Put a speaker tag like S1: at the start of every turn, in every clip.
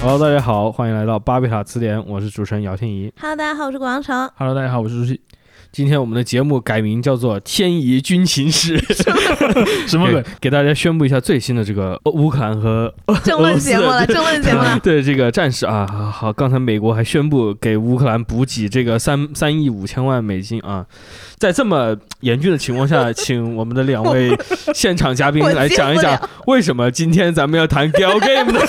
S1: Hello，大家好，欢迎来到巴贝塔词典，我是主持人姚天怡。
S2: Hello，大家好，我是广城。
S3: Hello，大家好，我是朱熹。
S1: 今天我们的节目改名叫做《天怡军情 室》，
S3: 什么鬼
S1: 给？给大家宣布一下最新的这个呃乌克兰和
S2: 政论节目了，政论节目了。
S1: 对这个战事啊。好，刚才美国还宣布给乌克兰补给这个三三亿五千万美金啊。在这么严峻的情况下，请我们的两 位现场嘉宾
S2: 我
S1: 来
S2: 接
S1: 讲一
S2: 不
S1: 讲
S2: 了
S1: 为什么今天咱们要谈 Gal Game 呢？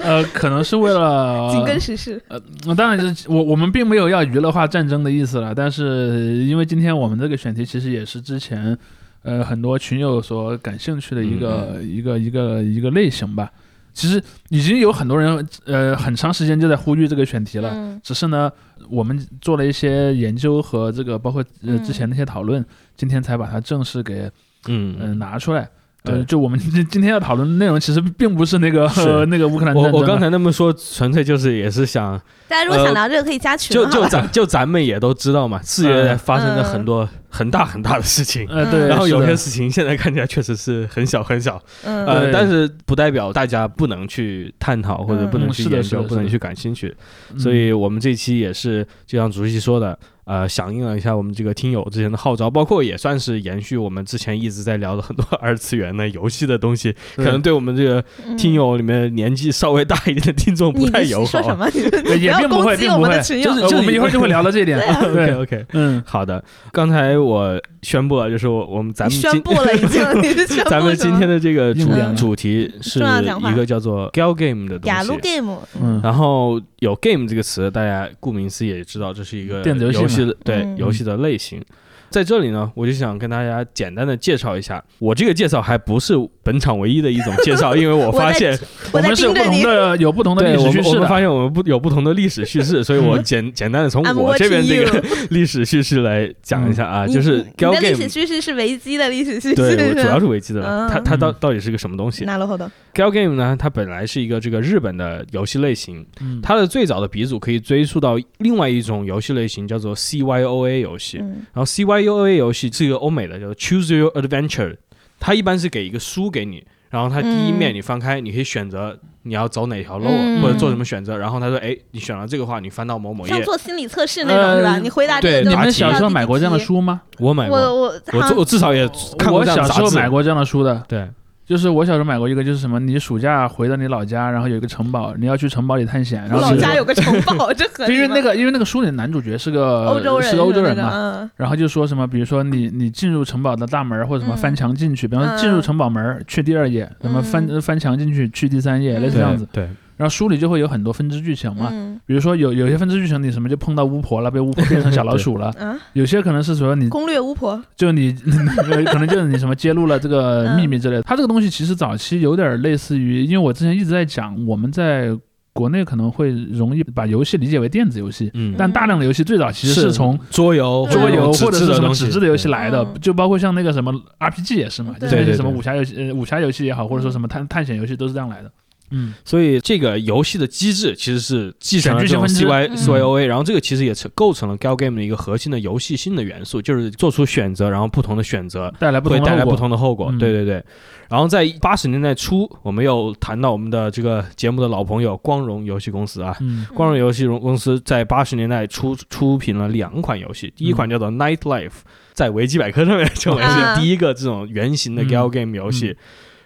S3: 呃，可能是为 了
S2: 紧跟时事，
S3: 呃，当然是我我们并没有要娱乐化战争的意思了，但是因为今天我们这个选题其实也是之前呃很多群友所感兴趣的一
S1: 嗯
S3: 个、一个一个一个类型吧。其实已经有很多人呃很长时间就在呼吁这个选题了，
S2: 嗯，
S3: 只是呢我们做了一些研究和这个包括呃
S2: 嗯
S3: 之前那些讨论，今天才把它正式给嗯、呃
S1: 嗯，
S3: 拿出来。
S1: 对
S3: 呃，就我们今今天要讨论的内容，其实并不是那个
S1: 是
S3: 呃那个乌克兰战
S1: 我
S3: 争
S1: 我
S3: 啊
S1: 刚才那么说，纯粹就是也是想
S2: 大家如果想聊这个，可以加群
S1: 就
S2: 了。
S1: 呃就咱就咱们也都知道嘛，
S3: 嗯
S1: 四月发生了很多很大很大的事情，
S3: 呃 对，
S1: 然后
S3: 是
S1: 有
S3: 的
S1: 些事情现在看起来确实是很小很小，
S2: 嗯，
S1: 呃，
S3: 对
S1: 但是不代表大家不能去探讨或者不能
S3: 嗯
S1: 去
S3: 是的
S1: 研
S3: 是
S1: 究、
S3: 的
S1: 不能
S3: 是的
S1: 去感兴趣，
S3: 嗯
S1: 所以我们这期也是就像主席说的。呃，响应了一下我们这个听友之前的号召，包括也算是延续我们之前一直在聊的很多 二次元的游戏的东西，可
S3: 对
S1: 能对我们这个
S2: 嗯
S1: 听友里面年纪稍微大一点的听众不
S2: 你
S1: 太
S2: 你
S1: 友好
S2: 说 什
S1: 啊。
S2: 么？你们
S3: 呃也
S2: 不要
S3: 并不
S2: 攻
S3: 会，
S2: 击
S3: 并
S2: 我
S3: 不
S2: 们的
S3: 会，
S2: 群友啊
S3: 就是我们一会儿就会聊到这一点。
S1: OK
S3: 对，
S1: OK，
S3: 嗯，
S1: 好的，刚才我宣布了，就是我我们咱
S2: 你
S1: 们
S2: 宣
S1: 今
S2: 布了已经，你是宣 布
S1: 咱们今天
S2: 的
S1: 的这 个主
S3: 硬
S2: 讲了
S1: 主题是
S2: 重要讲话
S1: 一个叫做 “gal game” 的东
S2: 雅鹿
S1: 西。
S2: game，
S3: 嗯
S1: 然后有 “game” 这个词，大家顾名思义也知道，这是一个
S3: 电子游戏嘛
S1: 戏的对、
S2: 嗯
S1: 游戏的类型。在这里呢，我就想跟大家简单的介绍一下，我这个介绍还不是本场唯一的一种介 绍，因为我
S2: 我
S1: 发
S2: 在
S1: 现
S3: 我
S2: 在
S3: 们是有
S2: 盯着
S3: 不同
S2: 你，
S3: 的有不同的
S1: 对
S3: 历
S1: 我
S3: 史
S1: 们
S3: 叙
S1: 我
S3: 事
S1: 们发
S3: 的。
S1: 现我们不有不同的历史叙事，所以我
S2: 嗯
S1: 简简单的从
S2: I'm
S1: 我这边
S2: watching
S1: 这
S2: you
S1: 个历史叙事来讲一下啊，
S2: 你
S1: 就是
S2: 你
S1: gal
S2: 的
S1: game
S2: 历史叙事是维基的历史叙事，
S1: 对，
S2: 是
S1: 我
S2: 吧
S1: 主要是维基的了。
S2: 嗯
S1: 它它到
S3: 嗯
S1: 到底是个什么东西
S2: 那落后的，
S1: ？Gal Game 呢？它本来是一个这个日本的游戏类型，
S2: 嗯
S3: 嗯
S1: 它的最早的鼻祖可以追溯到另外一种游戏类型，叫做 CYOA 游戏。
S2: 嗯
S1: 然后 CYOA 游戏是一个欧美的，叫做 Choose Your Adventure。它一般是给一个书给你，然后它第一面
S2: 嗯
S1: 你翻开，你可以选择你要走哪条路、啊
S2: 嗯
S1: 或者做什么选择。然后他说，哎，你选了这个话，你翻到某某页
S2: 像。做心理测试那种是吧？
S3: 呃
S2: 你回答这
S1: 对
S2: 个，
S3: 你
S1: 答题
S3: 们小时候买过这样的？书吗？
S1: 我买过，
S2: 我我
S1: 我做
S2: 好像
S1: 我至少也看过
S3: 我
S1: 这样
S3: 小
S1: 的
S3: 时
S1: 杂
S3: 候
S1: 志。
S3: 买过这样的书的，
S1: 对，
S3: 就是我小时候买过一个，就是什么，你暑假回到你老家，然后有一个城堡，你要去城堡里探险，然后
S2: 老
S3: 就是
S2: 家有个城堡，这合
S3: 就
S2: 理
S3: 因为那
S2: 吗
S3: 个因为那个书里的男主角是个
S2: 欧洲人
S3: 是欧洲
S2: 那
S3: 人
S2: 种
S3: 嘛，
S2: 嗯
S3: 然后就说什么，比如说你你进入城堡的大门或者什么
S2: 嗯
S3: 翻墙进去，比方说
S2: 嗯
S3: 进入城堡门儿去第二页，什么翻
S2: 嗯
S3: 翻墙进去去第三页，类似
S1: 对
S3: 这样子。
S1: 对，
S3: 然后书里就会有很多分支剧情嘛，
S2: 嗯，
S3: 比如说有有些分支剧情你什么就碰到巫婆了，被巫婆变成小老鼠了
S2: 啊，
S3: 有些可能是说你
S2: 攻略巫婆，
S1: 嗯
S3: 就你 可能就是你什么揭露了这个秘密之类的。它这个东西其实早期有点类似于，因为我之前一直在讲，我们在国内可能会容易把游戏理解为电子游戏，
S1: 嗯
S3: 但大量的游戏最早其实
S1: 是
S3: 是从
S1: 桌游、
S2: 嗯
S3: 桌游
S1: 纸
S3: 或者
S1: 质
S3: 是
S1: 的
S3: 什么
S1: 东西
S3: 纸质的游戏
S1: 对
S3: 来的
S2: 嗯，
S3: 就包括像那个什么 RPG 也是嘛，
S2: 对
S3: 就
S2: 嗯
S3: 是那
S1: 对对
S3: 些什么
S1: 对
S3: 武侠游戏、呃武侠游戏也好，或者说什么探探险游戏都是这样来的。嗯，
S1: 所以这个游戏的机制其实是继承了这种
S3: 选剧情
S1: CY
S2: 分支
S1: CYOA，、然后这个其实也成构成了 Gal Game 的一个核心的游戏性的元素，就是做出选择，然后不同的选择
S3: 带来不
S1: 会
S3: 同的
S1: 带来不
S3: 后果。
S1: 同的后果。
S3: 嗯
S1: 对对对。然后在八十年代初，我们又谈到我们的这个节目的老朋友光荣游戏公司啊。
S3: 嗯
S1: 光荣游戏公司在八十年代出出品了两款游戏，第一款叫做《Night Life》，在维基百科上面 称为
S2: 嗯啊
S1: 是第一个这种原型的
S3: 嗯
S1: Gal Game 游戏。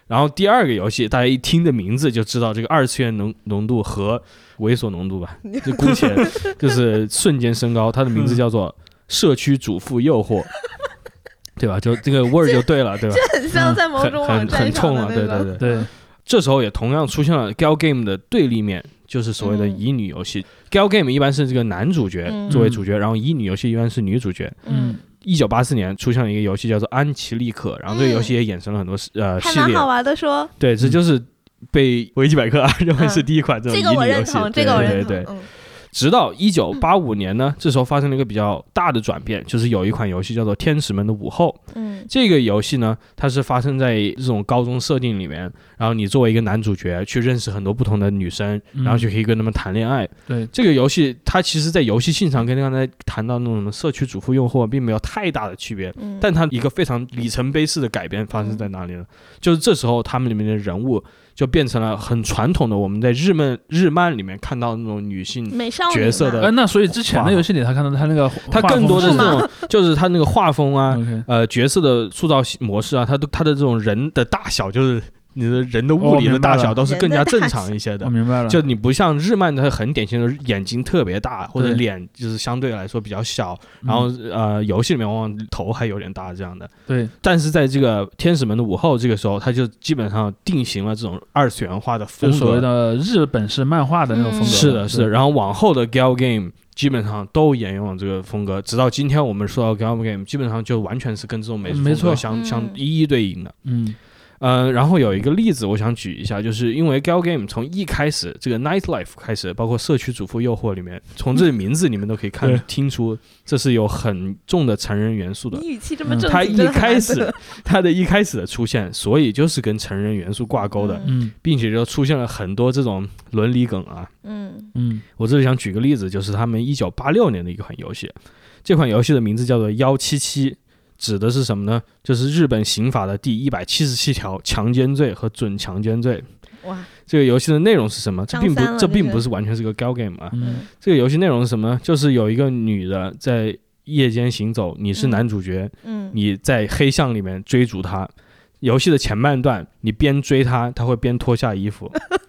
S1: 然后第二个游戏，大家一听的名字就知道这个二次元浓浓度和猥琐浓度 吧，就姑且就是瞬间升高。它的
S2: 嗯
S1: 名字叫做《社区主妇诱惑》，对吧？就这个味儿就对了，对吧？
S2: 很 像在某
S1: 很
S2: 种网
S1: 很很
S2: 站上
S1: 冲
S2: 的
S1: 了，对
S2: 那
S1: 对
S2: 嗯种，
S1: 对。
S3: 对，
S1: 这时候也同样出现了 Gal Game 的对立面，就是所谓的
S2: 嗯
S1: 乙女游戏。Gal Game 一般是这个男主角
S2: 嗯
S1: 作为主角，然后乙女游戏一般是女主角。
S3: 嗯，
S1: 一九八四年出现了一个游戏叫做《安琪丽可》，然后这个游戏也衍生了很多、呃
S2: 嗯还
S1: 系
S2: 蛮
S1: 列
S2: 好。玩的说。
S1: 对，这就是被维基百科啊认为是第一款这种
S2: 这
S1: 乙
S2: 个我
S1: 女
S2: 认
S1: 游戏。
S2: 同，
S1: 对
S2: 这个我
S1: 对
S2: 认
S1: 对对。
S2: 同。嗯
S1: 直到一九八五年呢，这时候发生了一个比较大的转变，就是有一款游戏叫做《天使们的午后》。
S2: 嗯
S1: 这个游戏呢，它是发生在这种高中设定里面，然后你作为一个男主角去认识很多不同的女生，
S3: 嗯
S1: 然后就可以跟她们谈恋爱。
S3: 对，
S1: 这个游戏它其实，在游戏性上跟刚才谈到那种什么社区主妇诱惑并没有太大的区别，
S2: 嗯，
S1: 但它一个非常里程碑式的改变发生在哪里呢？就是这时候他们里面的人物就变成了很传统的我们在日漫日漫里面看到的那种女性
S2: 美少女
S1: 角色
S2: 嘛
S1: 的
S3: 哎，那所以之前的游戏里，他看到他那个
S1: 它更多的是
S2: 是
S1: 这
S2: 吗
S1: 种，就是它那个画风啊，
S3: OK，
S1: 呃，角色的塑造模式啊，它都它的这种人的大小，就是你的人的物理的大小，
S3: 哦
S1: 都是更加正常一些
S3: 我
S1: 的。
S3: 明白了，嗯
S1: 就你不像日漫，它很典型的眼睛特别大，或者
S3: 对
S1: 脸就是相对来说比较小，
S3: 嗯
S1: 然后呃，游戏里面往往头还有点大这样的。
S3: 对
S1: 但是在这个《天使们的午后》这个时候，它就基本上定型了这种二次元化的风
S3: 就
S1: 格，
S3: 所谓的日本式漫画的那种风格，
S2: 嗯
S1: 是的，是的。
S3: 对
S1: 然后往后的 Gal Game 基本上都沿用了这个风格，直到今天我们说到 Gal Game，基本上就完全是跟这种美术
S3: 嗯没
S1: 风格
S3: 错
S1: 相相
S2: 嗯
S1: 一一对应的。
S3: 嗯
S1: 嗯、然后有一个例子我想举一下，就是因为 Gal Game 从一开始这个 Night Life 开始，包括社区主妇诱惑里面，从这名字里面都可以看
S3: 对
S1: 听出这是有很重的成人元素的。
S2: 你语气这么
S3: 嗯
S2: 正经，
S1: 它一
S2: 真的很
S1: 开
S2: 难
S1: 始
S2: 得，
S1: 它的一开始的出现，所以就是跟成人元素挂钩的，
S3: 嗯
S1: 并且就出现了很多这种伦理梗啊，
S2: 嗯，
S3: 嗯
S1: 我这里想举个例子，就是他们一九八六年的一款游戏，这款游戏的名字叫做《幺七七》，指的是什么呢？就是日本刑法的第一百七十七条强奸罪和准强奸罪。
S2: 哇，
S1: 这个游戏的内容是什么？这并不
S2: 张三，了
S1: 这
S2: 这
S1: 并
S2: 是
S1: 不是完全是个 gal game 啊。
S3: 嗯
S1: 这个游戏内容是什么呢？就是有一个女的在夜间行走，你是男主角，
S2: 嗯，
S1: 你在黑巷里面追逐她。游戏的前半段，你边追她，她会边脱下衣服。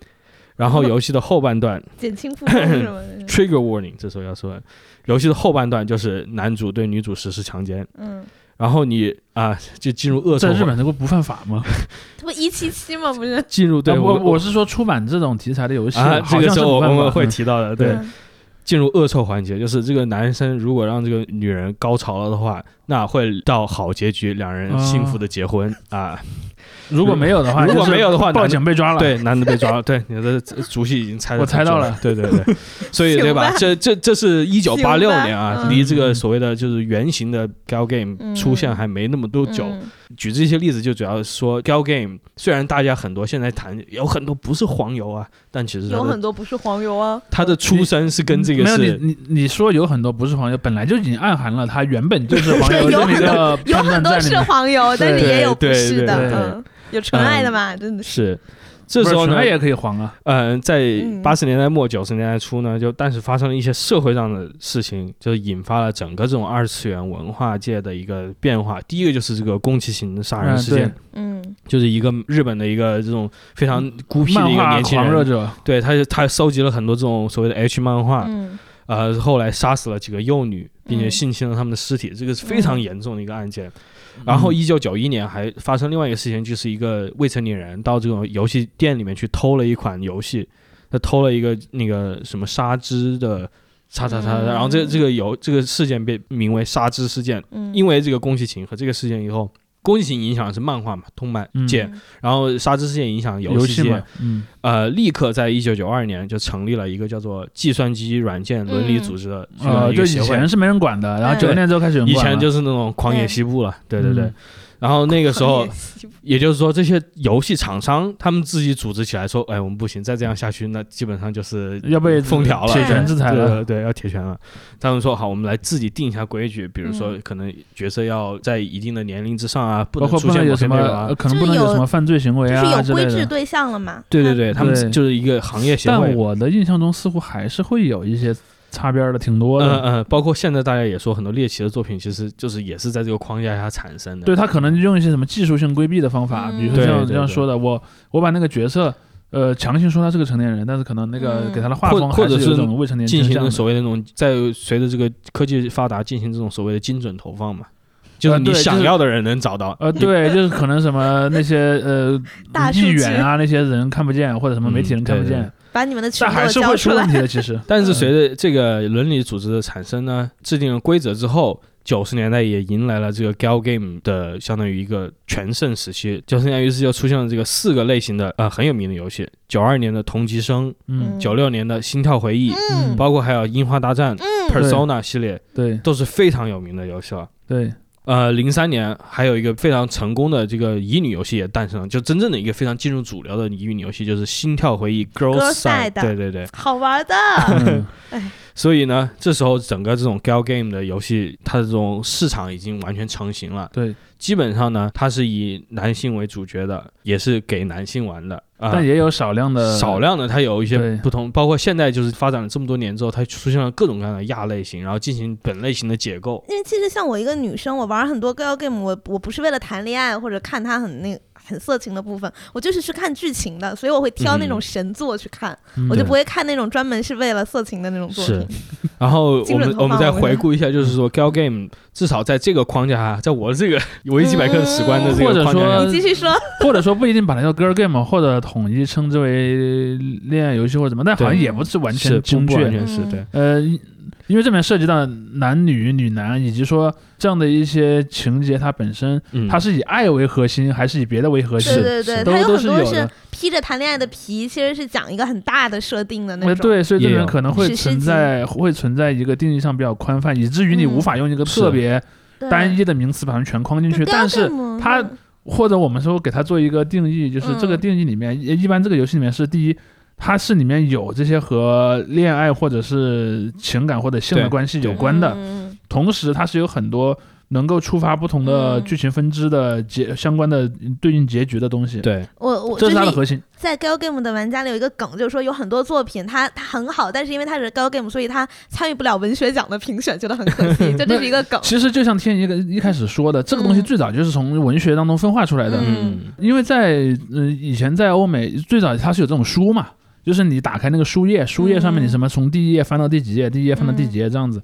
S1: 然后游戏的后半段，
S2: 减轻负担是吗？
S1: trigger warning，这时候要说，游戏的后半段就是男主对女主实施强奸，
S2: 嗯，
S1: 然后你啊、就进入恶
S3: 在
S1: 臭
S3: 日
S1: 环，
S3: 本能够不犯法吗？
S2: 这不一七七吗？不是，
S1: 进入对
S3: 啊我
S1: 我
S3: 我是说出版这种题材的游戏，
S1: 啊，这
S3: 好
S1: 个
S3: 像
S1: 时
S3: 是
S1: 候
S3: 不
S1: 我
S3: 犯
S1: 们
S3: 法
S1: 会
S3: 嗯
S1: 提到 的，对，
S2: 嗯
S1: 进入恶臭环节，就是这个男生如果让这个女人高潮了的话，那会到好结局，两人幸福的结婚啊。
S3: 啊如果没有的话，
S1: 如果没有的话
S3: 就是报警被抓了，，
S1: 啊对，男的被抓了，对，你的主戏已经猜得
S3: 我猜
S1: 很
S3: 到
S1: 准
S3: 了，
S1: 对对 对，所以
S2: 行
S1: 对吧？
S2: 吧
S1: 这这这是一九八六年啊，
S2: 嗯
S1: 离这个所谓的就是原型的 gal game
S2: 嗯
S1: 出现还没那么多久。
S2: 嗯
S1: 举这些例子就主要说 gal game，虽然大家很多现在谈有很多不是黄油啊，但其实它
S2: 有
S1: 的
S2: 很多不是黄油啊，
S1: 它的出身是跟这个
S3: 没有你
S1: 是。
S3: 你你说有很多不是黄油，本来就已经暗含了它原本就是黄
S2: 对
S3: 油
S2: 有
S3: 这么一
S2: 很多
S3: 个
S2: 有
S3: 判
S2: 很
S3: 断
S2: 多
S3: 在里
S2: 是
S3: 面。
S2: 黄油，但是
S1: 对
S2: 也有不
S1: 对
S2: 是的
S1: 对，对
S2: 嗯，有纯爱的嘛，真的是，
S1: 是，这时候
S3: 不是
S1: 呢
S3: 纯爱，也可以黄啊，
S1: 嗯，在
S2: 嗯
S1: 八十年代末九十年代初呢，就但是发生了一些社会上的事情，就引发了整个这种二次元文化界的一个变化。第一个就是这个宫崎勤杀人
S3: 嗯
S1: 事件，
S2: 嗯
S1: 就是一个日本的一个这种非常孤僻的
S3: 漫
S1: 一个
S3: 画
S1: 年轻
S3: 狂热
S1: 人，
S3: 者，
S1: 对他就他收集了很多这种所谓的 H 漫画，
S2: 嗯
S1: 呃，后来杀死了几个幼女，并且
S2: 嗯
S1: 性侵了他们的尸体，这个是非常严重的一个案件。
S3: 嗯
S1: 然后一九九一年还发生另外一个事情，就是一个未成年人到这种游戏店里面去偷了一款游戏，他偷了一个那个什么沙之的叉叉叉，
S2: 嗯
S1: 然后这这个游这个事件被名为沙之事件，
S2: 嗯，
S1: 因为这个宫崎勤和这个事件以后。宫崎勤影响的是漫画嘛，动漫
S3: 嗯
S1: 界，然后沙之事件影响游戏界，
S3: 嘛，嗯，
S1: 呃，立刻在一九九二年就成立了一个叫做计算机软件伦理组织的这样
S3: 呃，
S1: 一
S3: 就
S1: 个
S3: 以
S1: 协会。
S3: 前是没人管的，然后
S2: 嗯
S3: 九十年代之后开始有人
S1: 嗯啊以
S3: 管了，
S1: 前就是那种狂野西部了，对对对
S3: 嗯。
S1: 然后那个时候
S2: 狂野，西部
S1: 也就是说，这些游戏厂商他们自己组织起来说，哎，我们不行，再这样下去，那基本上就是
S3: 要被
S1: 封条了，
S3: 铁拳制裁
S1: 对
S3: 了，
S1: 对对，要铁拳了。他们说好，我们来自己定一下规矩，比如说
S2: 嗯
S1: 可能角色要在一定的年龄之上啊，不
S3: 包
S1: 能
S3: 括
S1: 出
S3: 不
S1: 现
S3: 能有
S1: 某些
S3: 什
S1: 内
S3: 么，
S1: 容啊
S3: 呃。可能
S2: 就是
S3: 不能有
S2: 有
S3: 什么犯罪行为
S2: 就是
S3: 啊
S2: 有
S3: 之
S2: 规
S3: 类
S2: 制
S3: 的。
S2: 对象了嘛，
S1: 对对对，他们
S3: 对
S1: 就是一个行业协会。
S3: 但我的印象中似乎还是会有一些擦边的，挺多
S1: 嗯
S3: 的。
S1: 嗯，包括现在大家也说，很多猎奇的作品其实就是也是在这个框架下产生的。
S3: 对他可能用一些什么技术性规避的方法，
S2: 嗯
S3: 比如说
S1: 对
S3: 像
S1: 对
S3: 这样
S1: 对
S3: 说的，我我把那个角色。呃，强行说他是个成年人，但是可能那个
S2: 嗯
S3: 给他的画
S1: 或
S3: 风
S1: 或
S3: 还
S1: 者
S3: 是有
S1: 是
S3: 一种未成年
S1: 进
S3: 倾
S1: 行
S3: 向
S1: 了
S3: 的。
S1: 所谓的那种，在随着这个科技发达，进行这种所谓的精准投放嘛，就是
S3: 呃
S1: 你
S3: 对就
S1: 想
S3: 是
S1: 要的人能找到。
S3: 呃，对，就是可能什么那些呃
S2: 大数
S3: 议
S2: 据
S3: 员啊那些人看不见，或者什么媒体人看不
S1: 嗯对
S3: 见，
S1: 对
S2: 把你们的群
S3: 但
S2: 给我
S3: 还是
S2: 交
S3: 会
S2: 出
S3: 出
S2: 来
S3: 问，题的。其实，
S1: 但是随着这个伦理组织的产生呢，制定了规则之后，九十年代也迎来了这个 gal game 的相当于一个全盛时期。九十年代于是就出现了这个四个类型的呃很有名的游戏，九二年的《同级生》，
S3: 嗯，
S1: 九六年的《心跳回忆》，
S2: 嗯
S1: 包括还有《樱花大战》
S2: 嗯
S1: Persona 系列
S3: 对
S1: 都是非常有名的游戏了。
S3: 对，
S1: 呃，零三年还有一个非常成功的这个乙女游戏也诞生了，就真正的一个非常进入主流的乙女游戏，就是《心跳回忆》Girls
S2: Girls
S1: Side。
S2: Side
S1: 对对对，
S2: 好玩的，
S3: 嗯
S1: 所以呢，这时候整个这种 gal game 的游戏，它的这种市场已经完全成型了。
S3: 对，
S1: 基本上呢，它是以男性为主角的，也是给男性玩的。啊
S3: 但也有少量的
S1: 少量的它有一些
S3: 对
S1: 不同，包括现在就是发展了这么多年之后，它出现了各种各样的亚类型，然后进行本类型的解构。
S2: 因为其实像我一个女生，我玩很多 girl game，我我不是为了谈恋爱或者看它很那很色情的部分，我就是去看剧情的，所以我会挑那
S1: 嗯
S2: 种神作去看，
S3: 嗯
S2: 我就不会看那种专门是为了色情的那种作品
S1: 是。，然后我
S2: 精准
S1: 们
S2: 投放
S1: 我们再
S2: 我觉得嗯
S1: 回顾一下，就是说 Gal Game 至少在这个框架下，在我这个
S2: 嗯
S1: 维基百科史观的这
S3: 或
S1: 个
S3: 者
S1: 框架下
S3: 说，
S2: 你继续说，
S3: 或者说不一定把它叫 girl game，或者统一称之为恋爱游戏或者怎么，但好像
S1: 对
S3: 也不是完
S1: 是
S3: 全
S1: 不
S3: 精
S1: 不完
S3: 确。
S1: 全是对，
S3: 呃，因为这里面涉及到男女、女男，以及说这样的一些情节，它本身
S1: 嗯，
S3: 它是以爱为核心，还是以别的为核心
S2: 对？
S1: 是
S2: 对对，
S3: 都
S2: 它
S3: 都
S2: 有很
S3: 是
S2: 多
S3: 有
S2: 是
S3: 的
S2: 披着谈恋爱的皮，其实是讲一个很大的设定的那
S3: 呃，
S2: 种。
S3: 对，所以这里
S1: 也有
S3: 面可能会
S2: 史诗
S3: 存
S2: 级
S3: 在会存在一个定义上比较宽泛，以至于你
S2: 嗯
S3: 无法用一个
S1: 嗯是
S3: 特别
S2: 对，
S3: 单一的名词把它们全框进去。
S2: 对
S3: 但是
S2: Girl Game，
S3: 它
S2: 嗯
S3: 或者我们说给它做一个定义，就是这个
S2: 嗯
S3: 定义里面，一一般这个游戏里面是第一，它是里面有这些和恋爱或者是情感或者性的
S1: 对
S3: 关系
S1: 对
S3: 有关的，
S2: 嗯
S3: 同时它是有很多能够触发不同的
S2: 嗯
S3: 剧情分支的结相关的嗯对应结局的东西。，
S1: 对，
S2: 我我
S3: 这
S2: 就是
S3: 它的
S2: 是哦
S3: 核心。
S2: 在 Gal Game 的玩家里有一个梗，就是说有很多作品它它很好，但是因为它是 Gal Game，所以它参与不了文学奖的评选，觉得很可惜。这这是一 个梗。
S3: 其实就像天一个一开始说的，这个东西
S2: 嗯
S3: 最早就是从文学当中分化出来的。
S2: 嗯
S1: 嗯，
S3: 因为在嗯、以前在欧美最早它是有这种书嘛，就是你打开那个书
S2: 嗯
S3: 页，书页上面你什么从第一页翻到第几页，第一页翻到第几页这样子。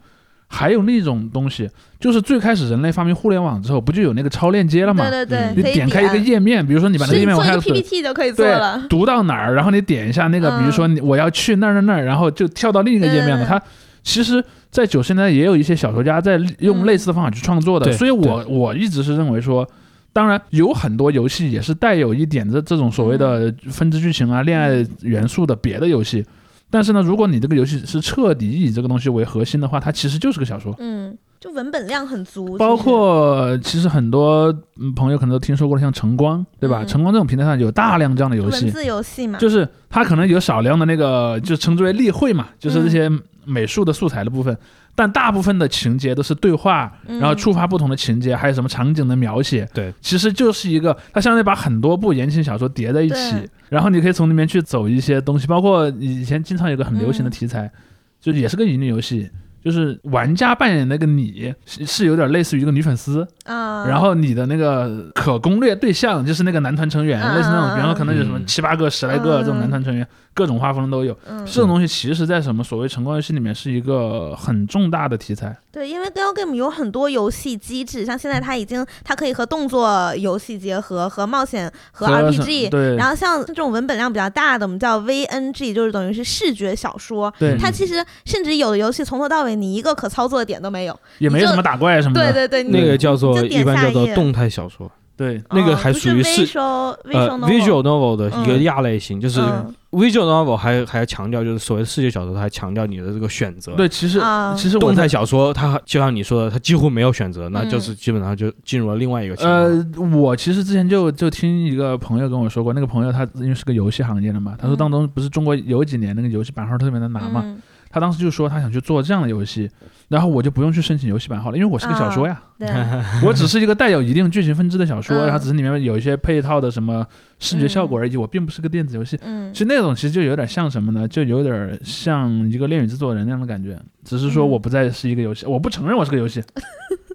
S3: 还有那种东西，就是最开始人类发明互联网之后，不就有那个超链接了
S2: 对
S3: 吗？
S2: 对对，
S1: 嗯
S2: 可
S3: 你
S2: 以啊
S3: 点开一个页面，比如说你把那
S2: 是
S3: 页面
S2: 做
S3: 往
S2: 一
S3: 下
S2: 个
S3: 滚，
S2: PPT 就可以做
S3: 对
S2: 了，。
S3: 读到哪儿，然后你点一下那个，
S2: 嗯
S3: 比如说你我要去那儿那儿那儿，然后就跳到另一个页面
S2: 对对
S3: 了。
S2: 对
S3: 它其实，在九十年代也有一些小说家在用
S2: 嗯
S3: 类似的方法去创作的，
S1: 对
S3: 所以我我一直是认为说。当然，有很多游戏也是带有一点这这种所谓的
S2: 嗯
S3: 分支剧情啊、恋爱元素的别的游戏，但是呢，如果你这个游戏是彻底以这个东西为核心的话，它其实就是个小说。
S2: 嗯，就文本量很足，
S3: 包
S2: 其实
S3: 括其实很多嗯朋友可能都听说过的，像晨光，对吧？
S2: 嗯
S3: 晨光这种平台上有大量这样的游戏
S2: 文，字游戏嘛，
S3: 就是它可能有少量的那
S2: 嗯
S3: 个，就称之为例会嘛，就是这些美术的素材的部分，但大部分的情节都是对话，
S2: 嗯
S3: 然后触发不同的情节，还有什么场景的描写。
S1: 对，
S3: 其实就是一个，它相当于把很多部言情小说叠在一起
S2: 对，
S3: 然后你可以从里面去走一些东西，包括以前经常有个很流行的题材，
S2: 嗯
S3: 就也是个乙女游戏。就是玩家扮演那个你是是有点类似于一个女粉丝，
S2: 啊，
S3: 然后你的那个可攻略对象就是那个男团成员，
S2: 嗯
S3: 类似那种，比方说
S2: 嗯
S3: 可能有什么
S1: 嗯
S3: 七八个、十来个这种
S2: 嗯
S3: 男团成员，各种画风都有。
S2: 嗯，
S3: 这种东西其实，在什么所谓成功游戏里面是一个很重大的题材。
S2: 对，因为 Gal Game 有很多游戏机制，像现在它已经它可以和动作游戏结合，和冒险和
S3: 什
S2: RPG，
S3: 对
S2: 然后像这种文本量比较大的，我们叫 VNG，就是等于是视觉小说。
S3: 对
S1: 嗯，
S2: 它其实甚至有的游戏从头到尾你一个可操作的点都没有。
S3: 也没什么打怪什么
S2: 对
S3: 的。
S2: 对对，你
S1: 嗯那个叫做
S2: 就嗯点
S1: 一般叫做
S2: 下一页
S1: 动态小说，
S3: 对
S1: 那个
S2: 哦
S1: 还
S2: 不
S1: 属于
S2: 是
S1: 是
S2: visual
S1: 呃
S2: novel
S1: ，visual novel 的一个
S2: 嗯
S1: 亚类型，就是
S2: 嗯
S1: visual novel 还还要强调，就是所谓的视觉小说，它还强调你的这个选择。
S3: 对，其实
S2: 啊
S3: 其实我
S1: 动态
S3: 在
S1: 小说，它就像你说的，它几乎没有选择，那
S2: 嗯
S1: 就是基本上就进入了另外一个情况。
S3: 呃，我其实之前就就听一个朋友跟我说过，那个朋友他因为是个游戏行业的嘛，他说
S2: 嗯
S3: 当中不是中国有几年那个游戏版号特别难拿嘛，
S2: 嗯
S3: 他当时就说他想去做这样的游戏，然后我就不用去申请游戏版号了，因为我是
S2: 啊
S3: 个小说呀，
S2: 对，
S3: 我只是一个带有一定剧情分支的小说，
S2: 嗯
S3: 然后只是里面有一些配套的什么视觉效果而已，我并不是个电子游戏。
S2: 嗯
S3: 其实那种其实就有点像什么呢？就有点像一个恋与制作人那样的感觉，只是说
S2: 嗯
S3: 我不再是一个游戏，我不承认我是个游戏。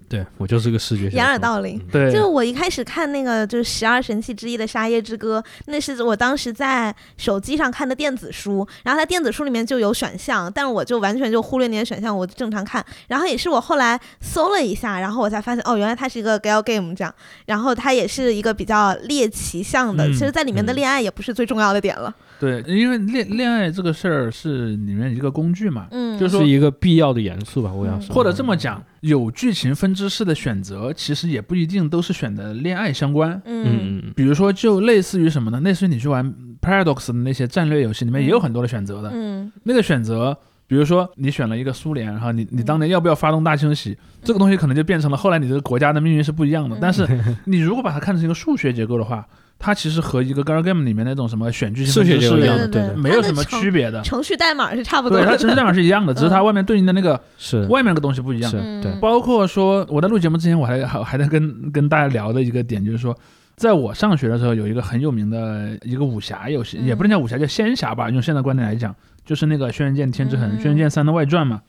S1: 对我就是个视觉小说。
S2: 掩耳盗铃。
S1: 嗯
S3: 对，
S2: 就是我一开始看那个就是十二神器之一的《沙耶之歌》，那是我当时在手机上看的电子书，然后它电子书里面就有选项，但是我就完全就忽略那些选项，我就正常看。然后也是我后来搜了一下，然后我才发现哦，原来它是一个 gal game 这样，然后它也是一个比较猎奇向的，
S3: 嗯
S2: 其实在里面的
S1: 嗯
S2: 恋爱也不是最重要的点了。
S3: 对，因为恋恋爱这个事儿是里面一个工具嘛，
S2: 嗯，
S3: 就是
S1: 是一个必要的元素吧，我要说。
S3: 或者这么讲，有剧情分支式的选择，其实也不一定都是选择恋爱相关。
S2: 嗯
S1: 嗯，嗯嗯，
S3: 比如说，就类似于什么呢？类似于你去玩 Paradox 的那些战略游戏，里面也有很多的选择的。
S2: 嗯
S3: 那个选择，比如说你选了一个苏联，然后你
S1: 嗯
S3: 你当年要不要发动大清洗，这个东西可能就变成了后来你这个国家的命运是不一样的。
S2: 嗯
S3: 但是你如果把它看成一个数学结构的话，它其实和一个 Girl Game 里面那种什么选剧情
S1: 数学
S3: 分支
S1: 结构
S3: 是
S1: 一样的，嗯
S2: 对
S1: 对
S2: 对
S1: 对
S2: 对
S3: 没有什么区别的。
S2: 程序代码是差不多
S3: 对，它
S2: 的。
S3: 其实上是一样的，只是它
S1: 嗯
S3: 外面对应的那个
S1: 是
S3: 外面那个东西不一样。
S1: 是
S2: 嗯
S1: 对
S3: 包括说我在录节目之前，我还还还在跟跟大家聊的一个点就是说，在我上学的时候，有一个很有名的一个武侠游
S2: 嗯
S3: 戏，也不能叫武侠，叫仙侠吧，用现在观点来讲，就是那个《轩辕剑天之痕》
S2: 嗯
S3: 轩辕剑三》的外传嘛。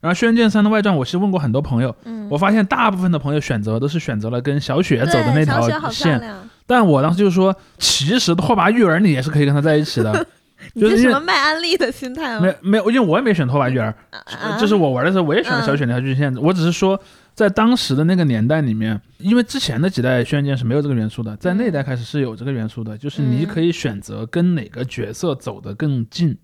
S3: 然后《轩辕剑三》的外传，我是问过很多朋友，
S2: 嗯，
S3: 我发现大部分的朋友选择都是选择了跟小雪
S2: 对
S3: 走的那
S2: 小雪好
S3: 条
S2: 漂
S3: 线，
S2: 亮，
S3: 但我当时就说，其实拓跋玉儿你也是可以跟他在一 起的，
S2: 你
S3: 就是
S2: 这
S3: 因
S2: 什
S3: 为
S2: 么卖安利的心态吗
S3: 没？没有，因为我也没选拓跋玉儿，
S2: 啊
S3: 就是我玩的时候，我也选了小雪那条巨线，我只是说，在当时的那个年代里面，因为之前的几代《轩辕剑》是没有这个元素的，在那一代开始是有这个元素的，就是你可以选择跟哪个角色走得更近，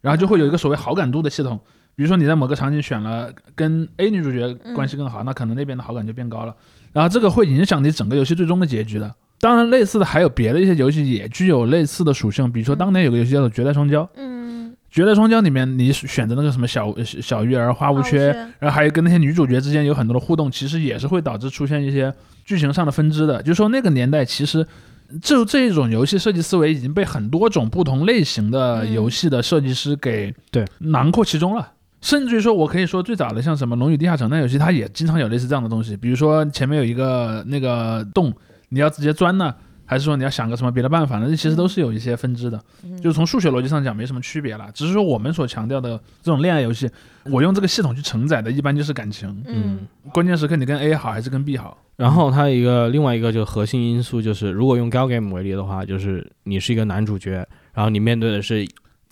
S3: 然后就会有一个所谓好感度的系统。比如说你在某个场景选了跟 A 女主角关系更好，那可能那边的好感就变高了，然后这个会影响你整个游戏最终的结局的。当然，类似的还有别的一些游戏也具有类似的属性，比如说当年有个游戏叫做《绝代双骄》，
S2: 嗯，
S3: 《绝代双骄》里面，你选择那个什么小小小鱼儿、花无缺，
S2: 啊
S3: 然后还有跟那些女主角之间有很多的互动，其实也是会导致出现一些剧情上的分支的。就是说那个年代，其实就这一种游戏设计思维已经被很多种不同类型的
S2: 嗯
S3: 游戏的设计师给
S1: 对
S3: 囊括其中了。甚至于说，我可以说最早的像什么《龙与地下城》那游戏，它也经常有类似这样的东西，比如说前面有一个那个洞，你要直接钻呢，还是说你要想个什么别的办法呢？这其实都是有一些分支的。
S2: 嗯
S3: 就是从数学逻辑上讲没什么区别了，只是说我们所强调的这种恋爱游戏，我用这个系统去承载的，一般就是感情。
S2: 嗯，
S3: 关键时刻你跟 A 好还是跟 B 好？
S1: 然后它一个另外一个就核心因素就是，如果用 Gal Game 为例的话，就是你是一个男主角，然后你面对的是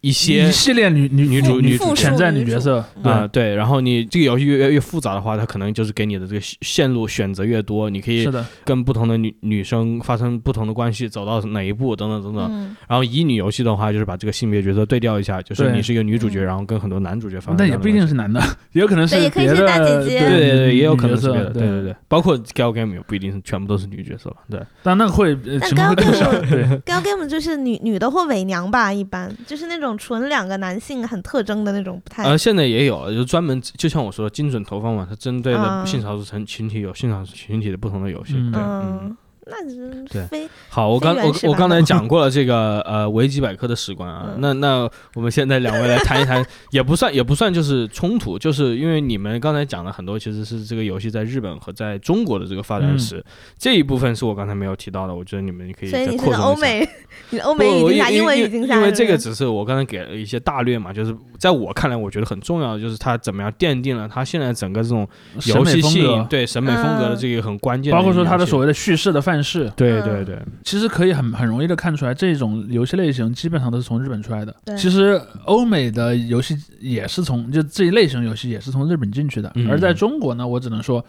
S1: 一些
S3: 一系列女女
S1: 女
S3: 主
S1: 主
S3: 女
S1: 女主
S3: 潜在女角色，
S2: 嗯
S1: 啊、
S3: 对，
S1: 对，然后你这个游戏越越复杂的话，它可能就是给你的这个线路选择越多，你可以
S3: 是的，
S1: 跟不同的女女生发生不同的关系，走到哪一步等等等等。
S2: 嗯
S1: 然后乙女游戏的话，就是把这个性别角色对调一下，就是
S3: 对
S1: 你是一个女主角，
S2: 嗯
S1: 然后跟很多男主角发生
S3: 但
S1: 这
S3: 也
S1: 样的
S3: 不
S1: 关系。
S3: 一定是男的，也有可能是
S2: 对也可以
S3: 别
S2: 是
S3: 的
S2: 大姐姐
S1: 对对对，也有可能
S3: 女
S1: 是
S3: 嗯角
S1: 别
S3: 色
S1: 的，对对对，包括 Gal Game 也不一定是全部都是女角色吧，对。
S3: 但那个会呃
S2: 但
S3: 情况会更少。
S2: 刚
S3: 对，
S2: g a l Game 就是女女的或伪娘吧，一般就是那种纯两个男性很特征的那种，不太
S1: 呃，现在也有，就专门就像我说的精准投放嘛，它针对
S2: 啊
S1: 的性少数群群体有性少数群体的不同的游戏。
S3: 嗯
S1: 对，嗯，
S2: 嗯，那就是
S1: 对
S2: 非
S1: 好，我刚
S2: 非原
S1: 我
S2: 始
S1: 我
S2: 版
S1: 刚才
S2: 本
S1: 讲过了这个呃维基百科的史观啊，
S2: 嗯
S1: 那那我们现在两位来谈一谈，也不算也不算就是冲突，就是因为你们刚才讲了很多，其实是这个游戏在日本和在中国的这个发展
S3: 嗯
S1: 史，这一部分是我刚才没有提到的，我觉得你们可以
S2: 所
S1: 再
S2: 以你是
S1: 扩
S2: 个
S1: 充
S2: 欧
S1: 一下。
S2: 美，你的欧
S1: 不，
S2: 美语
S1: 我
S2: 境
S1: 因
S2: 下，英文
S1: 因
S2: 语境下，
S1: 因为这个
S2: 是
S1: 只是我刚才给了一些大略嘛，就是在我看来，我觉得很重要的就是它怎么样奠定了它现在整个这种游戏
S3: 审美
S1: 性
S3: 风格，
S1: 对审美风格的这个很关键的
S3: 包
S1: 一个
S3: 括
S1: 描写，
S3: 说它的所谓的叙事的范式，
S1: 对
S2: 嗯
S1: 对对，
S3: 其实可以很很容易的看出来，这种游戏类型基本上都是从日本出来的
S2: 对。
S3: 其实欧美的游戏也是从就这一类型游戏也是从日本进去的，
S1: 嗯
S3: 而在中国呢，我只能说。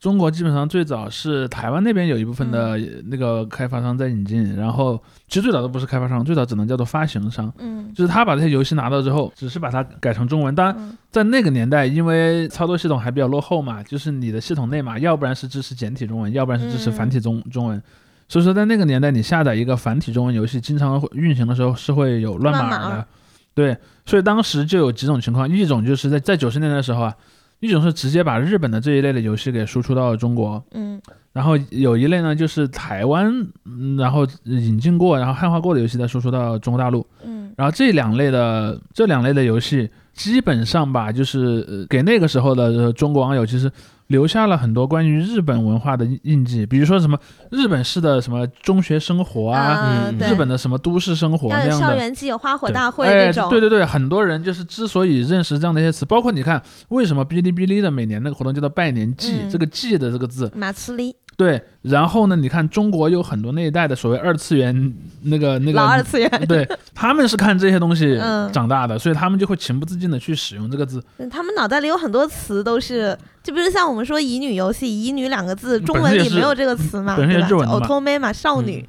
S3: 中国基本上最早是台湾那边有一部分的那个开发商在引进，然后其实最早都不是开发商，最早只能叫做发行商，
S2: 嗯
S3: 就是他把这些游戏拿到之后，只是把它改成中文。当然，
S2: 嗯
S3: 在那个年代，因为操作系统还比较落后嘛，就是你的系统内码，要不然是支持简体中文，要不然是支持繁体
S2: 嗯
S3: 中、中文。所以说，在那个年代，你下载一个繁体中文游戏，经常会运行的时候是会有乱码
S2: 乱码
S3: 的。对，所以当时就有几种情况，一种就是在在九十年代的时候啊，一种是直接把日本的这一类的游戏给输出到中国，
S2: 嗯
S3: 然后有一类呢就是台湾，嗯然后引进过，然后汉化过的游戏再输出到中国大陆。
S2: 嗯
S3: 然后这两类的这两类的游戏，基本上吧，就是呃给那个时候的呃中国网友其实留下了很多关于日本文化的印印记，比如说什么日本式的什么中学生活啊，
S1: 嗯
S2: 对
S3: 日本的什么都市生活
S2: 要
S3: 那
S2: 有
S3: 样
S2: 校
S3: 的。
S2: 园季，有花火
S1: 对
S2: 大会
S3: 哎，
S2: 这种，
S3: 对对对，很多人就是之所以认识这样的一些词，包括你看，为什么哔哩哔哩的每年那个活动叫做拜年季，
S2: 嗯
S3: 这个“季”的这个字，
S2: 马斯利
S3: 对。然后呢，你看中国有很多那一代的所谓二次元那个那个
S2: 老二次元，
S3: 对，他们是看这些东西
S2: 嗯
S3: 长大的，所以他们就会情不自禁的去使用这个字。
S2: 嗯他们脑袋里有很多词都是，就比如像我们说“乙女游戏”，“乙女”两个字，中文
S3: 本身也
S2: 里
S3: 是
S2: 没有这个词嘛，
S3: 本身也
S2: 对吧？
S3: 是日文的
S2: 就
S3: 嘛
S2: “otome” 嘛，少女。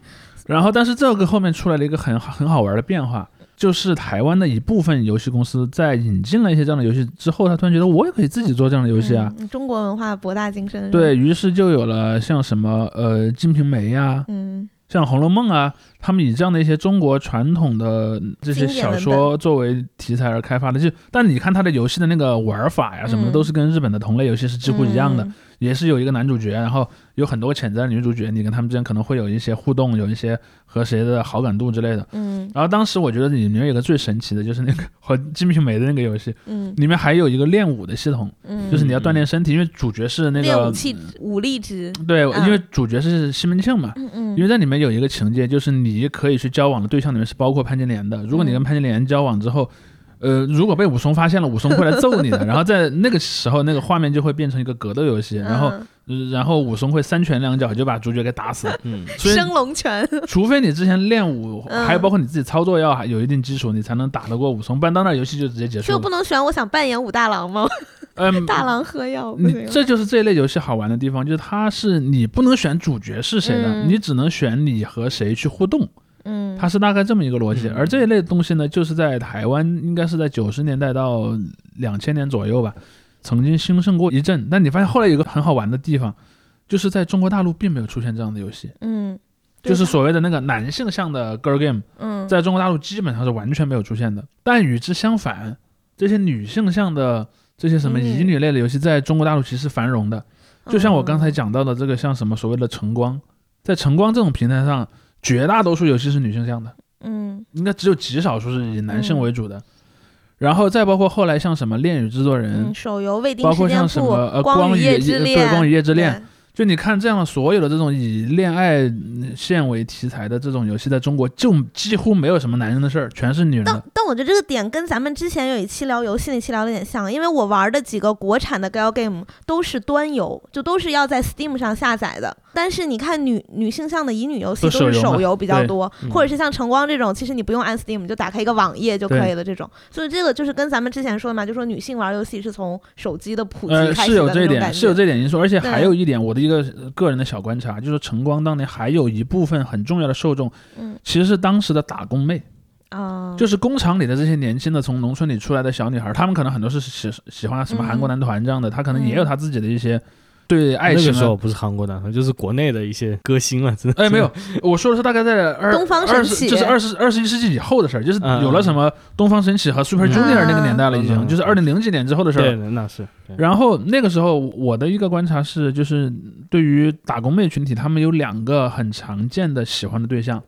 S3: 然后，但是这个后面出来了一个很好很好玩的变化，就是台湾的一部分游戏公司在引进了一些这样的游戏之后，他突然觉得我也可以自己做这样的游戏啊。
S2: 嗯中国文化博大精深。
S3: 对，于是就有了像什么呃《金瓶梅》呀，
S2: 嗯，
S3: 像《红楼梦》啊，他们以这样的一些中国传统的这些
S2: 经典
S3: 小
S2: 文
S3: 说作为题材而开发的。就但你看它的游戏的那个玩法呀什么的，
S2: 嗯
S3: 都是跟日本的同类游戏是几乎一样的。
S2: 嗯
S3: 也是有一个男主角，然后有很多潜在的女主角，你跟他们之间可能会有一些互动，有一些和谁的好感度之类的。
S2: 嗯
S3: 然后当时我觉得里面有个最神奇的就是那个和金瓶梅的那个游戏，
S2: 嗯
S3: 里面还有一个练武的系统，
S2: 嗯，
S3: 就是你要锻炼身体，因为主角是那
S2: 练武
S3: 个
S2: 器武力值，
S3: 对，
S2: 嗯
S3: 因为主角是西门庆嘛，
S2: 嗯嗯，
S3: 因为在里面有一个情节，就是你可以去交往的对象里面是包括潘金莲的。如果你跟潘金莲交往之后，呃，如果被武松发现了，武松会来揍你的。然后在那个时候，那个画面就会变成一个格斗游戏，然后、
S2: 嗯
S3: 呃然后武松会三拳两脚就把主角 给打死。
S1: 嗯，
S3: 所以，
S2: 升龙拳，
S3: 除非你之前练武，
S2: 嗯
S3: 还有包括你自己操作要还有一定基础，你才能打得过武松。不然到那游戏就直接结束
S2: 就
S3: 了。
S2: 不能选我想扮演武大郎吗？
S3: 嗯，
S2: 大郎喝药，不
S3: 你
S2: 行
S3: 这就是这一类游戏好玩的地方，就是它是你不能选主角是谁的，
S2: 嗯
S3: 你只能选你和谁去互动。
S2: 嗯，
S3: 它是大概这么一个逻辑。
S1: 嗯
S3: 而这一类东西呢，就是在台湾应该是在九十年代到两千年左右吧，曾经兴盛过一阵。但你发现后来有一个很好玩的地方，就是在中国大陆并没有出现这样的游戏，
S2: 嗯，对
S3: 就是
S2: 吧
S3: 所谓的那个男性向的 girl game，
S2: 嗯
S3: 在中国大陆基本上是完全没有出现的。但与之相反，这些女性向的。这些什么
S2: 嗯
S3: 乙女类的游戏，在中国大陆其实是繁荣的，就像我
S2: 嗯
S3: 刚才，讲到的这个，像什么所谓的晨光，在晨光这种平台上，绝大多数游戏是女性向的，
S2: 嗯
S3: 应该只有极少数是以男性为主的。然后再包括后来像什么《恋与制作
S2: 嗯
S3: 人
S2: 嗯，手游未》，定
S3: 包
S2: 时
S3: 括
S2: 间
S3: 像什
S2: 库
S3: 么呃《
S2: 光
S3: 光
S2: 与
S3: 与
S2: 夜
S3: 夜
S2: 之
S3: 对
S2: 恋，
S3: 《光与夜之恋》，
S2: 对，
S3: 就你看这样所有的这种以恋爱嗯线为题材的这种游戏，在中国就几乎没有什么男人的事儿，全是女人
S2: 但
S3: 的。
S2: 但我觉得这个点跟咱们之前有一期聊游戏那期聊的有点像，因为我玩的几个国产的 gal game 都是端游，就都是要在 Steam 上下载的。但是你看女女性向的乙女游戏
S3: 都
S2: 都是
S3: 手游嘛
S2: 手游比较
S3: 对
S2: 多，
S1: 嗯
S2: 或者是像晨光这种，其实你不用按 Steam 就打开一个网页就可以了这种。所以这个就是跟咱们之前说的嘛，就说女性玩游戏是从手机的普及
S3: 呃，
S2: 开始
S3: 是
S2: 的
S3: 有
S2: 那
S3: 这一
S2: 种感
S3: 点，
S2: 觉。
S3: 是有这一点因素，而且
S2: 对
S3: 还有一点，我的一个呃个人的小观察，就是晨光当年还有一部分很重要的受众，
S2: 嗯
S3: 其实是当时的打工妹。
S2: 啊，
S3: 就是工厂里的这些年轻的从农村里出来的小女孩，她们可能很多是喜喜欢
S2: 嗯
S3: 什么韩国男团这样的，她可能也有她自己的一些对 爱
S1: 那
S3: 情
S1: 个时
S3: 啊。
S1: 候不是韩国男团，就是国内的一些歌星了，真的。
S3: 哎，没有，我说的是大概在二
S2: 东方
S3: 二
S2: 神
S3: 十，
S2: 起哎
S3: 就是二十二十一世纪以后的事儿，就是
S1: 嗯
S3: 有了什么东方神起和 Super
S1: 嗯
S3: Junior 那个年代了，已
S1: 嗯
S3: 经就是二零零几年之后的事
S1: 对，
S3: 儿。
S1: 那是。对
S3: 然后那个时候，我的一个观察是，就是对于打工妹群体，他们有两个很常见的喜欢的对象，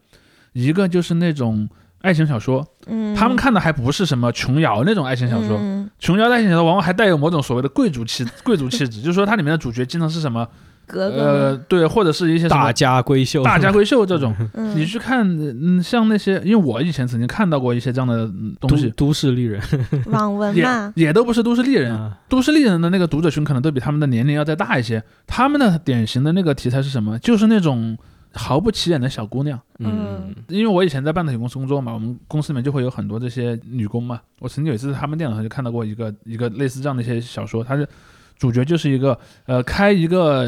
S3: 一个就是那种爱情小说，
S2: 嗯，
S3: 他们看的还不是什么琼瑶那种爱情小说，
S2: 嗯
S3: 琼瑶爱情小说往往还带有某种所谓的贵族气贵族气质，就是说它里面的主角经常是什么
S2: 格
S3: 呃
S2: 格，
S3: 对，或者是一些什
S1: 大
S3: 么
S1: 家闺秀，
S3: 大家闺秀这种。
S2: 嗯
S3: 你去看，嗯，像那些，因为我以前曾经看到过一些这样的嗯东
S1: 都
S3: 西，
S1: 都市丽人
S2: 网文
S3: 也
S2: 嘛，
S3: 也都不是都市丽人，
S1: 啊，
S3: 都市丽人的那个读者群可能都比他们的年龄要再大一些。他们的典型的那个题材是什么？就是那种毫不起眼的小姑娘。
S1: 嗯，
S3: 因为我以前在半导体公司工作嘛，我们公司里面就会有很多这些女工嘛。我曾经有一次在他们电脑上就看到过一个一个类似这样的一些小说，它是主角就是一个呃开一个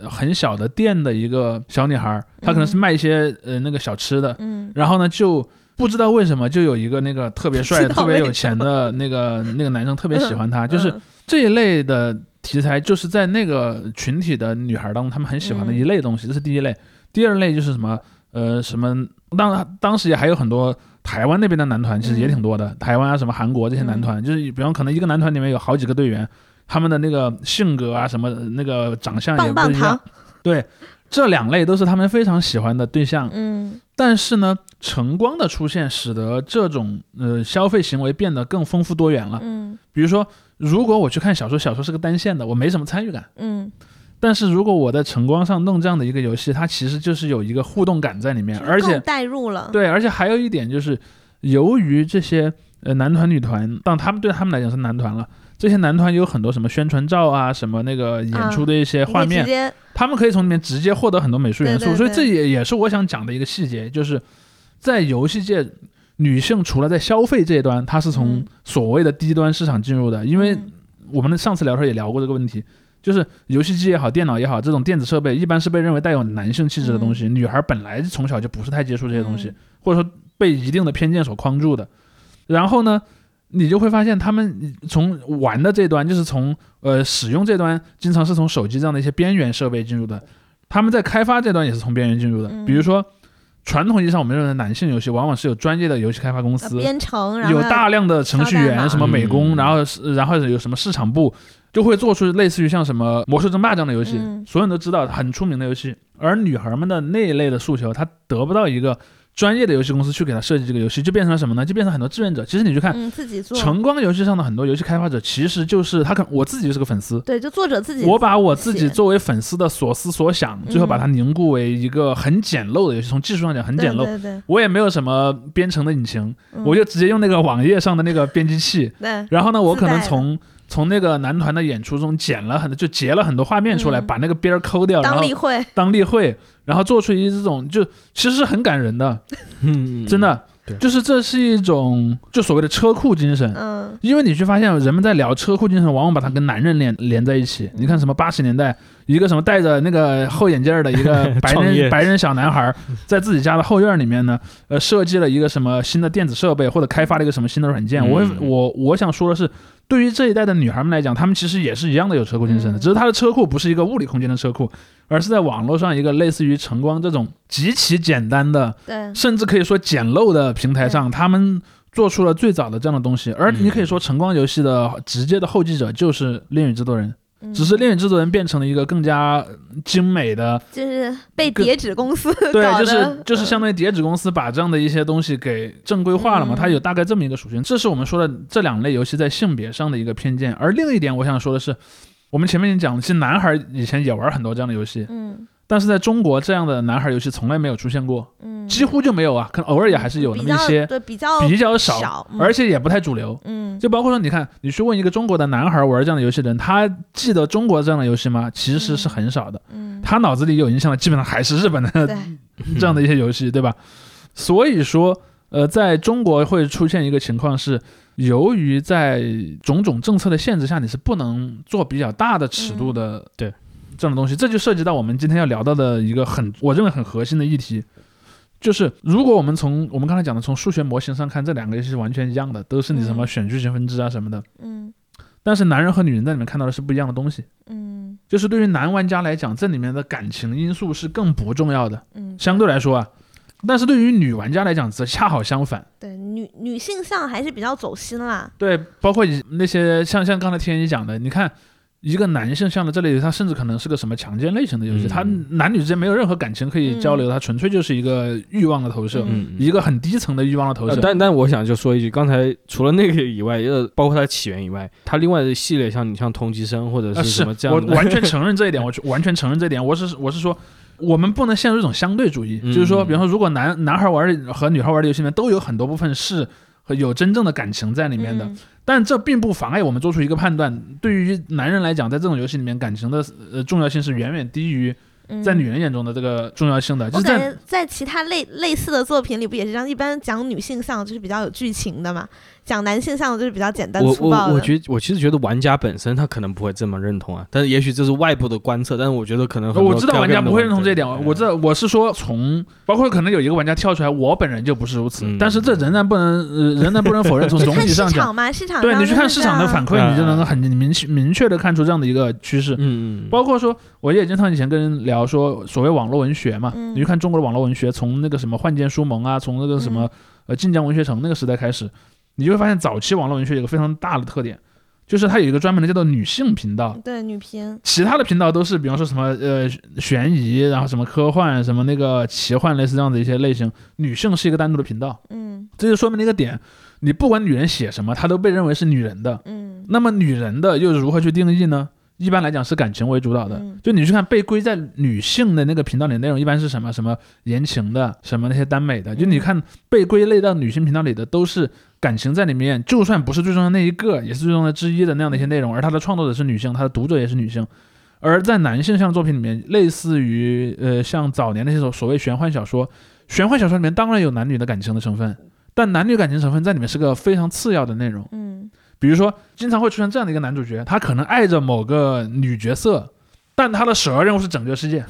S3: 呃很小的店的一个小女孩儿，她可能是卖一些呃那个小吃的，
S2: 嗯
S3: 然后呢就。不知道为什么，就有一个那个特别帅、
S2: 不知道
S3: 特别
S2: 为什
S3: 有
S2: 么
S3: 钱的那个那个男生特别喜欢她，啊就是
S2: 嗯
S3: 这一类的题材，就是在那个群体的女孩当中，她们很喜
S2: 嗯
S3: 欢的一类东西，这是第一类。第二类就是什么呃什么，当当时也还有很多台湾那边的男团，其
S2: 嗯
S3: 实也挺多的，台湾啊什么韩国这些男团，就是比方可能一个男团里面有好几个队员，他们的那个性格啊什么那个长相
S2: 棒
S3: 也不
S2: 棒
S3: 一样
S2: 糖。，
S3: 这两类都是他们非常喜欢的对象，
S2: 嗯
S3: 但是呢，晨光的出现使得这种呃消费行为变得更丰富多元了。
S2: 嗯
S3: 比如说，如果我去看小说，小说是个单线的，我没什么参与感。
S2: 嗯，
S3: 但是如果我在晨光上弄这样的一个游戏，它其实就是有一个互动感在里面，
S2: 就是
S3: 而
S2: 更
S3: 且
S2: 代入了，
S3: 对，而且还有一点就是，由于这些呃男团女团，当他们对他们来讲是男团了，这些男团有很多什么宣传照啊，什么那个演出的一些
S2: 你可
S3: 画
S2: 以直
S3: 面，
S2: 接
S3: 他们可以从里面直接获得很多美术元素，
S2: 对对对
S3: 所以这也也是我想讲的一个细节，就是在游戏界，女性除了在消费这一端，她是从
S2: 嗯
S3: 所谓的低端市场进入的，因为
S2: 嗯
S3: 我们上次聊天也聊过这个问题，就是游戏机也好，电脑也好，这种电子设备一般是被认为带有男性气质的东西，女孩本来从小就不是太接触这些东西，
S2: 嗯
S3: 或者说被一定的偏见所框住的。然后呢，你就会发现他们从玩的这端，就是从呃使用这端，经常是从手机这样的一些边缘设备进入的，他们在开发这端也是从边缘进入的，
S2: 嗯
S3: 比如说。传统意义上我们认为的男性游戏，往往是有专业的游戏开发公
S2: 呃
S3: 司，
S2: 编程，然后
S3: 有大量的程序
S2: 敲代码
S3: 员，什么美工，
S1: 嗯
S3: 然后是然后有什么市场部，就会做出类似于像什么《魔兽争霸》这样的游戏，
S2: 嗯
S3: 所有人都知道很出名的游戏。而女孩们的那一类的诉求，她得不到一个专业的游戏公司去给她设计这个游戏，就变成了什么呢？就变成很多志愿者。其实你去看
S2: 嗯自己做，
S3: 晨光游戏上的很多游戏开发者，其实就是他可我自己就是个粉丝，
S2: 对，就作者自己嗯
S3: 我把我自己
S2: 写
S3: 作为粉丝的所思所想，最后把它凝固为一个很简陋的游戏，从技术上讲很
S2: 对
S3: 简陋。
S2: 对对，
S3: 我也没有什么编程的引擎，
S2: 嗯
S3: 我就直接用那个网页上的那个编辑器，
S2: 对
S3: 然后呢，我
S2: 自
S3: 可能
S2: 带的
S3: 从从那个男团的演出中剪了很多，就截了很多画面出来，
S2: 嗯
S3: 把那个边儿抠掉，然
S2: 当
S3: 后
S2: 例会，
S3: 当例会，然后做出一这种就其实是很感人的，
S1: 嗯，
S3: 真的
S1: 对，
S3: 就是这是一种就所谓的车库精神。
S2: 嗯
S3: 因为你去发现，人们在聊车库精神，往往把它跟男人连连在一起。你看什么八十年代，一个什么戴着那个厚眼镜儿的一 个白
S1: 创业
S3: 人白人小男孩儿，在自己家的后院里面呢，呃，设计了一个什么新的电子设备，或者开发了一个什么新的软件。我
S1: 嗯
S3: 我我想说的是，对于这一代的女孩们来讲，她们其实也是一样的有车库精神的，
S2: 嗯
S3: 只是她的车库不是一个物理空间的车库，而是在网络上一个类似于晨光这种极其简单的
S2: 对
S3: 甚至可以说简陋的平台上，他们做出了最早的这样的东西。而
S1: 嗯
S3: 你可以说，晨光游戏的直接的后继者就是《恋与制作人》，
S2: 嗯
S3: 只是《恋与制作人》变成了一个更加精美的，
S2: 嗯就是被
S3: 跟
S2: 叠纸公司
S3: 对，
S2: 搞
S3: 就
S2: 得呃
S3: 是就是相当于叠纸公司把这样的一些东西给正规化了嘛，
S2: 嗯
S3: 它有大概这么一个属性。这是我们说的这两类游戏在性别上的一个偏见。而另一点，我想说的是。我们前面已经讲了，其实男孩以前也玩很多这样的游戏，
S2: 嗯
S3: 但是在中国这样的男孩游戏从来没有出现过，
S2: 嗯，
S3: 几乎就没有啊，可能偶尔也还是有那
S2: 比
S3: 么一
S2: 较
S3: 些，
S2: 对比较
S3: 比较少，
S2: 哦少，嗯
S3: 而且也不太主流。
S2: 嗯
S3: 就包括说，你看，你去问一个中国的男孩玩这样的游戏的人，他记得中国这样的游戏吗？其实是很少的，
S2: 嗯，
S3: 他脑子里有印象的基本上还是日本的
S2: 对
S3: 这样的一些游戏，对吧？所以说，呃，在中国会出现一个情况是，由于在种种政策的限制下，你是不能做比较大的尺度的、
S1: 对
S3: 这种东西，这就涉及到我们今天要聊到的一个很我认为很核心的议题。就是如果我们从我们刚才讲的从数学模型上看，这两个游戏是完全一样的，都是你什么
S2: 嗯
S3: 选剧情分支啊什么的，
S2: 嗯
S3: 但是男人和女人在里面看到的是不一样的东西。
S2: 嗯
S3: 就是对于男玩家来讲，这里面的感情因素是更不重要的。
S2: 嗯，
S3: 相对来说啊，但是对于女玩家来讲则恰好相反。
S2: 对女女性向还是比较走心啦，
S3: 对，包括以那些像像刚才天一讲的，你看一个男性向的这类游戏，它甚至可能是个什么强奸类型的游戏，
S1: 嗯
S3: 它男女之间没有任何感情可以交流，它纯粹就是一个欲望的投射，
S1: 嗯，
S3: 一个很低层的欲望的投
S1: 呃
S3: 射。
S1: 但但我想就说一句，刚才除了那个以外，呃，包括它的起源以外，它另外的系列，像你像同级生或者
S3: 啊，
S1: 是什么这
S3: 我
S1: 样的，
S3: 完全承认这一点，我完全承认这一点。我是我是说，我们不能陷入一种相对主义，
S1: 嗯
S3: 就是说，比方说，如果男男孩玩的和女孩玩的游戏里面都有很多部分是和有真正的感情在里面的，
S2: 嗯
S3: 但这并不妨碍我们做出一个判断。对于男人来讲，在这种游戏里面，感情的呃重要性是远远低于
S2: 嗯
S3: 在女人眼中的这个重要性的。就
S2: 我
S3: 是
S2: 感
S3: 在
S2: 觉在其他类类似的作品里不也是这样？一般讲女性向就是比较有剧情的嘛，讲男性向就是比较简 单
S1: 我
S2: 粗暴
S1: 我
S2: 的。
S1: 我觉我其实觉得玩家本身他可能不会这么认同啊，但是也许这是外部的观测，但是我觉得可能很多
S3: 我知道玩家不会认同这一点，啊
S1: 对
S3: 我这我是说从包括可能有一个玩家跳出来，我本人就不是如此，
S1: 嗯
S3: 但是这仍然不能、呃、仍然不能否认从总
S2: 看
S3: 体
S2: 市
S3: 上讲
S2: 场，啊嘛，市场
S3: 对
S2: 上
S3: 你
S2: 就
S3: 去看
S2: 是啊
S3: 市
S2: 这
S3: 场的
S2: 样
S3: 反馈，
S1: 嗯
S3: 你就能很明确明确的看出这样的一个趋势。
S1: 嗯嗯，
S3: 包括说，我也经常以前跟人聊说，所谓网络文学嘛，
S2: 嗯
S3: 你去看中国的网络文学，从那个什么幻剑书盟啊，从那个什么、
S2: 嗯
S3: 呃晋江文学城那个时代开始，你就会发现早期网络文学有一个非常大的特点，就是它有一个专门的叫做女性频道。
S2: 对女频，
S3: 其他的频道都是，比方说什么呃悬疑，然后什么科幻，什么那个奇幻，类似这样的一些类型。女性是一个单独的频道，
S2: 嗯
S3: 这就说明了一个点：你不管女人写什么，她都被认为是女人的。
S2: 嗯
S3: 那么女人的又如何去定义呢？一般来讲是感情为主导的，
S2: 嗯
S3: 就你去看被归在女性的那个频道里的内容，一般是什么什么言情的，什么那些耽美的，就你看被归类到女性频道里的都是感情在里面，就算不是最重要的那一个，也是最重要的之一的那样的一些内容，而它的创作者是女性，它的读者也是女性。而在男性向作品里面，类似于呃像早年那些所所谓玄幻小说，玄幻小说里面当然有男女的感情的成分，但男女感情成分在里面是个非常次要的内容。
S2: 嗯
S3: 比如说，经常会出现这样的一个男主角，他可能爱着某个女角色，但他的首要任务是拯救世界。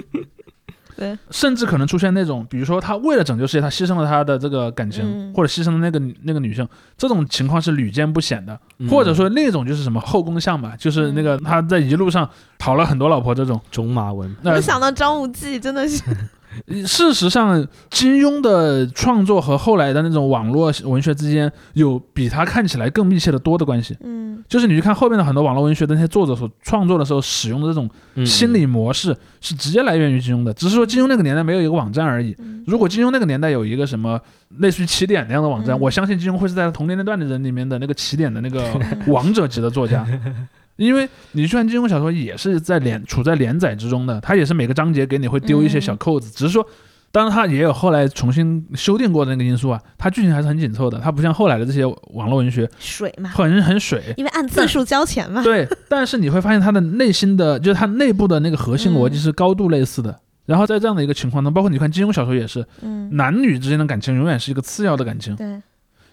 S2: 对，
S3: 甚至可能出现那种，比如说他为了拯救世界，他牺牲了他的这个感情，
S2: 嗯
S3: 或者牺牲了那个女那个女性，这种情况是屡见不鲜的。
S1: 嗯
S3: 或者说那种就是什么后宫相吧，就是那个他在一路上讨了很多老婆这种。
S1: 种马文，
S3: 那、
S2: 我想到张无忌真的是
S3: 事实上，金庸的创作和后来的那种网络文学之间有比他看起来更密切的多的关系。
S2: 嗯
S3: 就是你去看后面的很多网络文学的那些作者所创作的时候使用的这种
S1: 嗯
S3: 心理模式，是直接来源于金庸的，只是说金庸那个年代没有一个网站而已。
S2: 嗯
S3: 如果金庸那个年代有一个什么类似于起点那样的网站，
S2: 嗯
S3: 我相信金庸会是在同年龄段的人里面的那个起点的那个 王者级的作家，因为你去看金庸小说也是在连处在连载之中的，他也是每个章节给你会丢一些
S2: 嗯
S3: 小扣子，只是说。当然，他也有后来重新修订过的那个因素啊，它剧情还是很紧凑的，它不像后来的这些网络文学
S2: 水 嘛，
S3: 很很水，
S2: 因为按字数交钱 嘛。
S3: 对，但是你会发现它的内心的，就是它内部的那个核心逻辑是高度类似的。然后在这样的一个情况中，包括你看金庸小说也是，
S2: 嗯，
S3: 男女之间的感情永远是一个次要的感情，
S2: 对，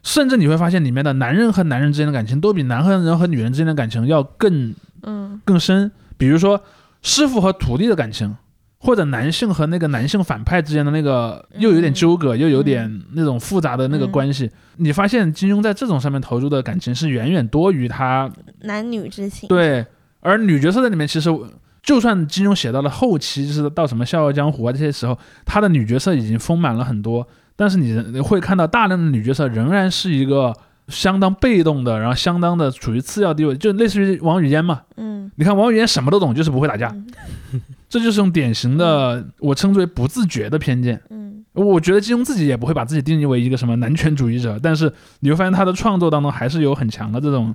S3: 甚至你会发现里面的男人和男人之间的感情都比男和人和女人之间的感情要更
S2: 嗯
S3: 更深。比如说师傅和徒弟的感情，或者男性和那个男性反派之间的那个又有点纠葛，又有点那种复杂的那个
S2: 嗯
S3: 关系。你发现金庸在这种上面投入的感情是远远多于他
S2: 男女之情。，
S3: 对，而女角色在里面其实。就算金庸写到了后期，就是到什么《笑傲江湖》啊这些时候，他的女角色已经丰满了很多，但是你会看到大量的女角色仍然是一个相当被动的，然后相当的处于次要地位，就类似于王语嫣嘛。
S2: 嗯，
S3: 你看王语嫣什么都懂，就是不会打架，
S2: 嗯
S3: 这就是种典型的我称之为不自觉的偏见。
S2: 嗯
S3: 我觉得金庸自己也不会把自己定义为一个什么男权主义者，但是你会发现他的创作当中还是有很强的这种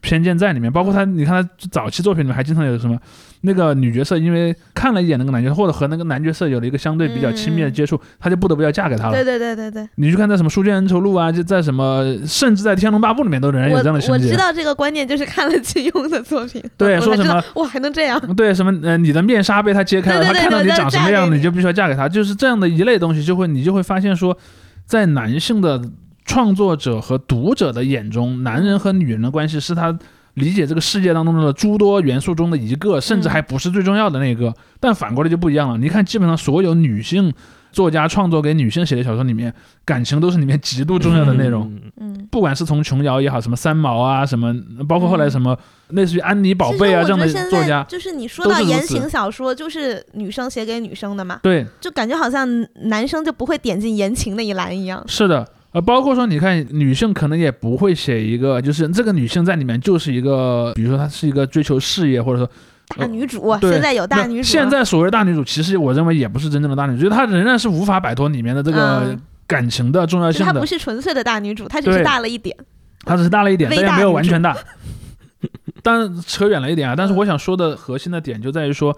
S3: 偏见在里面。包括他，你看他早期作品里面还经常有什么那个女角色，因为看了一眼那个男角色，或者和那个男角色有了一个相对比较亲密的接触，他就不得不要嫁给他
S2: 对
S3: 了。
S2: 对对对对，
S3: 你去看在什么《书剑恩仇录》啊，就在什么，甚至在《天龙八部》里面都仍然有
S2: 我
S3: 这样的情
S2: 我知
S3: 节。
S2: 道这个观点就是看了金庸的作品，
S3: 对
S2: 我
S3: 说
S2: 才
S3: 什
S2: 知道
S3: 么
S2: 哇还能这样，
S3: 对，什么呃，你的面纱被他揭开了，
S2: 对对对
S3: 他看到你
S2: 对
S3: 长什么
S2: 嫁给
S3: 样，
S2: 你
S3: 你就必须要嫁给他，就是这样的一类东西，就会你就会发现说，在男性的创作者和读者的眼中，男人和女人的关系是他理解这个世界当中的诸多元素中的一个，甚
S2: 嗯
S3: 至还不是最重要的那个。但反过来就不一样了，你看，基本上所有女性作家创作给女性写的小说里面，感情都是里面极度重要的内容。
S1: 嗯，
S2: 嗯，
S3: 不管是从琼瑶也好，什么三毛啊，什么包括后来什么类似于安妮宝贝啊
S2: 其
S3: 这
S2: 实我觉
S3: 样的
S2: 得现
S3: 作
S2: 在
S3: 家，
S2: 就是你说
S3: 都
S2: 到
S3: 是如
S2: 言
S3: 此
S2: 情小说，就是女生写给女生的嘛，
S3: 对，
S2: 就感觉好像男生就不会点进言情那一栏一样。
S3: 是的，呃，包括说，你看女性可能也不会写一个，就是这个女性在里面就是一个，比如说她是一个追求事业，或者说
S2: 大
S3: 呃
S2: 女主，啊
S3: 对
S2: 现在有大
S3: 那
S2: 女主，啊
S3: 现在所谓的大女主，其实我认为也不是真正的大女主，就是她仍然是无法摆脱里面的这个
S2: 嗯
S3: 感情的重要
S2: 就
S3: 性
S2: 她
S3: 的
S2: 不，是纯粹的大女主，她只
S3: 对
S2: 是大了一点。
S3: 她只是大了一点，
S2: 微
S3: 但也
S2: 大
S3: 没有
S2: 女
S3: 完
S2: 主
S3: 全 大。当然扯远了一点啊，但是
S2: 嗯
S3: 我想说的核心的点就在于说。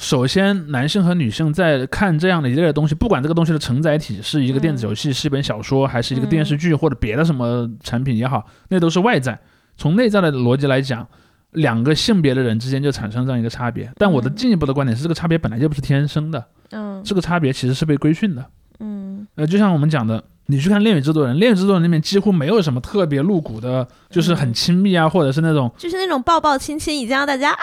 S3: 首先，男性和女性在看这样的一类的东西，不管这个东西的承载体是一个电
S2: 嗯
S3: 子游戏、是一本小说，还是一个电视剧或者别的什么产品也好，那都是外在。从内在的逻辑来讲，两个性别的人之间就产生这样一个差别。但我的
S2: 嗯
S3: 进一步的观点是，这个差别本来就不是天生的，
S2: 嗯
S3: 这个差别其实是被规训的。
S2: 嗯
S3: 呃，就像我们讲的，你去看《恋与制作人》，《恋与制作人》里面几乎没有什么特别露骨的，
S2: 嗯
S3: 就是很亲密啊，或者是那种，
S2: 就是那种抱抱亲亲，已经让大家啊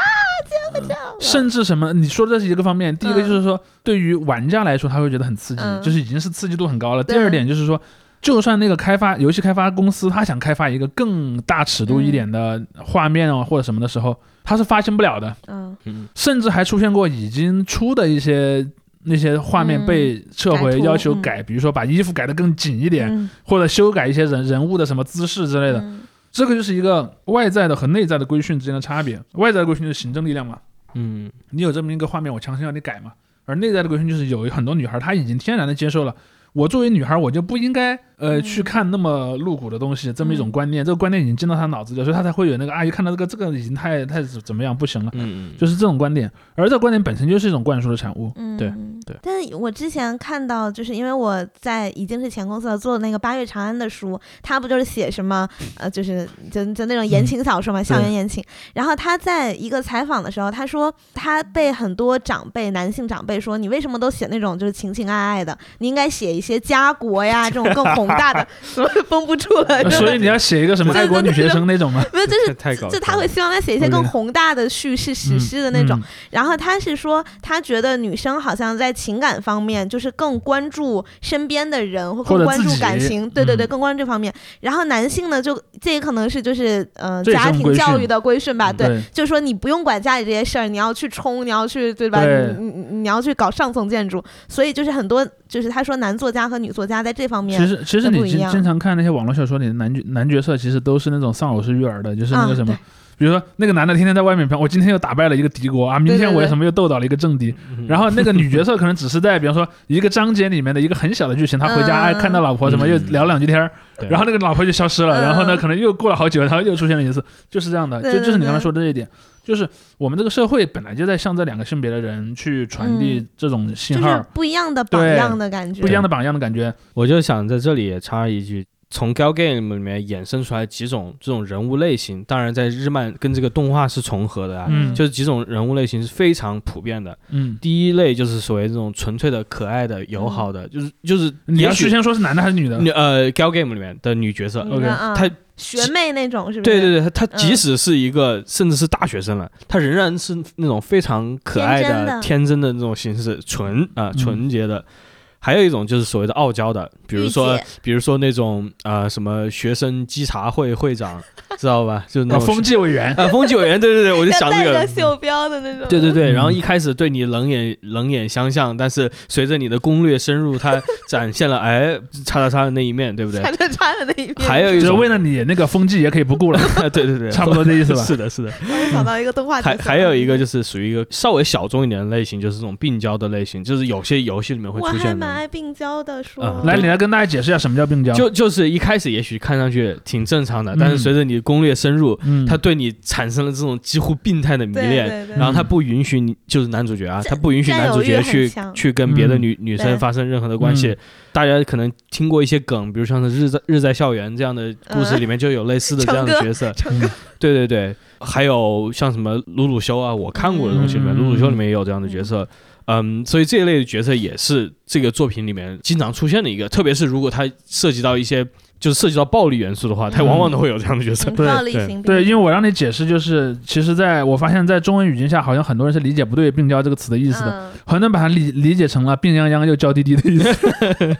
S2: 这样这样了。
S3: 甚至什么，你说的这是一个方面。第一个就是说，对于玩家来说，他会觉得很刺激，
S2: 嗯
S3: 就是已经是刺激度很高了。第
S2: 对
S3: 二点就是说。就算那个开发游戏开发公司，他想开发一个更大尺
S2: 嗯
S3: 度一点的画面啊、或者什么的时候，他是发行不了的，
S2: 嗯
S1: 嗯
S3: 甚至还出现过已经出的一些那些画面
S2: 嗯
S3: 被撤回，
S2: 改图
S3: 要求
S2: 嗯
S3: 改，比如说把衣服改得更紧一点，
S2: 嗯，
S3: 或者修改一些人人物的什么姿势之类的，
S2: 嗯
S3: 这个就是一个外在的和内在的规训之间的差别。外在的规训就是行政力量嘛，
S1: 嗯
S3: 你有这么一个画面，我强行让你改嘛。而内在的规训就是有很多女孩她已经天然的接受了，我作为女孩我就不应该呃
S2: 嗯
S3: 去看那么露骨的东西，这么一种观念，这个观念已经进到她脑子里了，所以她才会有那个啊阿姨看到这个这个已经太太怎么样不行了，
S1: 嗯，
S3: 就是这种观点。而这个观点本身就是一种灌输的产物。
S2: 嗯
S1: 对对。
S2: 但是我之前看到，就是因为我在已经是前公司了做的那个《八月长安》的书，他不就是写什么呃，就是就就那种
S1: 嗯
S2: 言情小说嘛，校园言情。然后他在一个采访的时候，他说他被很多长辈，男性长辈说，你为什么都写那种就是情情爱爱的？你应该写一些家国呀，这种更宏大的，什么绷不住了，
S3: 呃
S2: 真
S3: 所
S2: 的
S3: 以。你要写一个什么
S2: 哎对
S3: 爱国女
S2: 对对
S3: 学生那种吗？
S2: 没有，就
S1: 太
S2: 是
S1: 嗯 太搞
S2: 就
S1: 笑
S2: 他
S1: 了
S2: 会希望他写一些更
S3: OK
S2: 宏大的叙事、史诗的那种
S3: 嗯。
S2: 然后他是说，他觉得女生好像在情感方面就是更关注身边的人，或
S3: 或
S2: 更
S3: 者
S2: 关
S3: 自
S2: 注
S3: 己
S2: 感情，对对对，
S3: 嗯
S2: 更关注这方面。然后男性呢，就这也可能是就是呃
S3: 这也是
S2: 家
S3: 种
S2: 庭
S3: 规训嗯
S2: 教育的规训吧，对，
S3: 对
S2: 就是说你不用管家里这些事儿，你要去冲，你要去对吧？
S3: 对
S2: 你你你要去搞上层建筑，所以就是很多就是他说男作家和女作家在这方面
S3: 其实其实
S2: 都
S3: 你
S2: 不一
S3: 经
S2: 样
S3: 经常看那些网络小说里的男角男角色，其实都是那种丧偶式育儿的，就是那个
S2: 啊
S3: 什么。
S2: 对
S3: 比如说，那个男的天天在外面飘，我今天又打败了一个敌国啊，明
S2: 对
S3: 天
S2: 对
S3: 我又
S2: 对
S3: 什么又斗倒了一个政敌。
S1: 嗯
S3: 然后那个女角色可能只是在，比方说一个章节里面的一个很小的剧情，她回家
S2: 嗯
S3: 哎看到老婆什么
S1: 嗯
S3: 又聊两句天儿，
S1: 对
S3: 然后那个老婆就消失了，
S2: 嗯
S3: 然后呢可能又过了好久，然后又出现了一次，就是这样的，
S2: 对
S3: 就就是你
S2: 对
S3: 刚才
S2: 对
S3: 说的这一点，就是我们这个社会本来就在向这两个性别的人去传递
S2: 嗯
S3: 这种信
S2: 就
S3: 号，
S2: 是不一样的榜
S3: 对
S2: 样的感觉，嗯
S3: 不一样的榜样的感觉，
S1: 我就想在这里也插一句，从 Gal Game 里面衍生出来几种这种人物类型，当然在日漫跟这个动画是重合的啊，
S3: 嗯
S1: 就是几种人物类型是非常普遍的。
S3: 嗯，
S1: 第一类就是所谓这种纯粹的可爱的、友好的，就是就是
S3: 嗯你要
S1: 也许
S3: 事先说是男的还是女的，
S1: 女呃 Gal Game 里面的女角色，
S2: 你
S3: OK，
S2: 看啊，
S1: 她
S2: 学妹那种是不
S1: 对
S2: 是？
S1: 对对，她
S2: 嗯
S1: 即使是一个甚至是大学生了，她仍然是那种非常可爱
S2: 天
S1: 的、
S2: 真的
S1: 天真的那种形式，纯啊、
S3: 嗯
S1: 纯洁的。还有一种就是所谓的傲娇的，比如说
S2: 御姐
S1: 比如说那种呃什么学生稽查会会长，知道吧？就是那
S3: 啊，
S1: 种
S3: 风纪委员，
S1: 啊风纪委员，对对对，我就
S2: 要
S1: 想
S2: 带
S1: 这
S2: 着
S1: 个。
S2: 袖标的那种，
S1: 对对对，
S3: 嗯
S1: 然后一开始对你冷眼冷眼相向，但是随着你的攻略深入，他展现了哎叉叉叉的那一面， 对不对？
S2: 缠着插的那一边。
S1: 还有
S3: 就
S1: 一
S3: 是
S1: 种
S3: 为了你那个风纪也可以不 顾了，
S1: 对对对，
S3: 差不多这意思吧。
S1: 是的，是的。
S2: 我又想到一个动画角
S1: 还
S2: 色，
S1: 还有一个就是属于一个稍微小众一点的类型，就是这种病娇的类型，就是有些游戏里面会
S2: 我
S1: 出
S2: 还
S1: 现
S2: 蛮
S1: 的。
S2: 爱病娇的说，
S1: 啊
S3: 来，你来跟大家解释一下什么叫病娇。
S1: 就就是一开始也许看上去挺正常的，
S3: 嗯
S1: 但是随着你的攻略深入，
S3: 嗯，
S1: 他对你产生了这种几乎病态的迷
S2: 对
S1: 恋，
S2: 对对，
S1: 然后他
S3: 嗯
S1: 不允许你就是男主角啊，
S2: 占
S1: 他不允许男主角
S2: 占有欲
S1: 去
S2: 很强
S1: 去跟别的
S3: 嗯
S1: 女女生
S2: 对
S1: 发生任何的关系
S3: 嗯。
S1: 大家可能听过一些梗，比如像是日在日在校园这样的故事
S2: 嗯
S1: 里面就有类似 的这样的
S2: 成哥
S1: 角色，
S2: 成个
S1: 对对对，还有像什么鲁鲁修啊，我看过的东西里面，
S3: 嗯
S1: 鲁鲁修里面也有这样的角色。嗯，所以这一类的角色也是这个作品里面经常出现的一个，特别是如果它涉及到一些就是涉及到暴力元素的话，它
S2: 嗯
S1: 往往都会有这样的角色。
S3: 对
S2: 暴力
S1: 对
S2: 型病
S3: 对，因为我让你解释，就是其实在我发现，在中文语境下，好像很多人是理解不对“病娇”这个词的意思的，
S2: 嗯，
S3: 很多人把它理理解成了病殃殃又娇滴滴的意 思，
S2: 嗯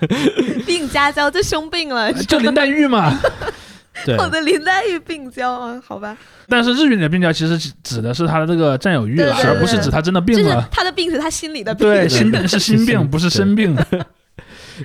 S2: 病家娇，这生病了。
S3: 就林黛玉 嘛。
S1: 啊对，
S2: 我的林黛玉病娇啊，好吧，
S3: 但是日语里的病娇其实指指的是她的这个占有欲了，
S2: 对
S1: 对
S3: 而不是
S1: 对
S3: 指她真的
S2: 就
S3: 病
S2: 是
S3: 了。
S2: 她的病是她心里的病，
S3: 对，
S1: 对
S3: 心病是心病，不是生病。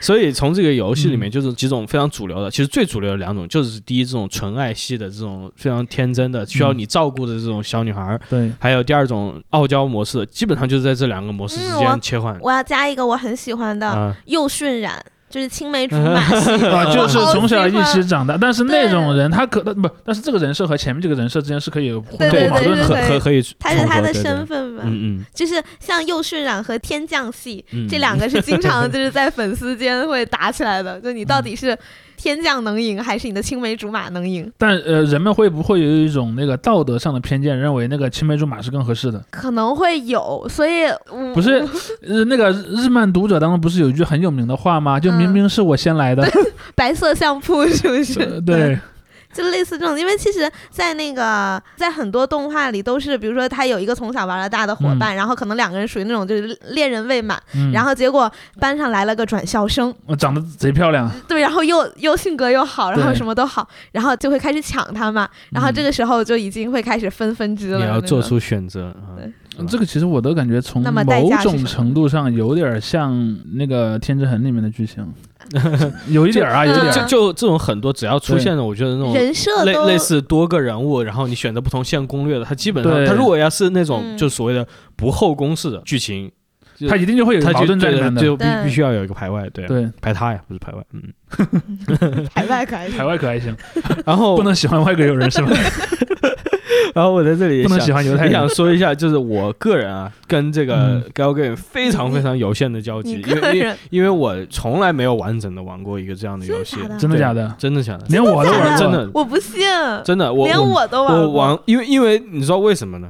S1: 所以从这个游戏里
S2: 嗯
S1: 面就是几种非常主流的，其实最主流的两种就是第一这种纯爱系的这种非常天真的
S2: 嗯
S1: 需要你照顾的这种小女孩儿，
S3: 对，
S1: 还有第二种傲娇模式，基本上就是在这两个模式之
S2: 嗯我
S1: 间切换。
S2: 我要加一个我很喜欢的
S1: 啊，
S2: 又渲染，就是青梅竹 马系，
S3: 啊，就是从小一起长大，但是那
S2: 对
S3: 种人他可不，但是这个人设和前面这个人设之间是可以有
S2: 对
S3: 混
S1: 对，
S3: 淆矛
S1: 可
S3: 盾
S1: 以
S3: 的。
S1: 可可可以，
S2: 他是他的
S1: 对对
S2: 身份嘛，
S1: 嗯嗯。
S2: 就是像又渲染和天降系
S1: 嗯
S2: 这两个是经常就是在粉丝间会打起来 的，就你到底是天降能赢，还是你的青梅竹马能赢？
S3: 但呃，人们会不会有一种那个道德上的偏见，认为那个青梅竹马是更合适的？
S2: 可能会有，所以我
S3: 不是，日那个日漫读者当中不是有一句很有名的话吗？就
S2: 嗯嗯
S3: 明明是我先来的，
S2: 白色相扑是不 是？
S3: 呃对，
S2: 就类似这种，因为其实，在那个在很多动画里都是，比如说他有一个从小玩到大的伙伴，然后可能两个人属于那种就是恋人未满，
S3: 嗯
S2: 然后结果班上来了个转校生，
S3: 我长得贼漂亮，
S2: 对，然后又又性格又好，然后
S3: 对嗯
S2: 什么都好，然后就会开始抢他嘛，然后这个时候就已经会开始分分支了。
S1: 你要
S2: 那种
S1: 做出选择。嗯
S2: 对
S3: 嗯这个其实我都感觉从
S2: 那么代
S3: 某
S2: 价是什
S3: 种
S2: 么
S3: 程度上有点像那个《天之痕》里面的 剧情，有一点儿啊，有一点
S1: 就
S3: 儿
S2: 嗯。
S1: 就这种很多只要出现了，我觉得那种
S2: 人设
S1: 类
S2: 都
S1: 类似多个人物，然后你选择不同线攻略的，它基本上
S3: 对
S1: 它如果要是那种
S2: 嗯
S1: 就所谓的不后宫式的剧情，就
S3: 啊他一定就会有一
S1: 它
S3: 个
S1: 就
S3: 矛盾在里
S1: 对
S3: 面的，
S1: 就必
S2: 对
S1: 必须要有一个排外，对
S3: 对，
S1: 排他呀，不是排外，嗯。
S2: 海外可爱
S3: 海外可还行，
S1: 然后
S3: 不能喜欢外国友人是吧？
S1: 然后我在这里
S3: 不能
S1: 想
S3: 喜欢犹太
S1: 也
S3: 人
S1: 想。说一下，就是我个人啊，跟这个
S3: 嗯
S1: Gal Game 非常非常有限的交集，
S2: 你
S1: 因为
S2: 个
S1: 因为
S2: 人
S1: 因为我从来没有完整的玩过一个这样的游戏
S2: 真的假，的
S3: 真的假的？
S1: 真的假的？
S3: 连我都
S2: 真的
S3: 玩过，
S1: 真的
S2: 我不信，
S1: 真的，我
S2: 连
S1: 我
S2: 我都玩
S1: 我
S2: 过。
S1: 玩，因为因为你知道为什么呢？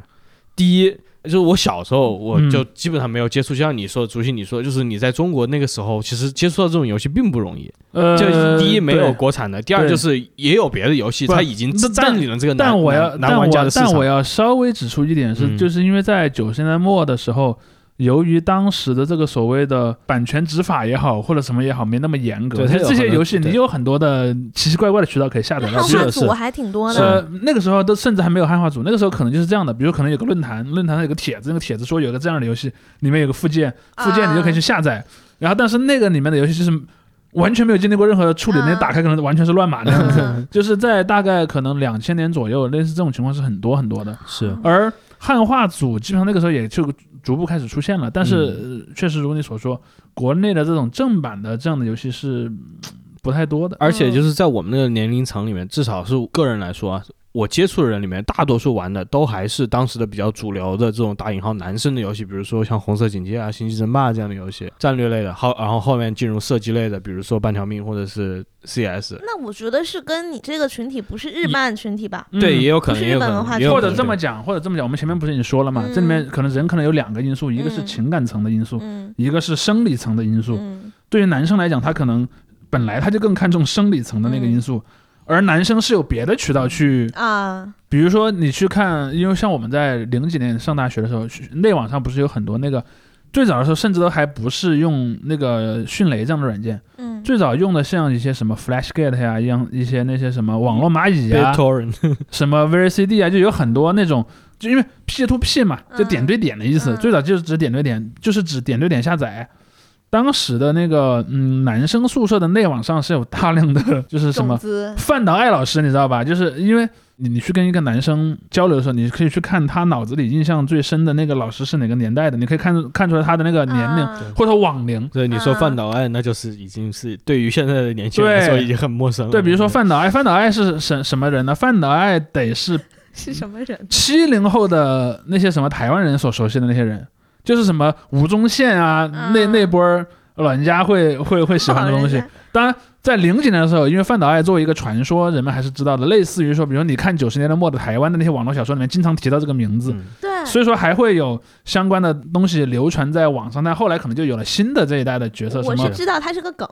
S1: 第一，就是我小时候我
S3: 嗯
S1: 就基本上没有接触，就像你说，竹溪你说，就是你在中国那个时候，其实接触到这种游戏并不容易。
S3: 呃，
S1: 就第一没有
S3: 对
S1: 国产的，第二
S3: 对
S1: 就是也有别的游戏，
S3: 不
S1: 它已经
S3: 但
S1: 占领了这个男
S3: 但我要，
S1: 男男
S3: 但
S1: 玩家
S3: 我
S1: 的市
S3: 但
S1: 场
S3: 我。要稍微指出一点是，
S1: 嗯
S3: 就是因为在九十年代末的时候，由于当时的这个所谓的版权执法也好，或者什么也好，没那么严格，
S1: 对
S3: 其实
S1: 它有
S3: 这些
S1: 很多
S3: 游戏你
S1: 对
S3: 有很多的奇奇怪怪的渠道可以下载到
S2: 汉
S1: 是
S2: 化
S1: 的是
S2: 组还挺多的，
S3: 呃，那个时候都甚至还没有汉化组，那个时候可能就是这样的，比如可能有个论坛，论坛上有个帖子，那个帖子说有个这样的游戏，里面有个附件，
S2: 啊
S3: 附件你
S1: 啊
S3: 就可以去下载。然后，但是那个里面的游戏就是完全没有经历过任何处理，那
S2: 啊
S3: 打开可能完全是乱码的样 子。
S2: 嗯
S3: 就是在大概可能两千年左右，类似这种情况是很多很多的。
S1: 是
S3: 而汉化组基本上那个时候也就逐步开始出现了，但是、
S1: 嗯
S3: 呃确实如你所说，国内的这种正版的这样的游戏是嗯不太多的。
S1: 而且就是在我们那个年龄层里面，至少是个人来说啊，我接触的人里面，大多数玩的都还是当时的比较主流的这种打引号男生的游戏，比如说像《红色警戒》啊、《星际争霸》这样的游戏，战略类的，好，然后后面进入射击类的，比如说《半条命》或者是 CS。
S2: 那我觉得是跟你这个群体不是日漫群体吧？
S1: 对，
S3: 嗯
S1: 也有可
S2: 不
S1: 能，
S2: 是
S1: 也有
S2: 日
S1: 可
S2: 本文
S1: 能
S2: 化，
S1: 也有
S3: 或
S1: 可
S3: 者
S1: 能嗯
S3: 这么讲，或者这么讲，我们前面不是已经说了嘛？这里面可能人可能有两个因素，一个是
S2: 嗯
S3: 情感层的因素，
S2: 嗯
S3: 一个是生理层的因素。
S2: 嗯
S3: 对于男生来讲，他可能本来他就更看重生理层的那个因素，而男生是有别的渠道去，
S2: 啊，
S3: 比如说你去看，因为像我们在零几年上大学的时候，去内网上不是有很多那个。最早的时候，甚至都还不是用那个迅雷这样的软件，
S2: 嗯，
S3: 最早用的像一些什么 FlashGate 呀、一样一些那些什么网络蚂蚁啊呀、
S1: BitTorrent
S3: 什么 VCD 啊，就有很多那种，就因为 P to P 嘛，
S2: 嗯
S3: 就点对点的意思，
S2: 嗯
S3: 最早就是指点对点，就是指点对点下载。当时的那个嗯，男生宿舍的内网上是有大量的，就是什
S2: 种
S3: 么
S2: 子，
S3: 范岛爱老师，你知道吧？就是因为你你去跟一个男生交流的时候，你可以去看他脑子里印象最深的那个老师是哪个年代的，你可以看看出来他的那个年龄、
S2: 啊
S1: 对
S3: 或者网龄。
S1: 对，你说
S2: 啊
S1: 范岛爱，那就是已经是对于现在的年轻人来说
S3: 对
S1: 已经很陌生了。嗯
S3: 对，比如说范岛爱，范岛爱是什什么人呢？范岛爱得是
S2: 是什么人？
S3: 七零后的那些什么台湾人所熟悉的那些人，就是什么吴宗宪啊，
S2: 嗯
S3: 那那波儿老人家会会会 喜欢的东西
S2: 老人。家
S3: 当然，在零几年的时候，因为范岛爱作为一个传说，人们还是知道的。类似于说，比如你看九十年代末的台湾的那些网络小说里面，经常提到这个名字，
S1: 嗯
S2: 对，
S3: 所以说还会有相关的东西流传在网上。但后来可能就有了新的这一代的角色，什
S2: 我是
S3: 么
S2: 知道他是个梗，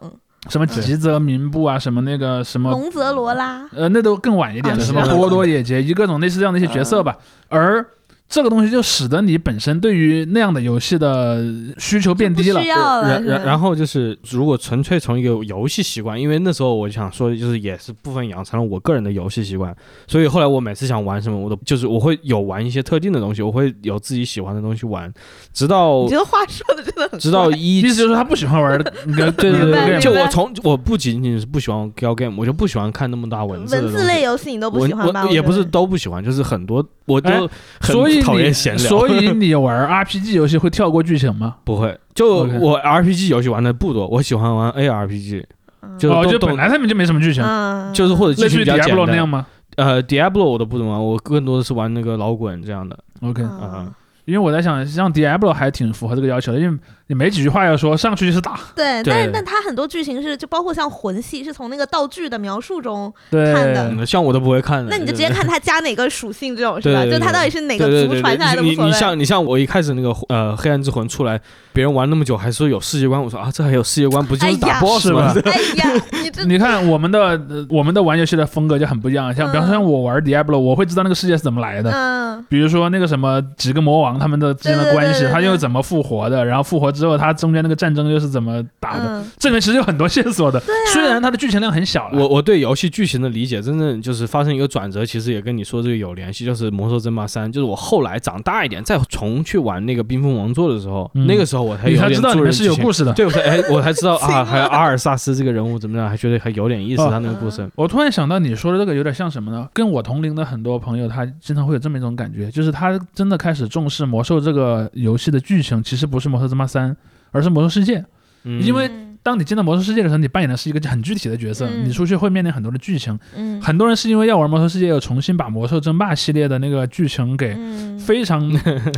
S3: 什么
S1: 对
S3: 吉泽明步啊，什么那个什么
S2: 龙泽罗拉，
S3: 呃，那都更晚一点了，
S2: 啊
S3: 什么
S1: 是啊啊
S3: 波多野结衣各种类似这样的一些角色吧。而这个东西就使得你本身对于那样的游戏的需求变
S2: 不
S3: 低了
S2: 需。要了，
S1: 然
S2: 是吧
S1: 然然后就是，如果纯粹从一个游戏习惯，因为那时候我想说，就是也是部分养成了我个人的游戏习惯，所以后来我每次想玩什么，我都就是我会有玩一些特定的东西，我会有自己喜欢的东西玩，直到
S2: 你这个话说的真的很
S1: 直到
S2: 怪
S1: 一
S3: 意思就是他不喜 欢玩的，你的
S1: 对
S3: 你的
S1: 对
S2: 明白
S1: 对，
S2: 明
S3: game
S1: 就
S2: 白
S1: 我从我不仅仅是不喜欢 gal game，我就不喜欢看那么大文字的
S2: 文
S1: 东西
S2: 字类。游戏你都不喜欢吧？
S1: 我
S2: 我
S1: 我也
S2: 觉
S1: 不
S2: 得
S1: 是都不喜欢，就是很多我都
S3: 哎
S1: 很
S3: 所以
S1: 讨厌
S3: 你
S1: 闲聊，
S3: 所以你玩 RPG 游戏会跳过剧情吗？
S1: 不会。就
S3: OK
S1: 我 RPG 游戏玩的不多，我喜欢玩 ARPG，
S2: 嗯
S1: 就
S3: 哦，
S1: 都
S3: 就
S1: 懂
S3: 本来他们就没什么剧情，
S2: 嗯，
S1: 就是或者剧
S3: 类似
S1: 情
S3: 于
S1: 比较简
S3: Diablo
S1: 单
S3: 那样吗
S1: 呃，Diablo 我都不怎么玩，我更多的是玩那个老滚这样的。
S3: ？OK，
S2: 嗯，
S3: 因为我在想，像 Diablo 还挺符合这个要求的，因为你没几句话要说，上去就是打。
S2: 对，
S1: 对
S2: 但是但它很多剧情是，就包括像魂系，是从那个道具的描述中，
S3: 对，
S2: 看的
S1: 嗯像我都不会看的。
S2: 那你就直
S1: 是
S2: 接看它加哪个属性这种是吧？
S1: 对对
S2: 就
S1: 对
S2: 它到底是哪
S1: 对
S2: 个
S1: 对
S2: 族
S1: 对
S2: 传
S1: 对
S2: 下来的无
S1: 你
S2: 所
S1: 你
S2: 谓。
S1: 像你像我一开始那个呃黑暗之魂出来，别人玩那么久还说有世界观，我说啊这还有世界观，不就是
S2: 哎呀
S1: 打 boss
S3: 是吧
S1: 吗？
S2: 哎呀，你这
S3: 你看我们的、呃我们的玩游戏的风格就很不一样，像比方说像我玩 Diablo，我会知道那个世界是怎么来的，
S2: 嗯，
S3: 比如说那个什么几个魔王他们的之间的关系，
S2: 对对对对对
S3: 他又怎么复活的，然后复活之后他中间那个战争又是怎么打的，
S2: 嗯，啊
S3: 这里面其实有很多线索的，虽然它的剧情量很小 了，
S1: 我我对游戏剧情的理解，真正就是发生一个转折，其实也跟你说这个有联系，就是《魔兽争霸三》，就是我后来长大一点再重去玩那个《冰封王座》的时候，
S3: 嗯
S1: 那个时候我才
S3: 你
S1: 有
S3: 才
S1: 点
S3: 知道
S1: 做
S3: 里面
S1: 人
S3: 是有
S1: 之前
S3: 故事的。
S1: 对，我才哎我才知道啊，还有阿尔萨斯这个人物怎么样，还觉得还有点意思，
S3: 哦
S1: 他那个故事。
S3: 我突然想到你说的这个有点像什么呢？跟我同龄的很多朋友，他经常会有这么一种感觉，就是他真的开始重视魔兽这个游戏的剧情，其实不是魔兽争霸三，而是魔兽世界。
S1: 嗯
S3: 因为
S2: 嗯
S3: 当你进到魔兽世界的时候，你扮演的是一个很具体的角色，
S2: 嗯
S3: 你出去会面临很多的剧情。
S2: 嗯
S3: 很多人是因为要玩魔兽世界，又重新把魔兽争霸系列的那个剧情给
S2: 嗯，
S3: 非常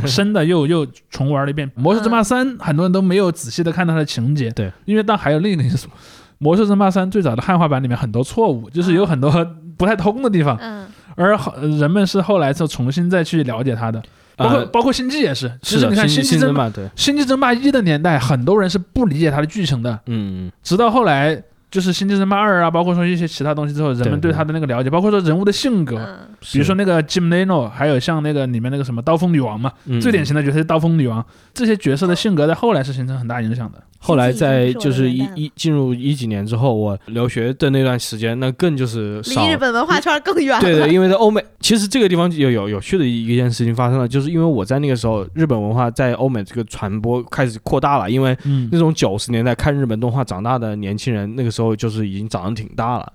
S3: 深的又又重玩了一遍。 魔兽争霸三，很多人都没有仔细的看它的情节，
S1: 对，
S3: 因为但还有另一个因素，魔兽争霸三最早的汉化版里面很多错误，就是有很多不太通的地方，
S2: 嗯
S3: 而好人们是后来就重新再去了解它的，包括、
S1: 呃
S3: 包括星际也啊是，其
S1: 是
S3: 实
S1: 的，
S3: 你看
S1: 新
S3: 际
S1: 新
S3: 争
S1: 争
S3: 霸。
S1: 霸对，
S3: 星际争霸一的年代，很多人是不理解它的剧情的，
S1: 嗯，
S3: 直到后来就是《星际争霸二》啊，包括说一些其他东西之后，人
S1: 对
S3: 们对
S1: 对
S3: 他的那个了解，包括说人物的性格，
S2: 嗯，
S1: 比
S3: 比如说那个 Jim Leno，还有像那个里面那个什么刀锋女王嘛，
S1: 嗯
S3: 最典型的角色是刀锋女王，这些角色的性格在后来是形成很大影响的。
S1: 后来在就是
S2: 已
S1: 一
S2: 经不是我的年代了
S1: 一进入一几年之后，我留学的那段时间，那更就是少
S2: 离日本文化圈更远了。
S1: 对对，因为在欧美，其实这个地方有有有趣的一一件事情发生了，就是因为我在那个时候，日本文化在欧美这个传播开始扩大了，因为
S3: 嗯
S1: 那种九十年代看日本动画长大的年轻人，那个时候就是已经长得挺大了，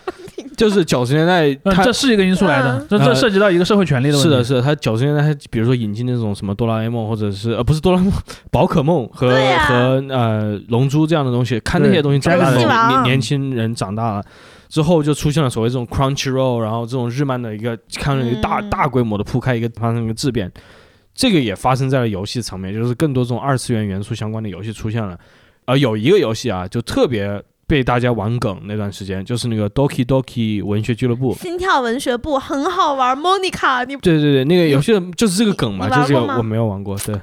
S1: 就是九十年代
S3: 呃
S1: 他。
S3: 这是一个因素来的
S2: 嗯，
S3: 这这
S1: 呃
S3: 涉及到一个社会权利的问题。
S1: 是的，是的，他九十年代，他比如说引进那种什么哆啦 A 梦，或者是呃不是哆啦 A 梦，宝可梦和、
S2: 对呀
S1: 和呃龙珠这样的东西，看那
S3: 对
S1: 些东西长
S3: 游
S1: 大的
S3: 戏
S1: 年
S2: 王
S1: 年年轻人长大了之后，就出现了所谓这种 Crunchyroll，然后这种日漫的一个看了一个大、
S2: 嗯
S1: 大规模的铺开一个发生一个质变，这个也发生在了游戏层面，就是更多这种二次元元素相关的游戏出现了。呃，有一个游戏啊，就特别被大家玩梗那段时间，就是那个 Doki Doki 文学俱乐部。
S2: 心跳文学部很好玩，Monica，你
S1: 对对对，那个游戏的就是这个梗嘛，
S2: 你
S1: 就
S2: 玩
S1: 是这个
S2: 过吗
S1: 我没有玩过， 对，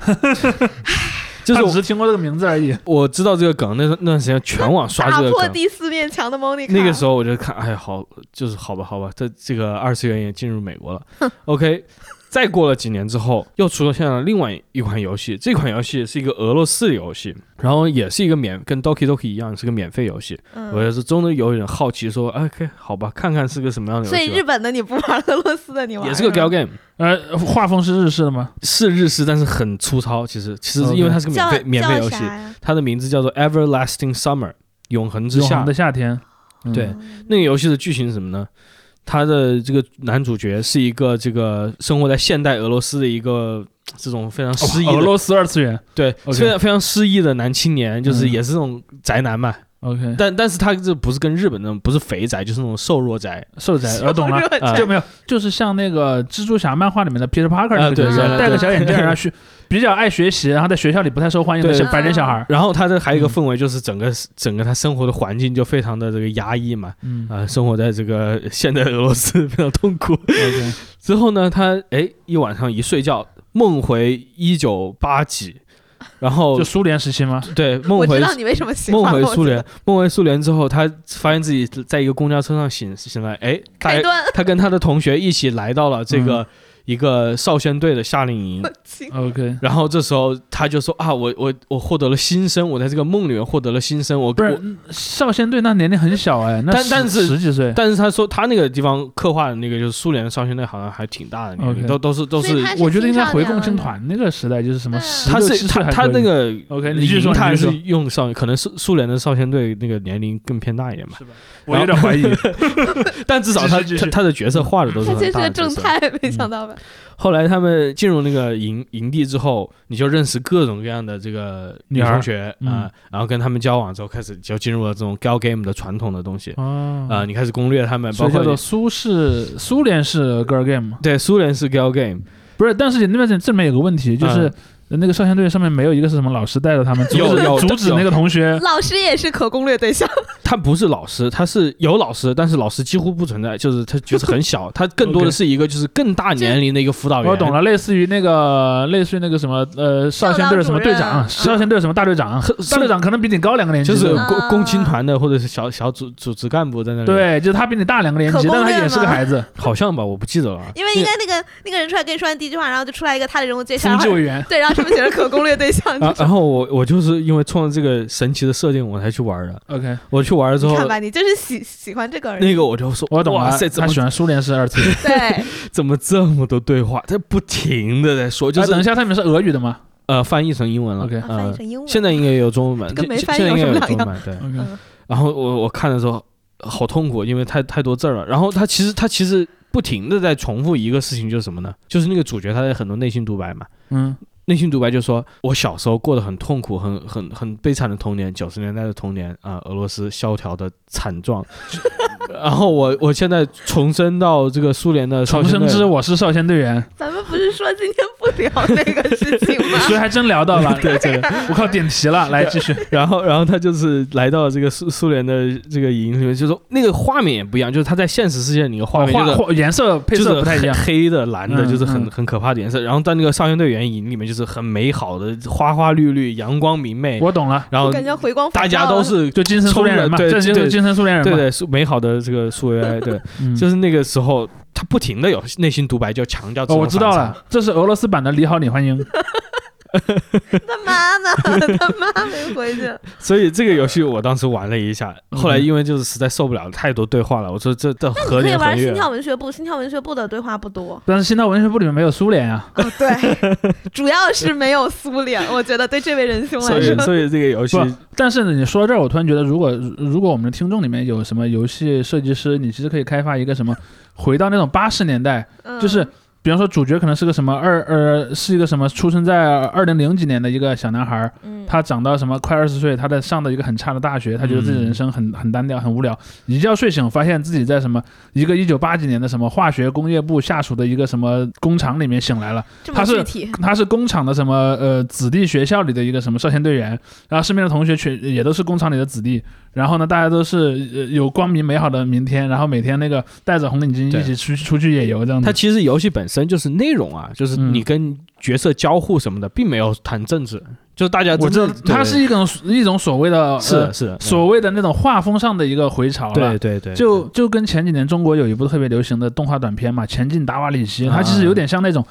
S1: 就
S3: 他只
S1: 是
S3: 是听过这个名字而 已。
S1: 我知道这个梗，那那段时间全网刷
S2: 打
S1: 这个
S2: 破
S1: 梗。
S2: 第四面墙的 Monica，
S1: 那个时候我就看，哎，好，就是好吧，好吧，这这个二次元也进入美国了。OK，再过了几年之后，又出现了另外一款游戏，这款游戏是一个俄罗斯的游戏，然后也是一个免跟 Doki Doki 一样是个免费游戏。
S2: 嗯
S1: 我也是真的有点好奇说，哎，OK，好吧，看看是个什么样的游
S2: 所以
S1: 戏
S2: 日
S1: 吧。
S2: 本的你不玩，俄罗斯的你玩，
S1: 也是个 gal game，
S3: 呃，画风是日式的吗？
S1: 是日式，但是很粗糙。其实，其实
S3: OK
S1: 因为它是个免
S2: 叫
S1: 费免费游
S2: 叫
S1: 戏，
S2: 啥呀？
S1: 它的名字叫做 Everlasting Summer，永恒之
S3: 永
S1: 夏
S3: 恒的。夏天。嗯
S1: 对那个游戏的剧情是什么呢？它的这个男主角是一个这个生活在现代俄罗斯的一个这种非常失意
S3: 哦俄
S1: 的，
S3: 罗斯二次元。
S1: 对，
S3: OK 嗯
S1: 非常非常失意的男青年，就是也是这种宅男嘛。
S3: OK，
S1: 但但是他这不是跟日本那种不是肥宅，就是那种瘦弱宅。
S3: 瘦宅，我懂了。
S1: 啊
S3: 就没有，就是像那个蜘蛛侠漫画里面的 Peter Parker 那
S1: 啊
S3: 个
S1: 对
S3: 角色
S2: 对对
S3: 戴个
S2: 对
S3: 小眼镜儿，然后去比较爱学习，然后在学校里不太受欢迎的
S1: 对
S3: 小白人小孩儿。
S1: 然后他这还有一个氛围，就是整个、整个他生活的环境就非常的这个压抑嘛，
S3: 嗯
S1: 啊、生活在这个现代俄罗斯非常痛苦。
S3: ，OK，
S1: 之后呢，他哎一晚上一睡觉，梦回一九八几，然后
S3: 就苏联时期吗？
S1: 对梦
S2: 我
S1: 回
S2: 知道你为什么喜欢
S1: 梦
S2: 我
S1: 回
S2: 知道
S1: 苏联，梦回苏联之后，他发现自己在一个公交车上醒醒来，哎，大
S2: 开嗯端，
S1: 他跟他的同学一起来到了这个、一个少先队的夏令 营。
S2: 亲
S1: 哦
S3: OK，
S1: 然后这时候他就说啊，我我我获得了新生，我在这个梦里面获得了新生，我
S3: 不
S1: 我
S3: 是少先队那年龄很小哎，那
S1: 但
S3: 十
S1: 但是
S3: 十几岁，
S1: 但是他说他那个地方刻画的那个就是苏联的少先队好像还挺大的年龄
S3: OK
S1: 都都是都
S2: 所以
S1: 是
S2: 他是
S3: 我觉得应该
S2: 青
S3: 回
S2: 少
S3: 共
S2: 年
S3: 青
S2: 了
S3: 团那个时代，就是什么
S2: 对啊
S3: 十
S1: 他
S3: 六
S1: 是
S3: 七岁
S1: 他
S3: 还
S1: 他
S3: 可以
S1: 那个
S3: OK，你继续
S1: 银
S3: 说，
S1: 他
S3: 你
S1: 还
S3: 继续
S1: 是
S3: 说。
S1: 用少，可能苏苏联的少先队那个年龄更偏大一点吧，
S3: 是吧我有点 怀疑，
S1: 但至少他
S3: 继续继
S1: 他
S3: 续
S1: 他的角色画的都是
S2: 他
S1: 很嗯
S2: 其实是
S1: 大
S2: 个
S1: 的角
S2: 正
S1: 色。
S2: 太，没想到吧？
S1: 后来他们进入那个营营地之后，你就认识各种各样的这个女
S3: 女孩
S1: 同学啊、
S3: 嗯
S1: 呃然后跟他们交往之后，开始就进入了这种 gal game 的传统的东西啊、
S3: 啊
S1: 呃，你开始攻略他们，
S3: 所
S1: 包
S3: 以叫
S1: 括
S3: 做
S1: 你
S3: 苏式苏联式 girl game 嘛。
S1: 对苏联是 gal game，
S3: 不是，但是那边这里面有个问题，就是那个少先队上面没有一个是什么老师带着他们，阻
S1: 嗯有有
S3: 止阻止
S1: 有
S3: 那个同学。
S2: 老师也是可攻略对象，
S1: 他不是老师，他是有老师，但是老师几乎不存在，就是他角色很小，他更多的
S3: OK
S1: 是一个就是更大年龄的一个辅导员。
S3: 我懂了，类似于那个，类似于那个什么，呃，少先队什么队
S2: 校长嗯
S3: 长，
S2: 主任
S3: 少先队什么大队长
S1: 是，
S3: 大队长可能比你高两个年级，
S1: 就是
S3: 对吧
S2: 啊
S1: 共共青团的或者是小小组组织干部在那里，，
S3: 对，就是他比你大两个年
S2: 嗯
S3: 级，
S2: 可
S3: 但
S2: 攻略
S3: 他也是个
S2: 吗
S3: 孩 子，
S1: 好像吧，我不记得了。
S2: 因为应该那个那个人出来跟你说完第一句话，然后就出来一个他的人物介绍，
S3: 风
S2: 然
S3: 纪
S2: 后
S3: 委员。
S2: 对，然后上面写着可攻略对象，
S1: 然
S2: 就
S1: 后
S2: 是
S1: 啊然后我我就是因为冲着这个神奇的设定我才去玩的，
S3: OK，
S1: 我去玩了之
S2: 你
S1: 后，
S2: 看吧，你就是喜喜欢这个而已。
S1: 那个我就说，
S3: 我懂了，
S1: 哇塞，怎
S3: 他
S1: 么
S3: 喜欢苏联式二次元。
S2: 对，
S1: 怎么这么多对话？他不停的在 说，就
S3: 啊
S1: 是、
S3: 等一下，他们是俄语的吗
S1: 呃翻译成英文了。呃
S3: ？OK
S2: 啊翻译成英文。
S1: 嗯现在应该也有中文版，
S2: 跟
S1: 现
S2: 没
S1: 现
S2: 翻译
S1: 在应该
S2: 有
S1: 有
S2: 什么
S1: 中
S2: 两
S1: 文版。对，
S3: OK，
S2: 嗯
S1: 然后我我看的时候好痛苦，因为太太多字儿了。然后他其实他其实不停的在重复一个事情，就是什么呢？就是那个主角他在很多内心独白嘛。
S3: 嗯，
S1: 内心独白就说：“我小时候过得很痛苦，很很很悲惨的童年，九十年代的童年啊、俄罗斯萧条的惨状。 然后我我现在重生到这个苏联的少
S3: 重
S1: 先
S3: 生
S1: 队
S3: 之我是少先队员。
S2: 咱们不是说今天不聊那个事情吗？
S3: 所以还真聊到了，
S1: 对对，
S3: 我靠，点 题了，来继续。
S1: 然后，然后他就是来到这个苏苏联的这个营里面，就是说那个画面也不一样，就是他在现实世界里那个画面就是
S3: 哦画颜色配
S1: 就是
S3: 色不太一样，
S1: 黑黑的、蓝的，
S3: 嗯
S1: 就是很
S3: 嗯
S1: 很可怕的颜色。然后在那个少先队员营里面，就是很美好的花花绿绿、阳光明媚，
S3: 我懂了，
S1: 然
S2: 我
S1: 后
S2: 感觉回光返
S1: 啊大
S2: 照
S1: 家都
S2: 了
S1: 是
S3: 就精神苏联人嘛，
S1: 冲着对
S3: 这就是
S1: 对
S3: 精神苏联人
S1: 对
S3: 嘛，
S1: 对是美好的这个苏维埃， 对，
S3: 嗯
S1: 就是那个时候他不停的有内心独白，就强调自
S3: 哦，
S1: 我
S3: 我知道
S1: 反差。
S3: 了，这是俄罗斯版的《你好，李焕英》。
S2: 他妈呢？ 他妈没回 去。
S1: 所以这个游戏我当时玩了一下，
S3: 嗯
S1: 后来因为就是实在受不了太多对话了，我说这这何
S2: 可以
S1: 年何
S2: 玩
S1: 月
S2: 心？跳文学部，心跳文学部的对话不多。
S3: 但是新到文学部里面没有苏联啊，
S2: 哦，对， 主要是没有苏 联，我觉得对这位仁兄
S1: 所
S2: 来
S1: 以
S2: 说，
S1: 所以这个游戏嗯
S3: 不，但是呢，你说到这儿，我突然觉得，如果如果我们的听众里面有什么游戏设计师，你其实可以开发一个什么，回到那种八十年代，
S2: 嗯
S3: 就是比方说主角可能是个什么二呃是一个什么出生在二零零几年的一个小男孩儿，
S2: 嗯
S3: 他长到什么快二十岁，他在上的一个很差的大学，他觉得自己人生很很单调很无聊，一觉睡醒发现自己在什么一个一九八几年的什么化学工业部下属的一个什么工厂里面醒来了。
S2: 这
S3: 他
S2: 么具
S3: 是
S2: 体，
S3: 他是工厂的什么呃子弟学校里的一个什么少先队员，然后身边的同学全也都是工厂里的子弟，然后呢，大家都是呃有光明美好的明天，然后每天那个戴着红领巾
S1: 对
S3: 一起出去出去野游这样
S1: 它
S3: 子。
S1: 其实游戏本身就是内容啊，就是
S3: 嗯
S1: 你跟角色交互什么的，并没有谈政治，就是大家
S3: 我知
S1: 真
S3: 道
S1: 的对
S3: 它是一种一种所谓的
S1: 是
S3: 呃
S1: 的是的
S3: 所谓的那种画风上的一个回潮了
S1: 对。对对，
S3: 就就跟前几年中国有一部特别流行的动画短片嘛，《前进达瓦里
S1: 啊
S3: 奇》，它其实有点像那种，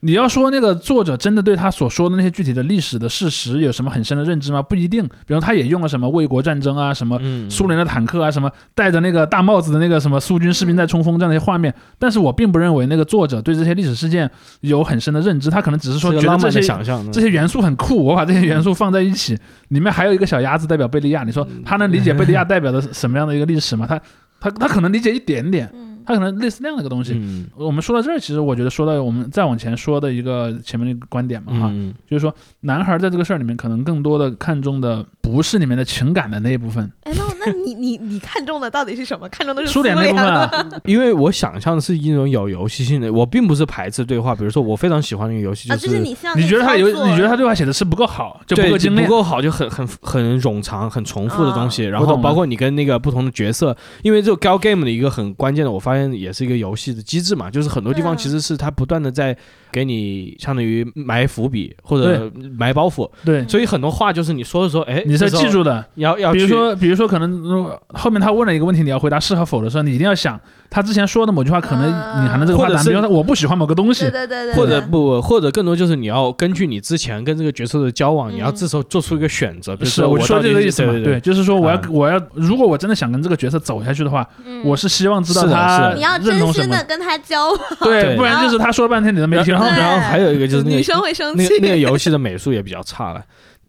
S3: 你要说那个作者真的对他所说的那些具体的历史的事实有什么很深的认知吗？不一定。比如他也用了什么卫国战争啊，什么
S1: 嗯
S3: 苏联的坦克啊，什么戴着那个大帽子的那个什么苏军士兵在冲锋这样的一些画面，但是我并不认为那个作者对这些历史事件有很深的认知，他可能只是说
S1: 是个
S3: 觉得
S1: 浪
S3: 这
S1: 漫的
S3: 些
S1: 想象，
S3: 这些元素很酷，我把这些元素放在一起，里面还有一个小鸭子代表贝利亚，你
S1: 嗯
S3: 说他能理解贝利亚代表的是什么样的一个历史吗？他他他可能理解一点点，
S2: 嗯，
S3: 他可能类似那样的一个东西。
S1: 嗯
S3: 我们说到这儿，其实我觉得说到我们再往前说的一个前面的一个观点嘛，哈，
S1: 嗯，
S3: 就是说男孩在这个事儿里面可能更多的看重的不是里面的情感的那一部分，
S2: 哎，那那你你你看中的到底是什么？看中的是
S3: 苏
S2: 联
S3: 联那部分啊，
S1: 因为我想象的是一种有游戏性的，我并不是排斥对话，比如说我非常喜欢那个游戏，
S2: 啊，
S1: 是、
S2: 就是你像
S3: 你觉得他有
S2: 那个操作
S3: 你觉得他对话写的是不够好，就不
S1: 对
S3: 够
S1: 就
S3: 精炼
S1: 不，够好，就很很很冗长、很重复的东
S2: 啊
S1: 西。然
S3: 我
S1: 后
S3: 懂了
S1: 包括你跟那个不同的角色，因为这个 gal game 的一个很关键的，我发现也是一个游戏的机制嘛，就是很多地方
S2: 对啊
S1: 其实是它不断的在给你相当于埋伏笔或者埋包袱，
S3: 对，
S1: 所以很多话就是你说的时候，哎，
S3: 你是
S1: 这
S3: 要
S1: 时候
S3: 记住的。
S1: 要要
S3: 比如
S1: 去
S3: 说，比如说，可能呃后面他问了一个问题，你要回答是和否的时候，你一定要想他之前说的某句话，可能
S2: 啊
S3: 你还能这个话
S1: 或者
S3: 答。
S1: 是
S3: 比如说，我不喜欢某个东
S2: 对
S3: 西，
S2: 对对对，
S1: 或者
S2: 对
S1: 不，或者更多就是你要根据你之前跟这个角色的交往，
S2: 嗯
S1: 你要这时候做出一个选择。比如
S3: 是
S1: 我
S3: 我说
S1: 到底
S3: 这个意思嘛？
S1: 对对，
S3: 就是说我要
S1: 啊
S3: 我要，如果我真的想跟这个角色走下去的话，
S2: 嗯
S3: 我是希望知道
S1: 是的
S3: 他
S1: 是
S2: 你要
S3: 认
S2: 真
S3: 同什
S2: 心
S3: 么
S2: 的，跟他交往，
S3: 对，
S1: 对
S3: 不然就是他说半天你都没听
S1: 然后
S2: 对
S1: 然后还有一个就是那
S2: 女
S1: 个
S2: 生会生
S1: 那
S2: 气
S1: 个。 那个游戏的美术也比较差了，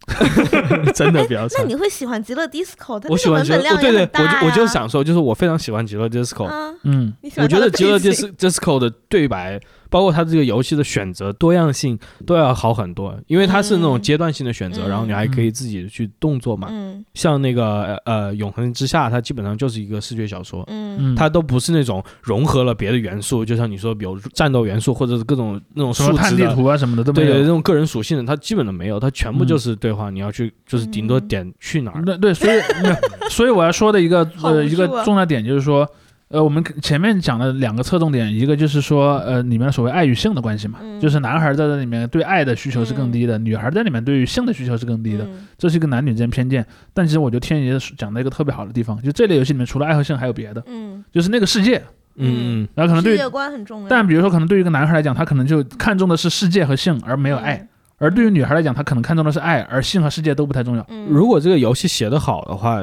S1: 真的比较差
S2: 哎那。你会喜欢极乐 disco？它
S1: 我
S2: 那
S1: 喜
S2: 个
S1: 欢
S2: 文
S1: 极乐哦
S2: 本，量
S1: 对
S2: 也
S1: 对，
S2: 很大
S1: 我
S2: 呀
S1: 就我就想说，就是我非常喜欢极乐 disco，
S2: 嗯，
S3: 嗯，
S2: 你喜欢
S1: 我觉
S2: 它
S1: 得
S2: 的
S1: 极乐
S2: 背景
S1: dis disco 的对白，包括它这个游戏的选择多样性都要好很多，因为它是那种
S2: 嗯
S1: 阶段性的选择，然后你还可以自己去动作嘛。
S2: 嗯
S1: 像那个呃《永恒之下》，它基本上就是一个视觉小说，
S2: 嗯
S3: 嗯，
S1: 它都不是那种融合了别的元素，就像你说有战斗元素或者是各种那种
S3: 什
S1: 数
S3: 么探
S1: 值
S3: 地
S1: 的，
S3: 图啊什么的都
S1: 对
S3: 没
S1: 对，那
S3: 有。
S1: 种个人属性的，它基本都没有，它全部
S3: 嗯
S1: 就是对话，你要去就是顶多
S2: 嗯
S1: 点去哪儿，
S3: 那对，所以没有所以我要说的一个
S2: 好无
S3: 呃一个
S2: 助啊
S3: 重要点就是说，呃，我们前面讲的两个侧重点，一个就是说呃里面所谓爱与性的关系嘛，
S2: 嗯
S3: 就是男孩在这里面对爱的需求是更低的，女孩在里面对于性的需求是更低的，
S2: 嗯
S3: 这是一个男女之间偏见。但其实我觉得天爷讲到一个特别好的地方，就这类游戏里面除了爱和性还有别的，
S2: 嗯，
S3: 就是那个世界，
S1: 嗯嗯，
S3: 然后可能
S2: 世
S3: 对于
S2: 界观很重要，
S3: 但比如说，可能对于一个男孩来讲，他可能就看重的是世界和性，而没有
S2: 哎嗯
S3: 爱；而对于女孩来讲，她可能看重的是爱，而性和世界都不太重要。
S2: 嗯。嗯，
S1: 如果这个游戏写得好的话。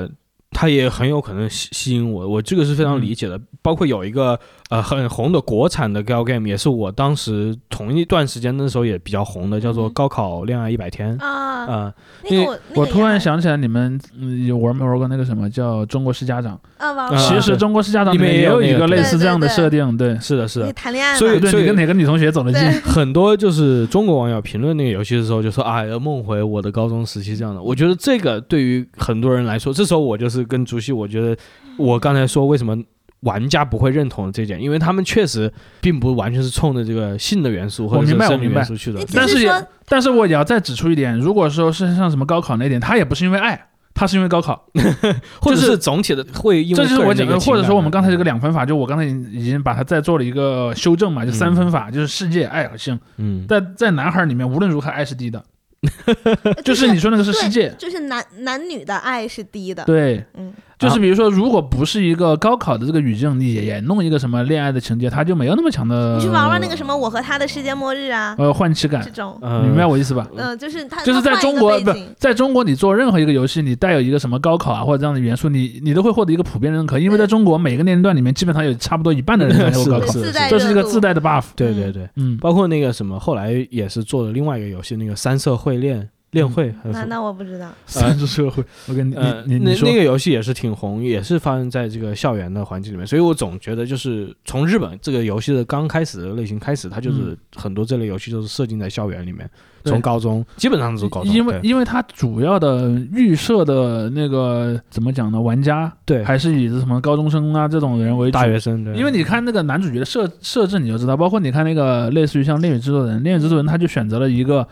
S1: 它也很有可能吸吸引我，我这个是非
S3: 嗯
S1: 常理解的。包括有一个呃很红的国产的 gal game，也是我当时同一段时间那时候也比较红的，叫做《
S2: 嗯
S1: 高考恋爱一百天》
S2: 啊，
S1: 啊、
S2: 那
S1: 因
S2: 个
S1: 为
S2: 我那
S3: 我
S2: 个
S3: 突
S2: 也
S3: 然
S2: 还，
S3: 想起来，你们嗯有玩没玩过那个什么叫《中国式家长
S2: 啊，玩
S1: 啊》？
S3: 其
S2: 过
S3: 实《中国式家长》
S1: 里面
S3: 也
S1: 也有
S3: 有一
S1: 那个
S3: 个类
S1: 对
S3: 似这样的设定，对。啊
S1: 是的，是的
S2: 你。谈恋爱
S1: 所以
S2: 了，
S3: 对对，你跟哪个女同学走得近？
S2: 对
S1: 很多就是中国网友评论那个游戏的时候，就说啊，要梦回我的高中时期这样的。我觉得这个对于很多人来说，这时候我就是跟竹溪，我觉得我刚才说为什么。玩家不会认同这一点，因为他们确实并不完全是冲着这个性的元素或
S3: 我
S1: 者是
S3: 明白
S1: 生理
S3: 我明白
S1: 元素去的
S2: 你。只
S3: 但是
S2: 说
S3: 也，但是我也要再指出一点，如果说是像什么高考那一点，他也不是因为爱，他是因为高考，
S1: 或者
S3: 就是
S1: 是总体的会因为
S3: 这就是
S1: 个
S3: 我
S1: 人的
S3: 讲
S1: 一个
S3: 的，
S1: 情
S3: 或者
S1: 感嗯
S3: 说我
S1: 的
S3: 们刚才这个两分法，就我刚才已经已经把它再做了一个修正嘛，就三分法，就是世界、爱和性。
S1: 嗯，
S3: 在在男孩里面，无论如何爱是低的，就是你说那个是世界，
S2: 就是男男女的爱是低的，
S3: 对，
S1: 啊
S2: 嗯，
S3: 就是比如说，如果不是一个高考的这个语境，你也也弄一个什么恋爱的情节，他就没有那么强的
S2: 你去玩玩那个什么《我和他的世界末日》啊，
S3: 呃换气感
S2: 这，种，
S1: 呃
S3: 明白我意思吧？
S2: 嗯，就是他
S3: 就
S2: 他
S3: 是在
S2: 换一
S3: 中
S2: 个
S3: 国
S2: 背
S3: 不
S2: 景，
S3: 在中国，你做任何一个游戏，你带有一个什么高考啊或者这样的元素，你你都会获得一个普遍认可，因为在中国每个年龄段里面，基本上有差不多一半的人在做
S1: 是的
S3: 高
S1: 是
S3: 考
S1: 的，
S2: 自带
S3: 这是一
S2: 热
S3: 个
S2: 度
S3: 自带的嗯 buff。
S1: 对对对，
S3: 嗯，
S1: 包括那个什么，后来也是做了另外一个游戏，那个三色会恋恋会，还
S3: 呃
S1: 是
S2: 那
S1: 什么
S2: 那我不知道，
S3: 三是社会，我跟你
S1: 呃，
S3: 你
S1: 那
S3: 你说
S1: 那个游戏也是挺红，也是发生在这个校园的环境里面，所以我总觉得就是从日本这个游戏的刚开始的类型开始，它就是很多这类游戏都是设定在校园里面，
S3: 对
S1: 从高中基本上都是高中，
S3: 因为
S1: 对
S3: 因为它主要的预设的那个怎么讲呢？玩家
S1: 对
S3: 还是以什么高中生啊这种人为主
S1: 大。学生，对
S3: 因为你看那个男主角的设设置你就知道，包括你看那个类似于像《恋与制作人》，《恋与制作人》他就选择了一个，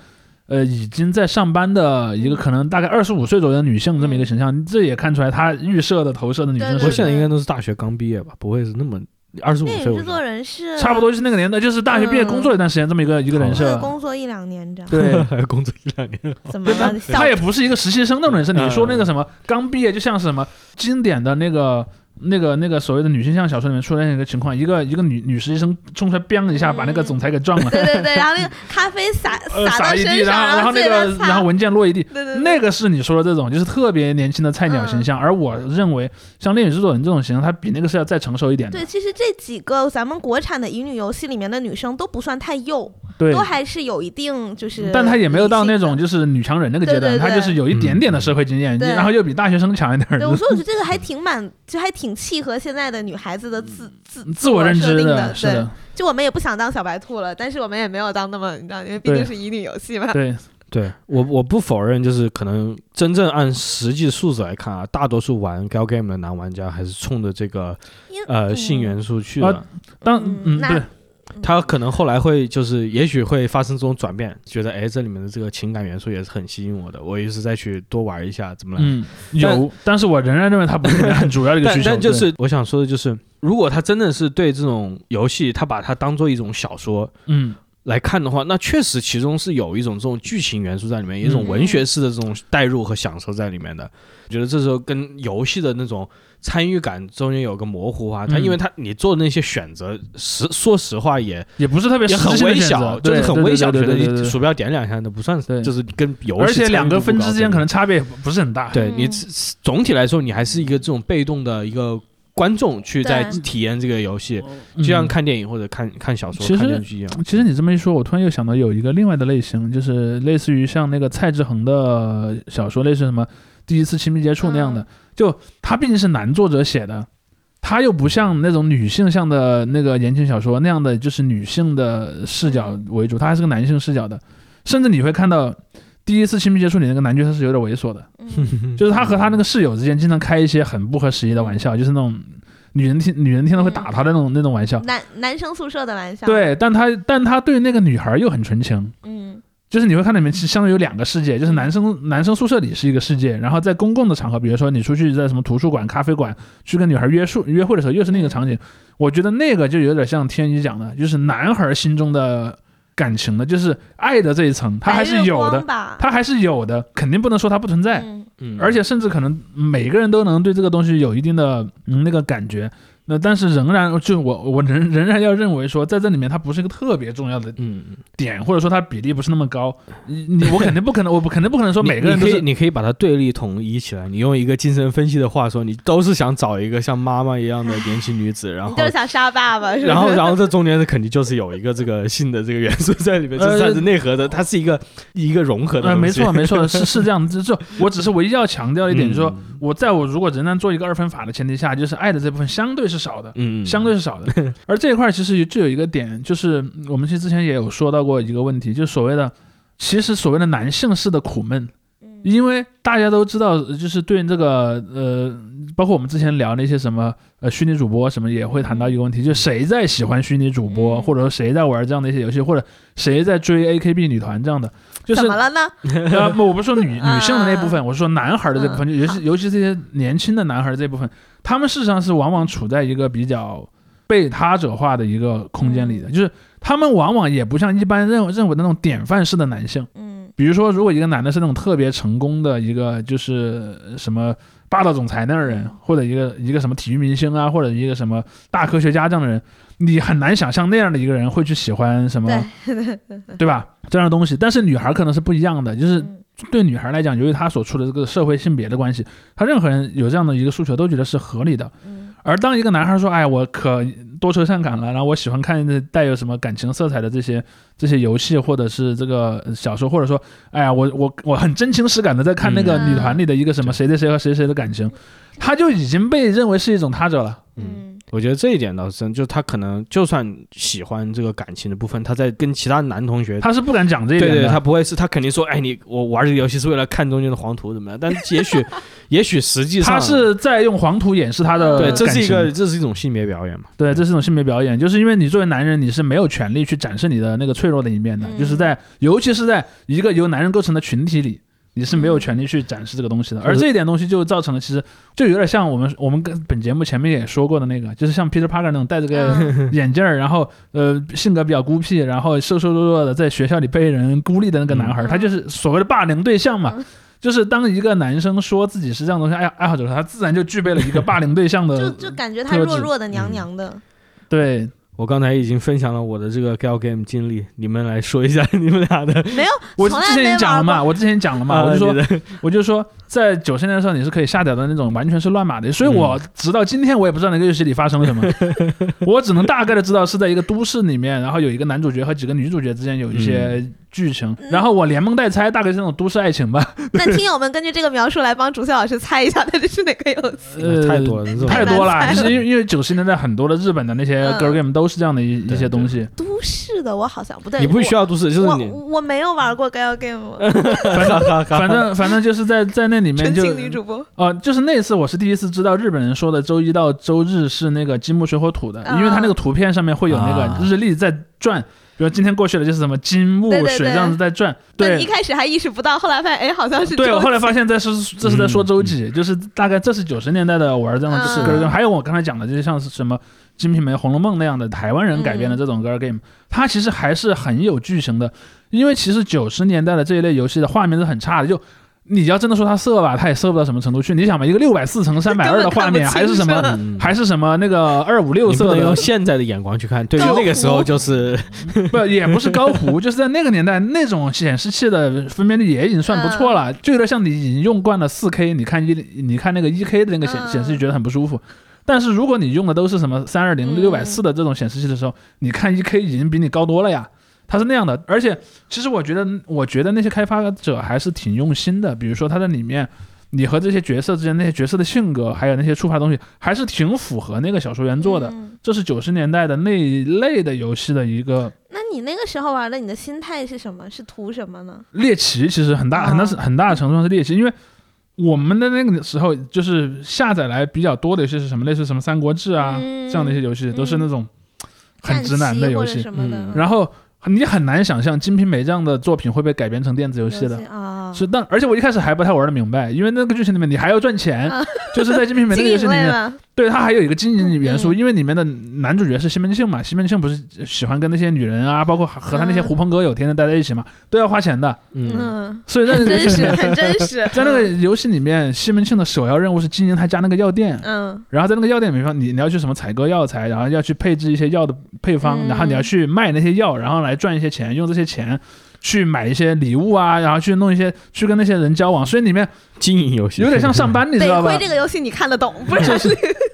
S3: 呃，已经在上班的一个可能大概二十五岁左右的女性这么一个形象，这也看出来他预设的投射的
S2: 嗯
S3: 女
S2: 对
S3: 生
S1: 不
S2: 对
S1: 过
S3: 是
S1: 现在应该都是大学刚毕业吧，不会是那么二十五
S2: 电
S1: 岁，
S2: 影
S1: 我
S2: 制
S1: 觉
S2: 作
S1: 得
S2: 人是
S3: 差不多就是那个年代，就是大学毕
S2: 嗯
S3: 业工作了一段时间这么一个一个人
S2: 会
S3: 设。
S2: 工作一两年这样，
S3: 对，
S1: 还要工作一两年，
S2: 怎么了？小
S3: 他也不是一个实习生那种人
S1: 嗯
S3: 设。你说那个什么刚毕业，就像是什么经典的那个。那个那个所谓的女性向小说里面出现一个情况，一个一个女女实习生冲出来，砰一下把那个总裁给撞了，
S2: 对对对，然 后那个咖啡洒
S3: 呃，
S2: 到
S3: 一地，
S2: 身上，
S3: 然后然后
S2: 自
S3: 那
S2: 己嗯
S3: 个
S2: 再擦
S3: 然后文件落一地，
S2: 对对对
S3: 那个是你说的这种，就是特别年轻的菜鸟形
S2: 嗯
S3: 象。而我认为，像《恋与制作人》这种形象，它比那个是要再成熟一点的
S2: 对，。其实这几个咱们国产的乙女游戏里面的女生都不算太幼，
S3: 对嗯
S2: 都，还是有一定就是，
S3: 但他也没有到那种
S2: 就。
S3: 就是女强人那个阶
S2: 对
S3: 段，
S2: 对对
S3: 他就是有一点
S1: 嗯
S3: 点的社会经验，
S2: 对
S3: 然后又比大学生强一点儿
S2: 对，我说我觉得这个还挺满，就还挺契合现在的女孩子的自
S3: 嗯
S2: 自
S3: 自我认
S2: 设
S3: 知
S2: 定
S3: 的，
S2: 的。
S3: 是
S2: 对
S3: 的，，
S2: 就我们也不想当小白兔了，但是我们也没有当那么，你知道，因为毕
S3: 对
S2: 竟是乙女游戏嘛。
S3: 对，
S1: 对我我不否认，就是可能真正按实际数字来看啊，大多数玩 gal game 的男玩家还是冲着这个
S2: 因为
S1: 呃性
S2: 嗯
S1: 元素去的。
S3: 啊当嗯
S2: 那
S3: 对，
S1: 他可能后来会就是，也许会发生这种转变，觉得哎，这里面的这个情感元素也是很吸引我的，我也是再去多玩一下，怎么来？
S3: 嗯有，但是我仍然认为它不是你的很主要的一个
S1: 但
S3: 需求。
S1: 但就
S3: 对
S1: 是我想说的就是，如果他真的是对这种游戏，他把它当做一种小说
S3: 嗯，
S1: 来看的话，那确实其中是有一种这种剧情元素在里面，一种
S2: 嗯
S1: 文学式的这种代入和享受在里面的。我觉得这时候跟游戏的那种参与感中间有个模糊化，他
S3: 嗯
S1: 因为他你做的那些选择，实说实话也
S3: 也不是特别
S1: 也
S3: 实
S1: 很
S3: 际的
S1: 微
S3: 选
S1: 小，
S3: 择
S1: 就是
S3: 对
S1: 很
S3: 对
S1: 微
S3: 对
S1: 小，
S3: 对
S1: 觉得
S3: 对对
S1: 你
S3: 对
S1: 鼠标点两下都不算是，
S3: 对
S1: 就是跟游戏
S3: 而且两
S1: 参
S3: 个
S1: 与
S3: 分
S1: 度
S3: 支之间
S1: 不高
S3: 可能差别也不不是很大。
S1: 对
S2: 嗯
S1: 你是总体来说，你还是一个这种被动的一个观众去在
S2: 对
S1: 体验这个游戏，
S3: 嗯，
S1: 就像看电影或者看看小说、
S3: 其实
S1: 看电视剧一样。
S3: 其实你这么一说，我突然又想到有一个另外的类型，就是类似于像那个蔡志恒的小说，类似什么第一次亲密接触那样的，
S2: 嗯
S3: 就他毕竟是男作者写的。他又不像那种女性向的那个言情小说那样的，就是女性的视角为主，他还是个男性视角的。甚至你会看到第一次亲密接触里那个男角色是有点猥琐的，
S2: 嗯
S3: 就是他和他那个室友之间经常开一些很不合时宜的玩笑，就是那种女人听女人听了会打他的那种、那种玩笑。
S2: 男男生宿舍的玩笑，，
S3: 对，但他但他对那个女孩又很纯情，
S2: 嗯，
S3: 就是你会看到里面其实相当于有两个世界，就是男生男生宿舍里是一个世界，然后在公共的场合，比如说你出去在什么图书馆、咖啡馆去跟女孩约束约会的时候，又是那
S2: 嗯
S3: 个场景。我觉得那个就有点像天一讲的，就是男孩心中的感情的，就是爱的这一层，他还是有
S2: 白日
S3: 的
S2: 光，吧，
S3: 他还是有的，肯定不能说他不存在。
S2: 嗯
S1: 嗯
S3: 而且甚至可能每个人都能对这个东西有一定的、嗯、那个感觉。那但是仍然就我我仍仍然要认为说，在这里面它不是一个特别重要的
S1: 嗯，
S3: 点，或者说它比例不是那么高。你你我肯定不可能，我不肯定不可能说
S1: 你
S3: 每个人
S1: 你
S3: 都
S1: 可以
S3: 是。
S1: 你可以把它对立统一起来，你用一个精神分析的话说，你都是想找一个像妈妈一样的年轻女子，然
S2: 你
S1: 后
S2: 就是想杀爸爸，是 不
S1: 然后，
S2: 是
S1: 然后这中间是肯定就是有一个这个性的这个元素在 里面，
S3: 呃
S1: 这算是内核的，它是一个一个融合的
S3: 呃，
S1: 东
S3: 没
S1: 西。
S3: 错，没 错，是是这样，就就我只是唯一要强调一点，就是说
S1: 嗯
S3: 我在我如果仍然做一个二分法的前提下，就是爱的这部分相对是少的，
S1: 嗯，
S3: 相对是 少的。而这一块其实就有一个点，就是我们其实之前也有说到过一个问题，就是所谓的，其实所谓的男性式的苦闷，
S2: 嗯
S3: 因为大家都知道，呃就是对这个呃，包括我们之前聊那些什么呃虚拟主播什么，也会谈到一个问题，就谁在喜欢虚拟主播，
S2: 嗯
S3: 或者说谁在玩这样的一些游戏，或者谁在追 AKB 女团这样的，就是
S2: 怎么了呢？
S3: 呃，不我不是 说女
S2: 啊
S3: 女性的那部分，我是说男孩的这部分，
S2: 嗯
S3: 尤其尤其这些年轻的男孩这部分，他们事实上是往往处在一个比较被他者化的一个空间里
S2: 嗯
S3: 的，就是他们往往也不像一般认为认为的那种典范式的男性。
S2: 嗯
S3: 比如说，如果一个男的是那种特别成功的一个，就是呃什么霸道总裁那样的人，或者一个一个什么体育明星啊，或者一个什么大科学家这样的人，你很难想象那样的一个人会去喜欢什么，对吧？这样的东西。但是女孩可能是不一样的，就是
S2: 嗯
S3: 对女孩来讲，由于她所处的这个社会性别的关系，她任何人有这样的一个诉求都觉得是合理的。
S2: 嗯
S3: 而当一个男孩说：“哎，我可多愁善感了，然后我喜欢看带有什么感情色彩的这些这些游戏，或者是这个小说，或者说，哎呀，我我我很真情实感的在看那个
S2: 嗯
S3: 女团里的一个什么谁谁谁和谁谁的感情，他就已经被认为是一种他者了。
S1: 嗯，
S2: 嗯
S1: 我觉得这一点倒是真，就是他可能就算喜欢这个感情的部分，他在跟其他男同学，
S3: 他是不敢讲这一
S1: 对
S3: 点的。
S1: 对，他不会是，他肯定说，哎，你我玩这个游戏是为了看中间的黄图怎么样？但也 许，也许实际上
S3: 他是在用黄土掩饰他的
S1: 对，
S3: 感情。
S1: 这是一个这是一种性别表演嘛？
S3: 对，这是一种性别表演，就是因为你作为男人，你是没有权利去展示你的那个脆弱的一面的，
S2: 嗯
S3: 就是在尤其是在一个由男人构成的群体里，你是没有权利去展示这个东西的。
S1: 嗯
S3: 而这一点东西就造成了，其实就有点像我们我们跟本节目前面也说过的那个，就是像 Peter Parker 那种戴着个
S2: 嗯
S3: 眼镜儿，然后呃性格比较孤僻，然后瘦瘦弱弱的，在学校里被人孤立的那个男孩儿，
S2: 嗯
S3: 他就是所谓的霸凌对象嘛
S2: 嗯。
S3: 就是当一个男生说自己是这样东西爱哎爱好者的时候，他自然就具备了一个霸凌对象的
S2: 就就感觉他
S3: 特
S2: 弱
S3: 质
S2: 弱的娘娘的，
S3: 对
S1: 我刚才已经分享了我的这个 gal game 经历，你们来说一下你们俩 的。
S2: 没有，
S3: 我
S2: 从
S3: 之
S2: 来
S3: 前也
S2: 没
S3: 讲了
S2: 玩
S3: 嘛，
S2: 过。
S3: 我之前讲了 嘛，
S1: 啊
S3: 我就
S1: 你
S3: 说，
S1: 的
S3: 我就说，在九十年代的时候你是可以下载到那种完全是乱码的，
S1: 嗯
S3: 所以我直到今天我也不知道那个游戏里发生 了什么，我只能大概的知道是在一个都市里面，然后有一个男主角和几个女主角之间有一些
S1: 嗯
S3: 剧情，
S2: 嗯
S3: 然后我连蒙带猜，大概是那种都市爱情吧，
S2: 那听友们根据这个描述来帮竹校老师猜一下，到底是哪个游戏？
S3: 呃，
S1: 哎太多了，这种
S3: 太多
S2: 太
S3: 了，
S2: 难
S3: 就
S2: 猜了
S3: 是因为因为九十年代很多的日本的那些
S2: 嗯
S3: girl game 都是这样的一
S1: 对
S3: 一些东西，
S2: 都市的，我好像不对，
S1: 你不需要都市，就
S2: 我。
S1: 是
S2: 我
S1: 你
S2: 我没有玩过
S3: 嗯
S2: Gal Game，
S3: 反正反正就是在在那里面
S2: 纯
S3: 就
S2: 情女主播。
S3: 哦、就是那次我是第一次知道日本人说的周一到周日是那个金木水火土的，
S2: 啊
S3: 因为他那个图片上面会有那
S1: 啊
S3: 个日历在转，比如今天过去了就是什么金木
S2: 对对对
S3: 水这样子在转，
S2: 但一开始还意识不到，后来发现哎，好 像是
S3: 对，
S2: 周
S3: 我后来
S2: 几
S3: 发现这是这是在
S1: 嗯
S3: 说周几，就是大概这是九十年代的玩这样的
S2: 嗯
S3: 歌儿 game，、还有我刚才讲的，就是像是什么《金瓶梅》《红楼梦》那样的台湾人改
S2: 嗯
S3: 编的这种歌儿 game，、它其实还是很有剧情的，因为其实九十年代的这一类游戏的画面是很差的，就。你要真的说它色吧，它也色不到什么程度去。你想嘛，一个六百四乘三百二的画面，还是什么，
S1: 嗯
S3: 还是什么那个二五六
S1: 你不
S3: 色
S1: 能
S3: 的
S1: 用现在的眼光去看，对于那个时候就是
S3: 不，也不是高 糊，就是在那个年代，那种显示器的分辨率也已经算不错了，
S2: 嗯
S3: 就有点像你已经用惯了四 K，你看一，你看那个一 K 的那个显、
S2: 嗯
S3: 显示器觉得很不舒服。但是如果你用的都是什么三二零、六
S2: 嗯
S3: 百四的这种显示器的时候，你看一 K 已经比你高多了呀。它是那样的，而且其实我觉得，我觉得那些开发者还是挺用心的。比如说，它在里面，你和这些角色之间那些角色的性格，还有那些触发的东西，还是挺符合那个小说原作的。
S2: 嗯
S3: 这是九十年代的那一类的游戏的一个
S2: 那你那个时候玩的，你的心态是什么？是图什么呢？
S3: 猎奇其实很大
S2: 啊
S3: 很大很大的程度上是猎奇，因为我们的那个时候就是下载来比较多的游戏是什么，类似什么《三国志》啊、
S2: 嗯
S3: 这样的一些游戏，
S2: 嗯
S3: 都是那种很直男的游
S2: 战棋或者
S3: 戏。
S2: 什么的
S1: 嗯
S3: 然后你很难想象《金瓶梅》这样的作品会被改编成电子游
S2: 游
S3: 戏的。
S2: 啊，
S3: 是，但而且我一开始还不太玩得明白，因为那个剧情里面你还要赚钱，
S2: 啊
S3: 就是在《金瓶梅》
S2: 经
S3: 那个游
S2: 营
S3: 戏
S2: 类
S3: 里面，
S2: 吗？
S3: 对它还有一个经营元素，
S2: 嗯
S3: 因为里面的男主角是西门庆嘛，西门庆不是喜欢跟那些女人啊，包括和他那些
S2: 嗯
S3: 狐朋狗友天天待在一起嘛，都要花钱的，
S1: 嗯，
S2: 嗯，
S3: 所以那个游
S2: 真
S3: 戏里
S2: 实，
S3: 面
S2: 很真实。
S3: 在那个游戏里面，西门庆的首要任务是经营他家那个药店，
S2: 嗯
S3: 然后在那个药店里面，你你要去什么采购药材，然后要去配置一些药的配方，
S2: 嗯
S3: 然后你要去卖那些药，然后来赚一些钱，用这些钱去买一些礼物啊，然后去弄一些去跟那些人交往，所以里面
S1: 经营游戏
S3: 有点像上，班，你
S2: 嗯，
S3: 知
S2: 得
S3: 道吧
S2: 亏？这个游戏你看得懂，不然
S3: 就是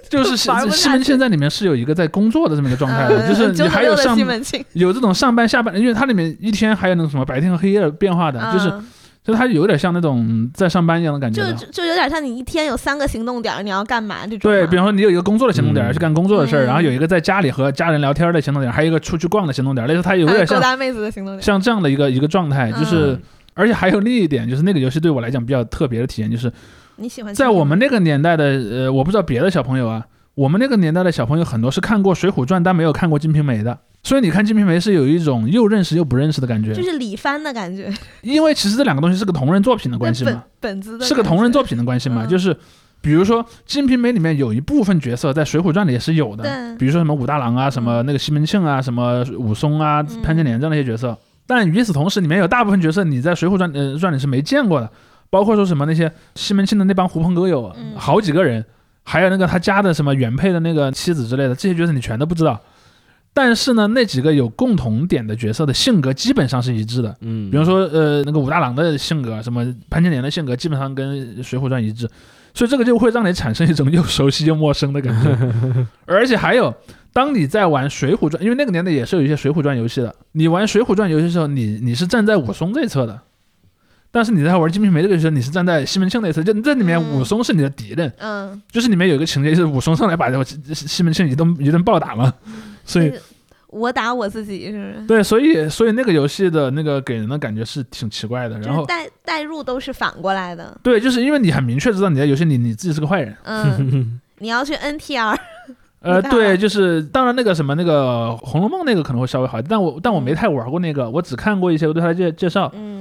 S3: 就 是西
S2: 玩不下去
S3: 西门庆在里面是有一个在工作的这么一个状态的，
S2: 嗯
S3: 就是
S2: 九
S3: 你
S2: 九
S3: 还
S2: 六
S3: 有
S2: 的
S3: 上
S2: 西门庆，
S3: 有这种上班下班，因为它里面一天还有那种什么白天和黑夜变化的，就是
S2: 嗯
S3: 就是它有点像那种嗯在上班一样的感觉
S2: 就
S3: 的。
S2: 就就有点像你一天有三个行动点儿，你要干嘛这种
S3: 对，
S2: 吗。
S3: 比方说你有一个工作的行动点、
S1: 嗯
S3: 去干工作的事儿，
S2: 嗯
S3: 然后有一个在家里和家人聊天的行动点，还有一个出去逛的行动点，类似它有
S2: 还
S3: 点
S2: 狗
S3: 像
S2: 啊大妹子的行动点。
S3: 像这样的一个一个状态，
S2: 嗯
S3: 就是。而且还有另一点，就是那个游戏对我来讲比较特别的体验，就是
S2: 你喜欢
S3: 在我们那个年代的，呃，我不知道别的小朋友啊，我们那个年代的小朋友很多是看过《水浒传》，但没有看过《金瓶梅》的。所以你看《金瓶梅》是有一种又认识又不认识的感觉，
S2: 就是李帆的感觉，
S3: 因为其实这两个东西是个同人作品的关系
S2: 本
S3: 嘛，
S2: 本子的
S3: 是个
S2: 感觉
S3: 同人作品的关系嘛，
S2: 嗯
S3: 就是比如说《金瓶梅》里面有一部分角色在《水浒传》里也是有的，
S2: 对，
S3: 比如说什么武大郎啊，什么那个西门庆啊，什么武松啊
S2: 嗯、
S3: 潘金莲这样的一些角色。但与此同时，里面有大部分角色你在《水浒传》呃传里是没见过的，包括说什么那些西门庆的那帮狐朋狗友啊，
S2: 嗯
S3: 好几个人，还有那个他家的什么原配的那个妻子之类的，这些角色你全都不知道。但是呢，那几个有共同点的角色的性格基本上是一致的，
S1: 嗯，
S3: 比方说，呃，那个武大郎的性格，什么潘金莲的性格，基本上跟《水浒传》一致，所以这个就会让你产生一种又 熟悉又陌生的感觉。而且还有，当你在玩《水浒传》，因为那个年代也是有一些《水浒传》游戏的，你玩《水浒传》游戏的时候，你你是站在武松这一侧的，但是你在玩《金瓶梅》这个游戏的时候，你是站在西门庆那一侧，就这里面
S2: 嗯
S3: 武松是你的敌人，
S2: 嗯，
S3: 就是里面有一个情节，就是武松上来把西西西门庆一顿一顿暴打嘛，所以
S2: 就是我打我自己是不是？
S3: 对，所以所以那个游戏的那个给人的感觉是挺奇怪的。然
S2: 就
S3: 后
S2: 是代代入都是反过来的，
S3: 对，就是因为你很明确知道你在游戏里你自己是个坏人。
S2: 嗯，你要去 NTR，
S3: 呃，
S2: 明白了
S3: 对，就是当然那个什么那个《红楼梦》那个可能会稍微好一点，但我但我没太玩过那个，我只看过一些我对它的介介绍，
S2: 嗯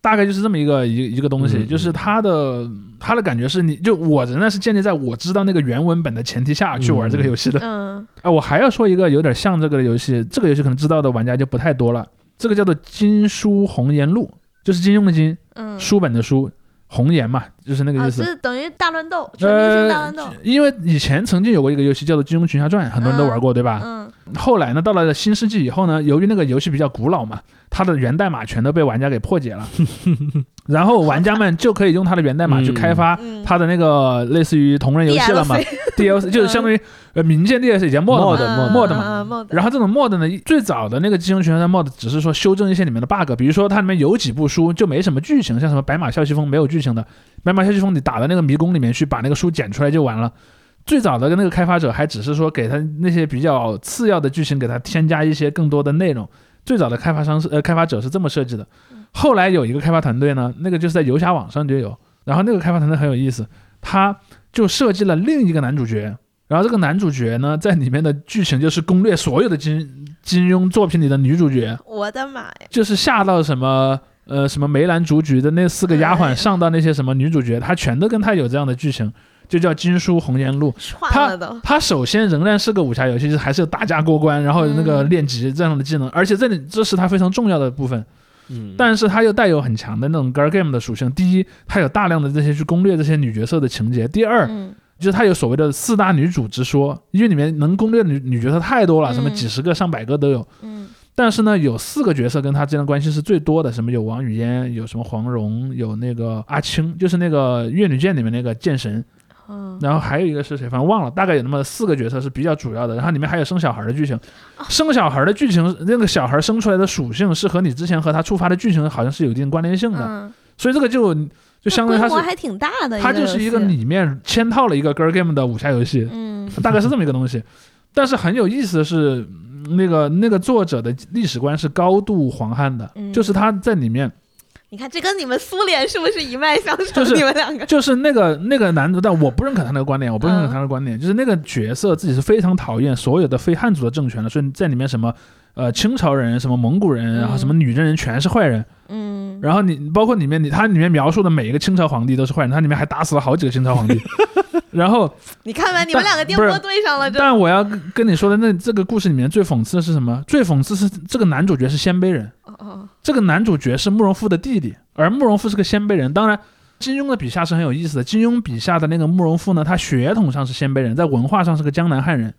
S3: 大概就是这么一个一个一个东西，
S1: 嗯
S3: 就是它的它的感觉是你就我仍然是建立在我知道那个原文本的前提下去玩这个游戏的。
S2: 嗯
S3: 啊，我还要说一个有点像这个的游戏，这个游戏可能知道的玩家就不太多了，这个叫做《金书红颜录》，就是金庸的金。
S2: 嗯，
S3: 书本的书，红颜嘛，就是那个
S2: 啊，
S3: 意
S2: 就
S3: 思。
S2: 是等于大乱斗，全明星大乱斗，
S3: 因为以前曾经有过一个游戏叫做《金庸群侠传》，很多人都玩过，对吧？
S2: 嗯
S3: 后来呢，到了新世纪以后呢，由于那个游戏比较古老嘛，它的源代码全都被玩家给 破解了，然后玩家们就可以用它的源代码去开发
S2: 嗯，
S3: 它的那个类似于同人游戏了嘛
S2: DLC
S3: ，DLC 就是相当于呃民间 DLC 以前 mod 嘛
S1: mod
S2: 嗯
S1: mod
S3: ，mod 嘛
S2: 嗯嗯 mod，
S3: 然后这种 mod 呢，最早的那个《金庸群侠传》mod 只是说修正一些里面的 bug，比如说它里面有几部书就没什么剧情，像什么《白马啸西风》没有剧情的，《白马啸西风》你打到那个迷宫里面去，把那个书捡出来就完了。最早的那个开发者还只是说给他那些比较次要的剧情，给他添加一些更多的内容。最早的开发商是呃开发者是这么设计的，后来有一个开发团队呢，那个就是在游侠网上就有，然后那个开发团队很有意思，他就设计了另一个男主角，然后这个男主角呢，在里面的剧情就是攻略所有的金金庸作品里的女主角，
S2: 我的妈呀，
S3: 就是下到什么呃什么梅兰竹菊的那四个丫鬟，
S2: 哎
S3: 上到那些什么女主角，他全都跟他有这样的剧情，就叫《金书红颜录》。
S2: 串了都，
S3: 它首先仍然是个武侠游戏，就是还是有打架过关，然后那个
S2: 嗯
S3: 练级这样的技能，而且这里这是它非常重要的部分。
S1: 嗯，
S3: 但是它又带有很强的那种 girl game 的属性。第一，它有大量的这些去攻略这些女角色的情节；第二，
S2: 嗯
S3: 就是它有所谓的四大女主之说，因为里面能攻略的女女角色太多了，
S2: 嗯
S3: 什么几十个、上百个都有。
S2: 嗯
S3: 但是呢，有四个角色跟她之间的关系是最多的，什么有王语嫣，有什么黄蓉，有那个阿青，就是那个《越女剑》里面那个剑神，
S2: 嗯，
S3: 然后还有一个是谁，反正忘了，大概有那么四个角色是比较主要的。然后里面还有生小孩的剧情，
S2: 哦
S3: 生小孩的剧情，那个小孩生出来的属性是和你之前和他触发的剧情好像是有一定关联性的，
S2: 嗯，
S3: 所以这个就就相当于
S2: 那
S3: 它
S2: 规模
S3: 是
S2: 还挺大的，
S3: 它就是一个
S2: 游戏，
S3: 里面嵌套了一个 girl game 的武侠游戏，
S2: 嗯
S3: 大概是这么一个东西。但是很有意思的是，嗯那个那个作者的历史观是高度黄汉的，
S2: 嗯
S3: 就是他在里面
S2: 你看，这跟你们苏联是不是一脉相承？
S3: 就是
S2: 你们两个，
S3: 就是那个那个男主，但我不认可他那个观点，我不认
S2: 嗯
S3: 可他的观点，就是那个角色自己是非常讨厌所有的非汉族的政权的，所以在里面什么呃清朝人、什么蒙古人，
S2: 嗯
S3: 然后什么女真人全是坏人，
S2: 嗯，
S3: 然后你包括里面你他里面描述的每一个清朝皇帝都是坏人，他里面还打死了好几个清朝皇 帝，然后
S2: 你看吧，你们两个电
S3: 不
S2: 波
S3: 是
S2: 对上了，这
S3: 但我要跟跟你说的那这个故事里面最讽刺的是什么？最讽刺是这个男主角是鲜卑人，
S2: 哦哦，
S3: 这个男主角是慕容复的弟弟，而慕容复是个鲜卑人。当然，金庸的笔下是很有意思的。金庸笔下的那个慕容复呢，他血统上是鲜卑人，在文化上是个江南汉人。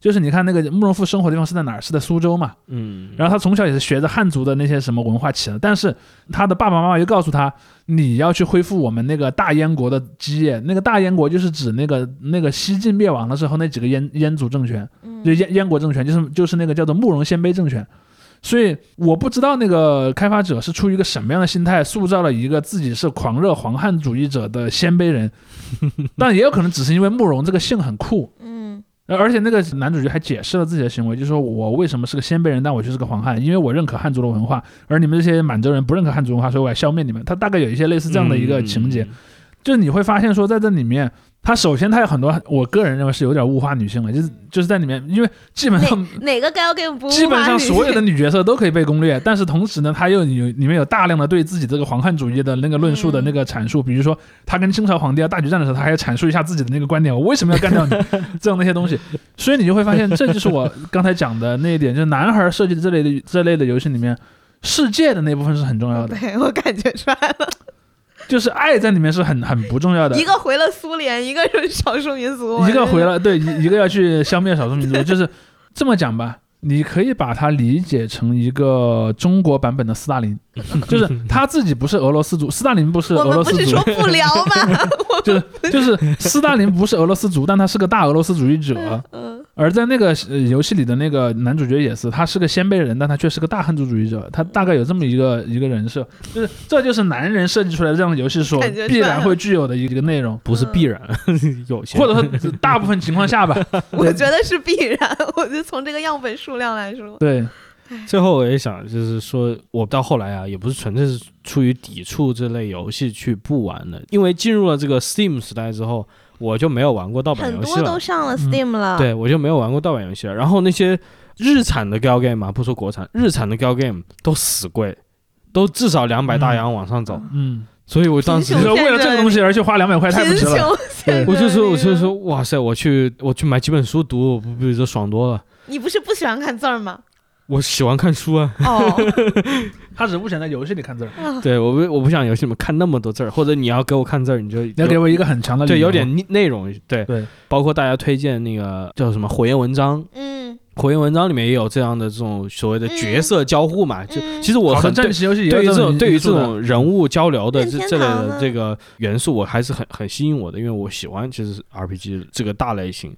S3: 就是你看那个慕容复生活的地方是在哪儿？是在苏州嘛。
S1: 嗯，
S3: 然后他从小也是学着汉族的那些什么文化起的，但是他的爸爸妈妈又告诉他，你要去恢复我们那个大燕国的基业。那个大燕国就是指那个那个西晋灭亡的时候那几个燕燕族政权。
S2: 嗯
S3: 就燕燕国政权，就是就是那个叫做慕容鲜卑政权。所以我不知道那个开发者是出于一个什么样的心态，塑造了一个自己是狂热黄汉主义者的鲜卑人，但也有可能只是因为慕容这个姓很酷，
S2: 嗯
S3: 呃而且那个男主角还解释了自己的行为，就说我为什么是个鲜卑人，但我却是个黄汉，因为我认可汉族的文化，而你们这些满洲人不认可汉族文化，所以我要消灭你们。他大概有一些类似这样的一个
S1: 嗯
S3: 情节，就是你会发现说，在这里面，他首先他有很多，我个人认为是有点物化女性了，就是就是在里面，因为基本上
S2: 哪个 Gal Game 不
S3: 基本上所有的
S2: 的
S3: 女角色都可以被攻略， 但是同时呢，他又有里面有大量的对自己这个皇汉主义的那个论述的那个阐
S2: 嗯
S3: 述，比如说他跟清朝皇帝啊要大决战的时候，他还要阐述一下自己的那个观点，我为什么要干掉你 这样的一些东西，所以你就会发现，这就是我刚才讲的那一点，就是男孩设计的这类的这类的游戏里面，世界的那部分是很重要 的，
S2: 对我感觉出来了，
S3: 就是爱在里面是很很不重要的
S2: 一。个回了苏联，一个是少数民族，
S3: 一个回
S2: 了
S3: 了，对，一一个要去消灭少数 民族，就是这么讲吧。你可以把它理解成一个中国版本的斯大 林，就是他自己不是俄罗斯族，斯大林不是
S2: 我
S3: 俄
S2: 们
S3: 罗
S2: 不
S3: 斯
S2: 是
S3: 族
S2: 说，不聊 吗？
S3: 就是就是斯大林不是俄罗斯族，但他是个大俄罗斯主义者。
S2: 嗯，
S3: 而在那个呃游戏里的那个男主角也是，他是个鲜卑人，但他却是个大汉族主义者。他大概有这么一个一个人设，就是这就是男人设计出来的这样的游戏所
S2: 感觉出来
S3: 必然
S2: 了
S3: 会具有的一个内容，
S1: 不是必然，有些
S3: 嗯或者说大部分情况下吧，
S2: 我觉得是必然，我就从这个样本数量来说，
S3: 对。
S1: 最后我也想，就是说我到后来啊，也不是纯粹是出于抵触这类游戏去不玩的，因为进入了这个 Steam 时代之后，我就没有玩过盗版
S2: 很
S1: 游
S2: 多
S1: 戏
S2: 都
S1: 了。
S2: 上了
S3: 嗯
S2: Steam 了，
S1: 对，我就没有玩过盗版游戏了。然后那些日产的 Gal Game 嘛，不说国产，日产的 Gal Game 都死贵，都至少两百大洋往上走。
S3: 嗯，
S1: 所以我当时
S2: 贫
S3: 你
S1: 就
S2: 穷
S3: 说为了这个东西而去花两百块太不
S2: 贫
S3: 值了。
S2: 穷限制
S1: 我就说，我就
S2: 力
S1: 说，哇塞，我去我去买几本书读，不比这爽多了。
S2: 你不是不喜欢看字儿吗？
S1: 我喜欢看书啊，
S2: 哦，
S3: 他只是不想在游戏里看字儿，
S1: 对我不我不想游戏里面看那么多字儿，或者你要给我看字儿，你就
S3: 你要给我一个很强的理由
S1: 对，有点内内容，对
S3: 对，
S1: 包括大家推荐那个叫什么火焰文章，
S2: 嗯，
S1: 火焰文章里面也有这样的这种所谓的角色交互嘛，就
S2: 嗯
S1: 其实我
S3: 好的
S1: 很对
S3: 战棋游戏也有
S1: 对于这
S3: 种
S1: 种对于
S3: 因
S1: 这
S3: 素的
S1: 种人物交流的
S2: 任
S1: 这
S2: 天
S1: 这类
S2: 堂啊
S1: 的
S2: 呢
S1: 这个元素，我还是很很吸引我的，因为我喜欢其实是 RPG 这个大类 型。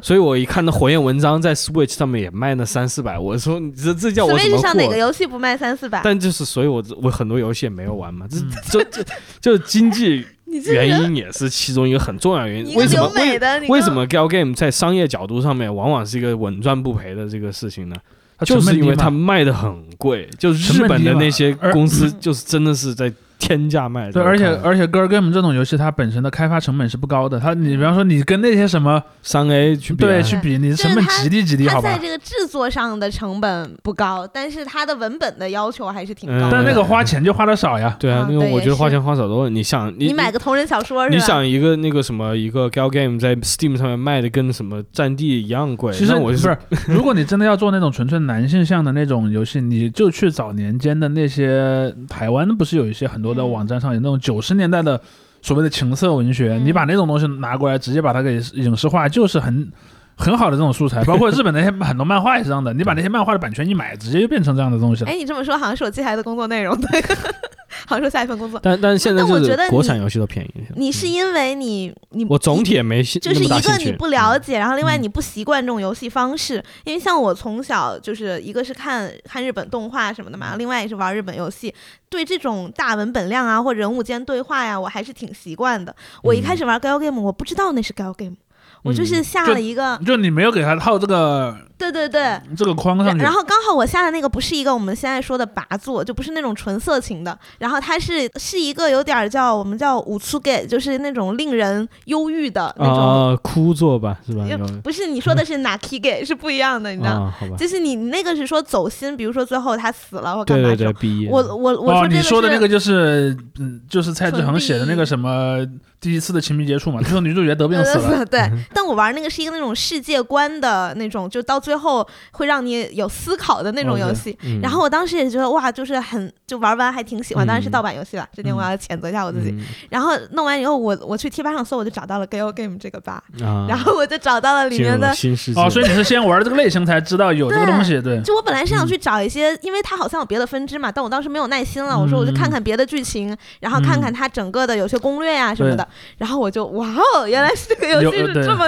S1: 所以我一看那火焰文章在 Switch 上面也卖那三四百，我说你这这叫我怎
S2: Switch
S1: 么
S2: 上哪
S1: 过
S2: 个？游戏不卖三四百？
S1: 但就是所以我我很多游戏也没有玩嘛，这这这就经济
S2: 你 这
S1: 原
S2: 人，
S1: 因也是其中一个很重要原因。
S2: 你
S1: 为
S2: 个
S1: 什么
S2: 留美的，你
S1: 为
S2: 个
S1: 什？么 Gal Game 在商业角度上面往往是一个稳赚不赔的这个事情呢？
S3: 它成
S1: 就
S3: 本
S1: 是因为
S3: 低嘛
S1: 它卖的很贵，就日本的那些公司就是真的是在天价卖的。
S3: 对，而且
S1: 我看
S3: 而且 Girl Game 这种游戏它本身的开发成本是不高的，它你比方说你跟那些什么
S1: 三 A 去比啊
S3: 对去比，你成本极低极低，
S2: 它
S3: 好吧
S2: 在？这个制作上的成本不高，但是它的文本的要求还是挺
S1: 嗯
S2: 高的。
S3: 但那个花钱就花的少呀，
S1: 对啊
S2: 啊，
S1: 那个
S2: 对
S1: 我觉得
S2: 也是
S1: 花钱花少多了。你想你
S2: 你买个同人小说是吧？
S1: 你想一个那个什么一个 Gal Game 在 Steam 上面卖的跟什么战地一样贵，
S3: 其实
S1: 那我就
S3: 不是，如果你真的要做那种纯粹男性向的那种游戏，你就去找年间的那些台湾不是有一些很多
S2: 嗯
S3: 的网站上有那种九十年代的所谓的情色文学，
S2: 嗯
S3: 你把那种东西拿过来，直接把它给影视化，就是很。很好的这种素材，包括日本那些很多漫画也是这样的，你把那些漫画的版权一买，直接就变成这样的东西了。
S2: 哎，你这么说好像是我接下来的工作内容，对， 好像是我下一份工作。
S1: 但但是现在
S2: 但我
S1: 就
S2: 觉
S1: 是
S2: 得
S1: 国
S2: 你
S1: 产游戏都便宜一些。
S2: 你是因为你你
S1: 我总体也没兴
S2: 就是
S1: 那么
S2: 一
S1: 大
S2: 个
S1: 兴趣
S2: 你不了解，然后另外
S3: 嗯
S2: 你不习惯这种游戏方式，因为像我从小就是一个是看看日本动画什么的嘛，另外也是玩日本游戏，对这种大文本量啊或人物间对话呀，我还是挺习惯的。我
S1: 嗯
S2: 一开始玩 gal game，我不知道那是 gal game，我就是下
S3: 就
S2: 了一个，
S3: 就你没有给他套这个
S2: 对对对，
S1: 嗯
S3: 这个框上
S2: 然
S3: 去，哦
S2: 然后刚好我下的那个不是一个我们现在说的拔座，就不是那种纯色情的，然后它是是一个有点儿叫我们叫五粗 gay，就是那种令人忧郁的那种，
S1: 啊，枯坐吧，是吧？
S2: 因为
S1: 有
S2: 不是你说的是 naki gay 是不一样的，你知道。
S1: 嗯啊，好吧，
S2: 就是你那个是说走心，比如说最后他死了或干
S1: 对对
S2: 嘛这
S1: 对，
S2: 种。
S1: 毕业
S2: 我我我
S3: 哦，
S2: 说这
S3: 你
S2: 个
S3: 说的
S2: 是
S3: 那个就是，嗯，就是蔡志恒写的那个什么第一次的亲密接触嘛，最后女主角得病死了，
S2: 对，
S1: 嗯
S2: 但我玩那个是一个那种世界观的那种，就到最后会让你有思考的那种游戏。
S1: 嗯
S2: 然后我当时也觉得哇，就是很就玩完还挺喜欢，当然是
S1: 嗯
S2: 盗版游戏了，这点我要谴责一下我自己。
S1: 嗯
S2: 然后弄完以后，我我去贴吧上搜，我就找到了 Gal Game 这个吧，
S1: 啊，
S2: 然后我就找到了里
S1: 进入
S2: 面
S1: 了
S2: 的。
S1: 新世界
S3: 哦，所以你是先玩这个类型才知道有这个东西，对，
S2: 就我本来
S3: 嗯
S2: 是想去找一些，因为它好像有别的分支嘛，但我当时没有耐心了，我说我就
S3: 嗯
S2: 看看别的剧情，然后看看它整个的有些攻略啊什么的，然后我就哇哦，原来是这个游戏
S3: 有
S2: 是
S3: 对
S2: 这 么，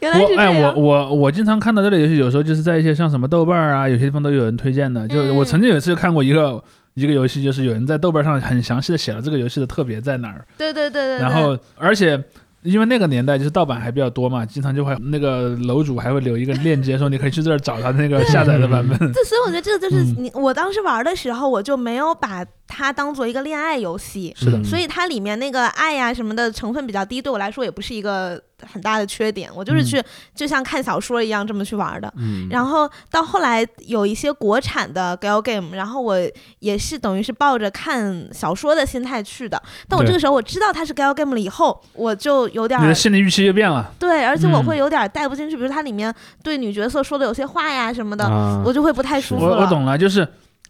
S2: 原来是
S3: 我
S2: 这
S3: 哎，
S2: 样，
S3: 我我我经常看到这类游戏，有时候就是在一些像什么豆瓣啊，有些地方都有人推荐的，就
S2: 嗯
S3: 我曾经有一次就看过一个。一个游戏就是有人在豆瓣上很详细的写了这个游戏的特别在哪儿，
S2: 对对对对对，
S3: 然后而且因为那个年代就是盗版还比较多嘛，经常就会那个楼主还会留一个链接，说你可以去这儿找他那个下载的版本。
S2: 这所以我觉得这个就是
S3: 嗯
S2: 你，我当时玩的时候，我就没有把它当做一个恋爱游戏，
S3: 是的
S1: 嗯
S2: 所以它里面那个爱呀、什么的成分比较低，对我来说也不是一个很大的缺点。我
S3: 嗯
S2: 就是去、就像看小说一样这么去玩的。
S1: 嗯，
S2: 然后到后来有一些国产的 gal game，然后我也是等于是抱着看小说的心态去的。但我
S3: 对
S2: 这个时候我知道它是 gal game 了以后，我就有点
S3: 你
S2: 儿
S3: 的心理预期就变了，
S2: 对，而且我会
S3: 嗯
S2: 有点儿带不进去，比如它里面对女角色说的有些话呀什么的，
S1: 啊
S2: 我就会不太舒服
S3: 我
S2: 了。
S3: 我懂了，就是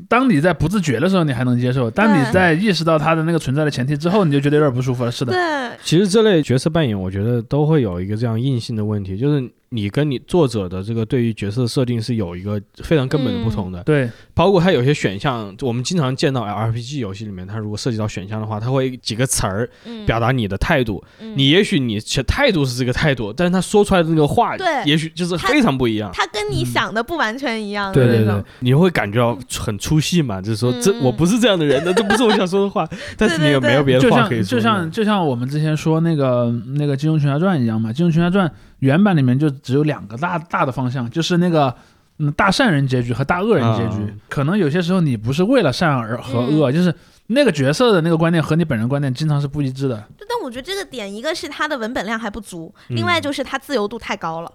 S3: 当你在不自觉的时候，你还能接受；当你
S2: 对
S3: 在意识到它的那个存在的前提之后，你就觉得有点不舒服了。是的，
S2: 对，
S1: 其实这类角色扮演，我觉得都会有一个这样硬性的问题，就是你跟你作者的这个对于角色设定是有一个非常根本的不同
S2: 嗯
S1: 的。
S3: 对，
S1: 包括它有些选项，我们经常见到 RPG 游戏里面，它如果涉及到选项的话，它会几个词儿
S2: 嗯
S1: 表达你的态度。
S2: 嗯
S1: 你也许你其实态度是这个态度，但是他说出来的那个话，
S2: 对
S1: 也许就是
S2: 他
S1: 非常不一样。
S2: 他跟你想的不完全一样的
S1: 对
S2: 那
S1: 对
S2: 种
S1: 对，，你会感觉到很出戏嘛？就是说，
S2: 嗯
S1: 这我不是这样的人的，这不是我想说的 话。但是你也没有别
S3: 就
S1: 的话
S3: 像
S1: 可以说。嗯
S3: 就像就像我们之前说那个那个《金庸群侠传》一样嘛，《金庸群侠传》原版里面就只有两个大大的方向，就是那个。嗯，大善人结局和大恶人结局，
S1: 啊
S3: 可能有些时候你不是为了善而和
S2: 嗯
S3: 恶，就是那个角色的那个观念和你本人观念经常是不一致的。
S2: 就但我觉得这个点，一个是它的文本量还不足，
S1: 嗯
S2: 另外就是它自由度太 高了。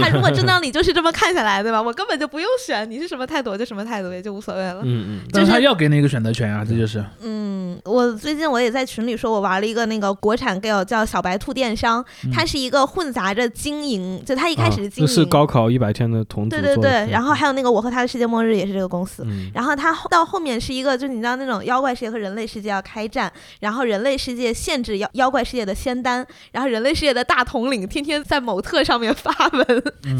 S2: 他如果真让你就是这么看下来，对吧？我根本就不用选，你是什么态度我就什么态度，也就无所谓了。
S1: 嗯嗯，
S2: 就
S3: 但
S2: 是是
S3: 他要给你一个选择权啊，这就是
S2: 嗯，我最近我也在群里说，我玩了一个那个国产 g a l 叫小白兔电商，
S3: 嗯
S2: 它是一个混杂着经营，就它一开始是经
S1: 这
S2: 营，
S1: 啊是高考一百天的同组
S2: 对对
S1: 做的嗯
S2: 对，
S1: 题
S2: 然后还有那个我和他的世界末日也是这个公司，
S1: 嗯
S2: 然后它后到后面是一个，就你知道那种妖怪世界和人类世界要开战，然后人类世界限制妖妖怪世界的仙丹，然后人类世界的大统领天天在某特上面 发文，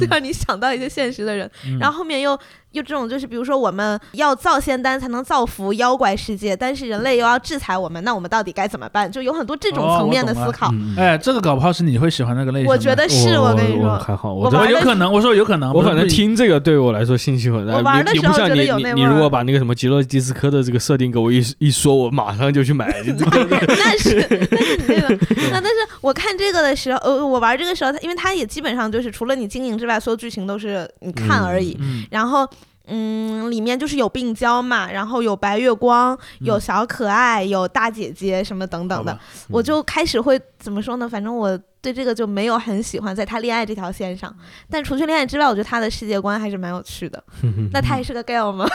S2: 就让你想到一些现实的人。
S3: 嗯
S2: 然后后面又又这种，就是比如说我们要造仙丹才能造福妖怪世界，但是人类又要制裁我们，那我们到底该怎么办？就有很多这种
S3: 哦
S2: 层面的
S3: 我懂了
S2: 思考。
S1: 嗯嗯
S3: 哎，这个搞不好是你会喜欢那个类型的。
S2: 我觉得是
S1: 我
S2: 跟你
S1: 我
S2: 说，
S1: 还好，
S2: 我
S1: 我
S2: 玩
S3: 哦我
S2: 的
S1: 这
S3: 有可能，我说有可能，
S1: 我
S3: 不是
S1: 反正
S3: 不一
S1: 听这个对我来说信息很大。
S2: 我玩
S1: 你
S2: 的
S1: 你
S2: 时
S1: 不
S2: 候
S1: 像
S2: 觉
S1: 你
S2: 得有
S1: 你
S2: 那
S1: 你
S2: 味儿
S1: 如果把那个什么极乐迪斯科的这个设定给我一一说，我马上就去买。就这个
S2: 那 是那是你这个，那但是我看这个的时候，呃，我玩这个时候，它因为它也基本上就是除了你经营之外，所有剧情都是你看而已。
S3: 嗯，
S2: 然后，嗯，里面就是有病娇嘛，然后有白月光，有小可爱，有大姐姐什么等等
S3: 嗯好
S2: 的
S3: 吧，嗯
S2: 我就开始会怎么说呢？反正我对这个就没有很喜欢，在他恋爱这条线上。
S3: 嗯
S2: 但除去恋爱之外，我觉得他的世界观还是蛮有趣的。 那他也
S3: 嗯
S2: 是个 gay 吗？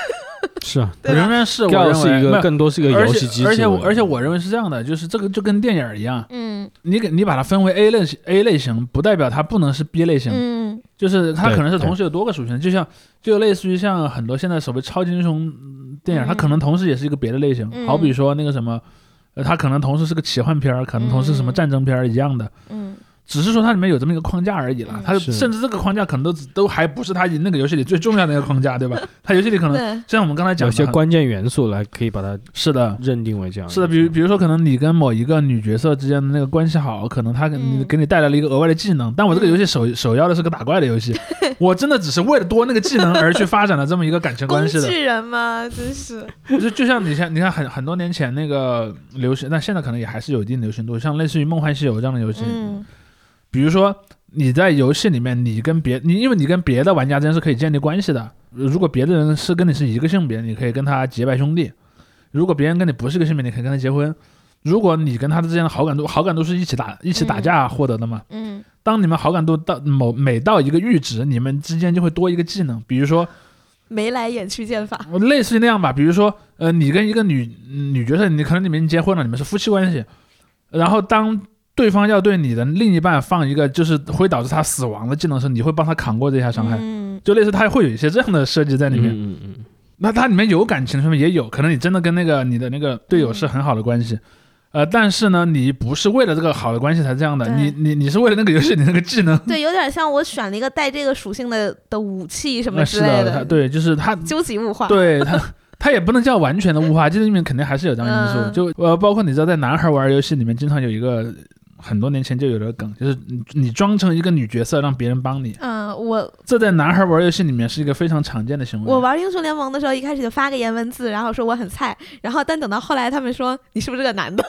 S1: 是啊，
S2: 对吧
S3: 仍然是我
S1: 要
S3: 认为
S1: 是一
S3: 没
S1: 个
S3: 有
S1: 更多是一个
S3: 而
S1: 游
S3: 且
S1: 戏机制，
S3: 而且我而且我认为是这样的，就是这个就跟电影一样，
S2: 嗯
S3: 你给你把它分为 A 类型 A 类型，不代表它不能是 B 类型，
S2: 嗯
S3: 就是它
S1: 对
S3: 可能是
S1: 对
S3: 同时有多个属性，就像就类似于像很多现在所谓超级英雄嗯电影，它
S2: 嗯
S3: 可能同时也是一个别的类型，
S2: 嗯
S3: 好比说那个什么，呃它可能同时是个奇幻片儿，可能同时是什么
S2: 嗯
S3: 战争片儿一样的，
S2: 嗯
S3: 只是说它里面有这么一个框架而已啦
S2: 嗯。
S3: 它
S1: 是
S3: 甚至这个框架可能都只都还不是它那个游戏里最重要的一个框架，对吧？ 它游戏里可能
S2: 对，
S3: 像我们刚才讲
S1: 有
S3: 的，
S1: 些关键元素来可以把它
S3: 是的，
S1: 认定
S2: 啊
S1: 为这样。
S3: 是的，比如比如说，可能你跟某一个女角色之间的那个关系好，可能她给你
S2: 嗯
S3: 给你带来了一个额外的技能，但我这个游戏首首要的是个打怪的 游戏，我真的只是为了多那个技能而去发展了这么一个感情
S2: 工
S3: 关系的，
S2: 具人嘛，真是。
S3: 就就像你像你看很很多年前那个流行，但现在可能也还是有一定流行度，像类似于《梦幻西游》这样的游戏，
S2: 嗯
S3: 比如说你在游戏里面，你跟别你因为你跟别的玩家之间是可以建立关系的，如果别的人是跟你是一个性别，你可以跟他结拜兄弟；如果别人跟你不是一个性别，你可以跟他结婚。如果你跟他之间的好感度，好感度是一起打一起打架获得的嘛？
S2: 嗯
S3: 当你们好感度到某每到一个阈值，你们之间就会多一个技能，比如说
S2: 眉来眼去剑法。
S3: 类似于那样吧，比如说，呃，你跟一个女女角色，你可能你们已经结婚了，你们是夫妻关系，然后当对方要对你的另一半放一个就是会导致他死亡的技能时，你会帮他扛过这一下伤害，
S2: 嗯
S3: 就类似他会有一些这样的设计在里面。
S1: 嗯嗯
S3: 那它里面有感情，上面也有可能你真的跟那个你的那个队友是
S2: 嗯
S3: 很好的关系。呃，但是呢，你不是为了这个好的关系才这样的，
S2: 对
S3: 你你你是为了那个游戏里那个技能，
S2: 对，有点像我选了一个带这个属性的的武器什么
S3: 呃
S2: 之
S3: 是
S2: 类嗯
S3: 的，它对，就是它
S2: 究极物化。
S3: 对它，它也不能叫完全的物化，这里面肯定还是有这样的因素。
S2: 嗯
S3: 就呃，包括你知道，在男孩玩游戏里面，经常有一个很多年前就有的梗，就是你你装成一个女角色让别人帮你，
S2: 嗯，我
S3: 这在男孩玩游戏里面是一个非常常见的行为。
S2: 我玩英雄联盟的时候，一开始就发个颜文字，然后说我很菜，然后但等到后来他们说你是不是个男的，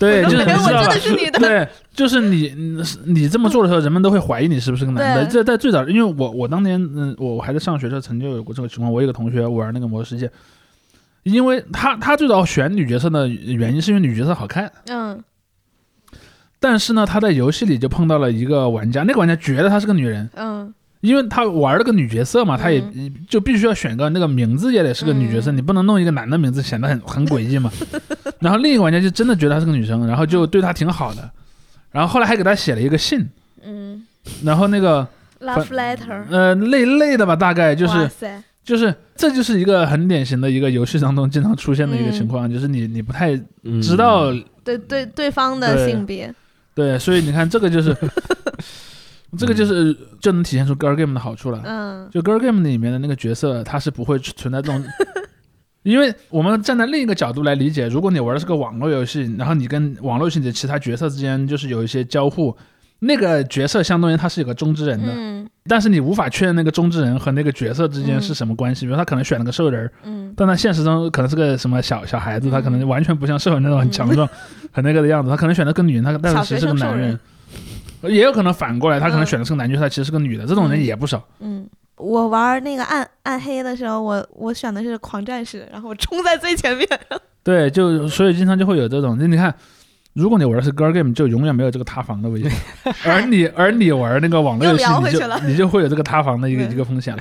S3: 对，
S2: 我
S3: 就是
S2: 就
S3: 你
S2: 感觉我
S3: 知道
S2: 真
S3: 吧
S2: 的？是女的。
S3: 对，就是你你你这么做的时候，人们都会怀疑你是不是个男的。
S2: 对
S3: 这在最早，因为我我当年嗯，我我还在上学的时候，曾经有过这个情况。我有个同学玩那个《魔兽世界》，因为他他最早选女角色的原因是因为女角色好看，
S2: 嗯
S3: 但是呢，他在游戏里就碰到了一个玩家，那个玩家觉得她是个女人，
S2: 嗯
S3: 因为他玩了个女角色嘛，他也就必须要选个那个名字也得是个女角色，
S2: 嗯
S3: 你不能弄一个男的名字，显得很很诡异嘛。然后另一个玩家就真的觉得她是个女生，然后就对她挺好的，然后后来还给她写了一个信，
S2: 嗯
S3: 然后那个
S2: ，love letter，
S3: 呃类类的吧，大概就
S2: 哇
S3: 是
S2: 塞，
S3: 就是这就是一个很典型的一个游戏当中经常出现的一个情况，就是你你不太
S1: 嗯
S3: 知道
S2: 对对对方的
S3: 对
S2: 性别，
S3: 对，所以你看这个就是这个就是就能体现出 girl game 的好处了。
S2: 嗯
S3: 就 girl game 里面的那个角色，他是不会存在 这种，因为我们站在另一个角度来理解，如果你玩的是个网络游戏，然后你跟网络游戏里的其他角色之间就是有一些交互，那个角色相当于他是有个中之人的，
S2: 嗯
S3: 但是你无法确认那个中之人和那个角色之间
S2: 嗯
S3: 是什么关系，比如他可能选了个兽人儿，
S2: 嗯
S3: 但他现实中可能是个什么小小孩子，他可能完全不像兽人那种很强壮、
S2: 嗯
S3: 很那个的样子，他可能选的个女人，他但是其实是个男人。也有可能反过来，他可能选的是个男角色，他其实是个女的，这种人也不少。
S2: 嗯。我玩那个暗暗黑的时候，我我选的是狂战士，然后我冲在最前面。
S3: 对，就所以经常就会有这种，就你看，如果你玩的是 girl game，就永远没有这个塌房的危险，而你而你玩那个网络游 戏
S2: 又聊，
S3: 你
S2: 回去
S3: 就
S2: 了
S3: 你就会有这个塌房的一个
S2: 对
S3: 一个风险，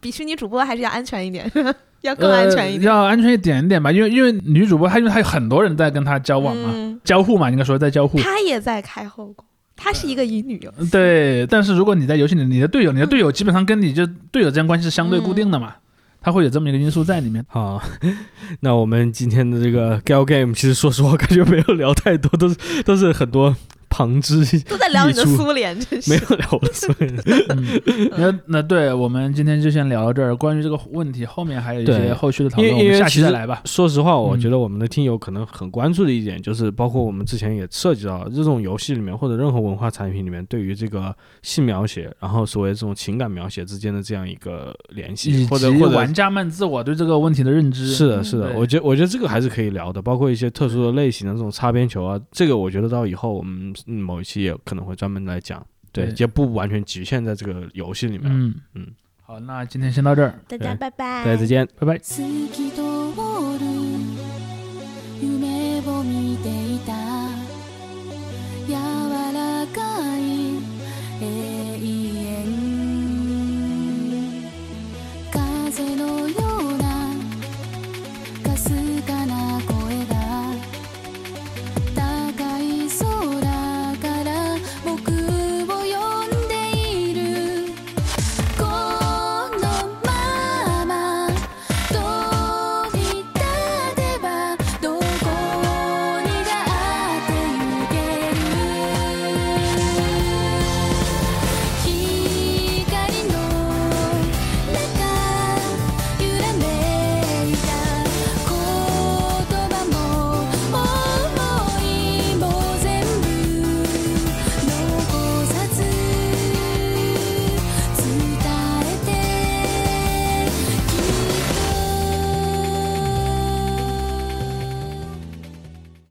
S2: 比虚拟主播还是要安全一点， 要 更安全一
S3: 呃
S2: 点。
S3: 要安全一点一点吧，因为因为女主播她因为她有很多人在跟她
S1: 呃
S3: 交往
S1: 啊
S3: 嘛，
S2: 嗯，
S3: 交互嘛，应该说在交互。
S2: 他也在开后宫，他是一
S1: 呃
S2: 个乙女游哦戏。
S3: 对，但是如果你在游戏里，你的队友，你的队友基本上跟你就队友之间关系是相对固定的嘛，它会有这么一个因素在里面。
S1: 好， 那我们今天的这个 Gal Game，其实说实话，感觉没有聊太多，都是都是很多旁枝，
S2: 都在聊你的
S1: 溢出
S2: 苏联，真是
S1: 没有聊我的所有人。
S3: 嗯，那那对我们今天就先聊到这儿。关于这个问题，后面还有一
S1: 对
S3: 些后续的讨论，
S1: 因为
S3: 我
S1: 因
S3: 们
S1: 为
S3: 下
S1: 其
S3: 期
S1: 实
S3: 再来吧。
S1: 说实话，我
S3: 嗯
S1: 觉得我们的听友可能很关注的一点，就是包括我们之前也涉及到这种游戏里面或者任何文化产品里面，对于这个性描写，然后所谓这种情感描写之间的这样一个联系，
S3: 以
S1: 或者
S3: 及
S1: 或者
S3: 玩家们自我对这个问题的认知。
S1: 是的，是的，
S3: 嗯对嗯
S1: 我觉我觉得这个还是可以聊的，包括一些特殊的类型的这种擦边球啊，这个我觉得到以后我们嗯某一期也可能会专门来讲，对
S3: 对，
S1: 也不完全局限在这个游戏里面。
S3: 嗯
S1: 嗯
S3: 好，那今天先到这儿，
S2: 大家拜拜，
S1: 哎大家再见。
S3: 拜拜。
S4: 透き通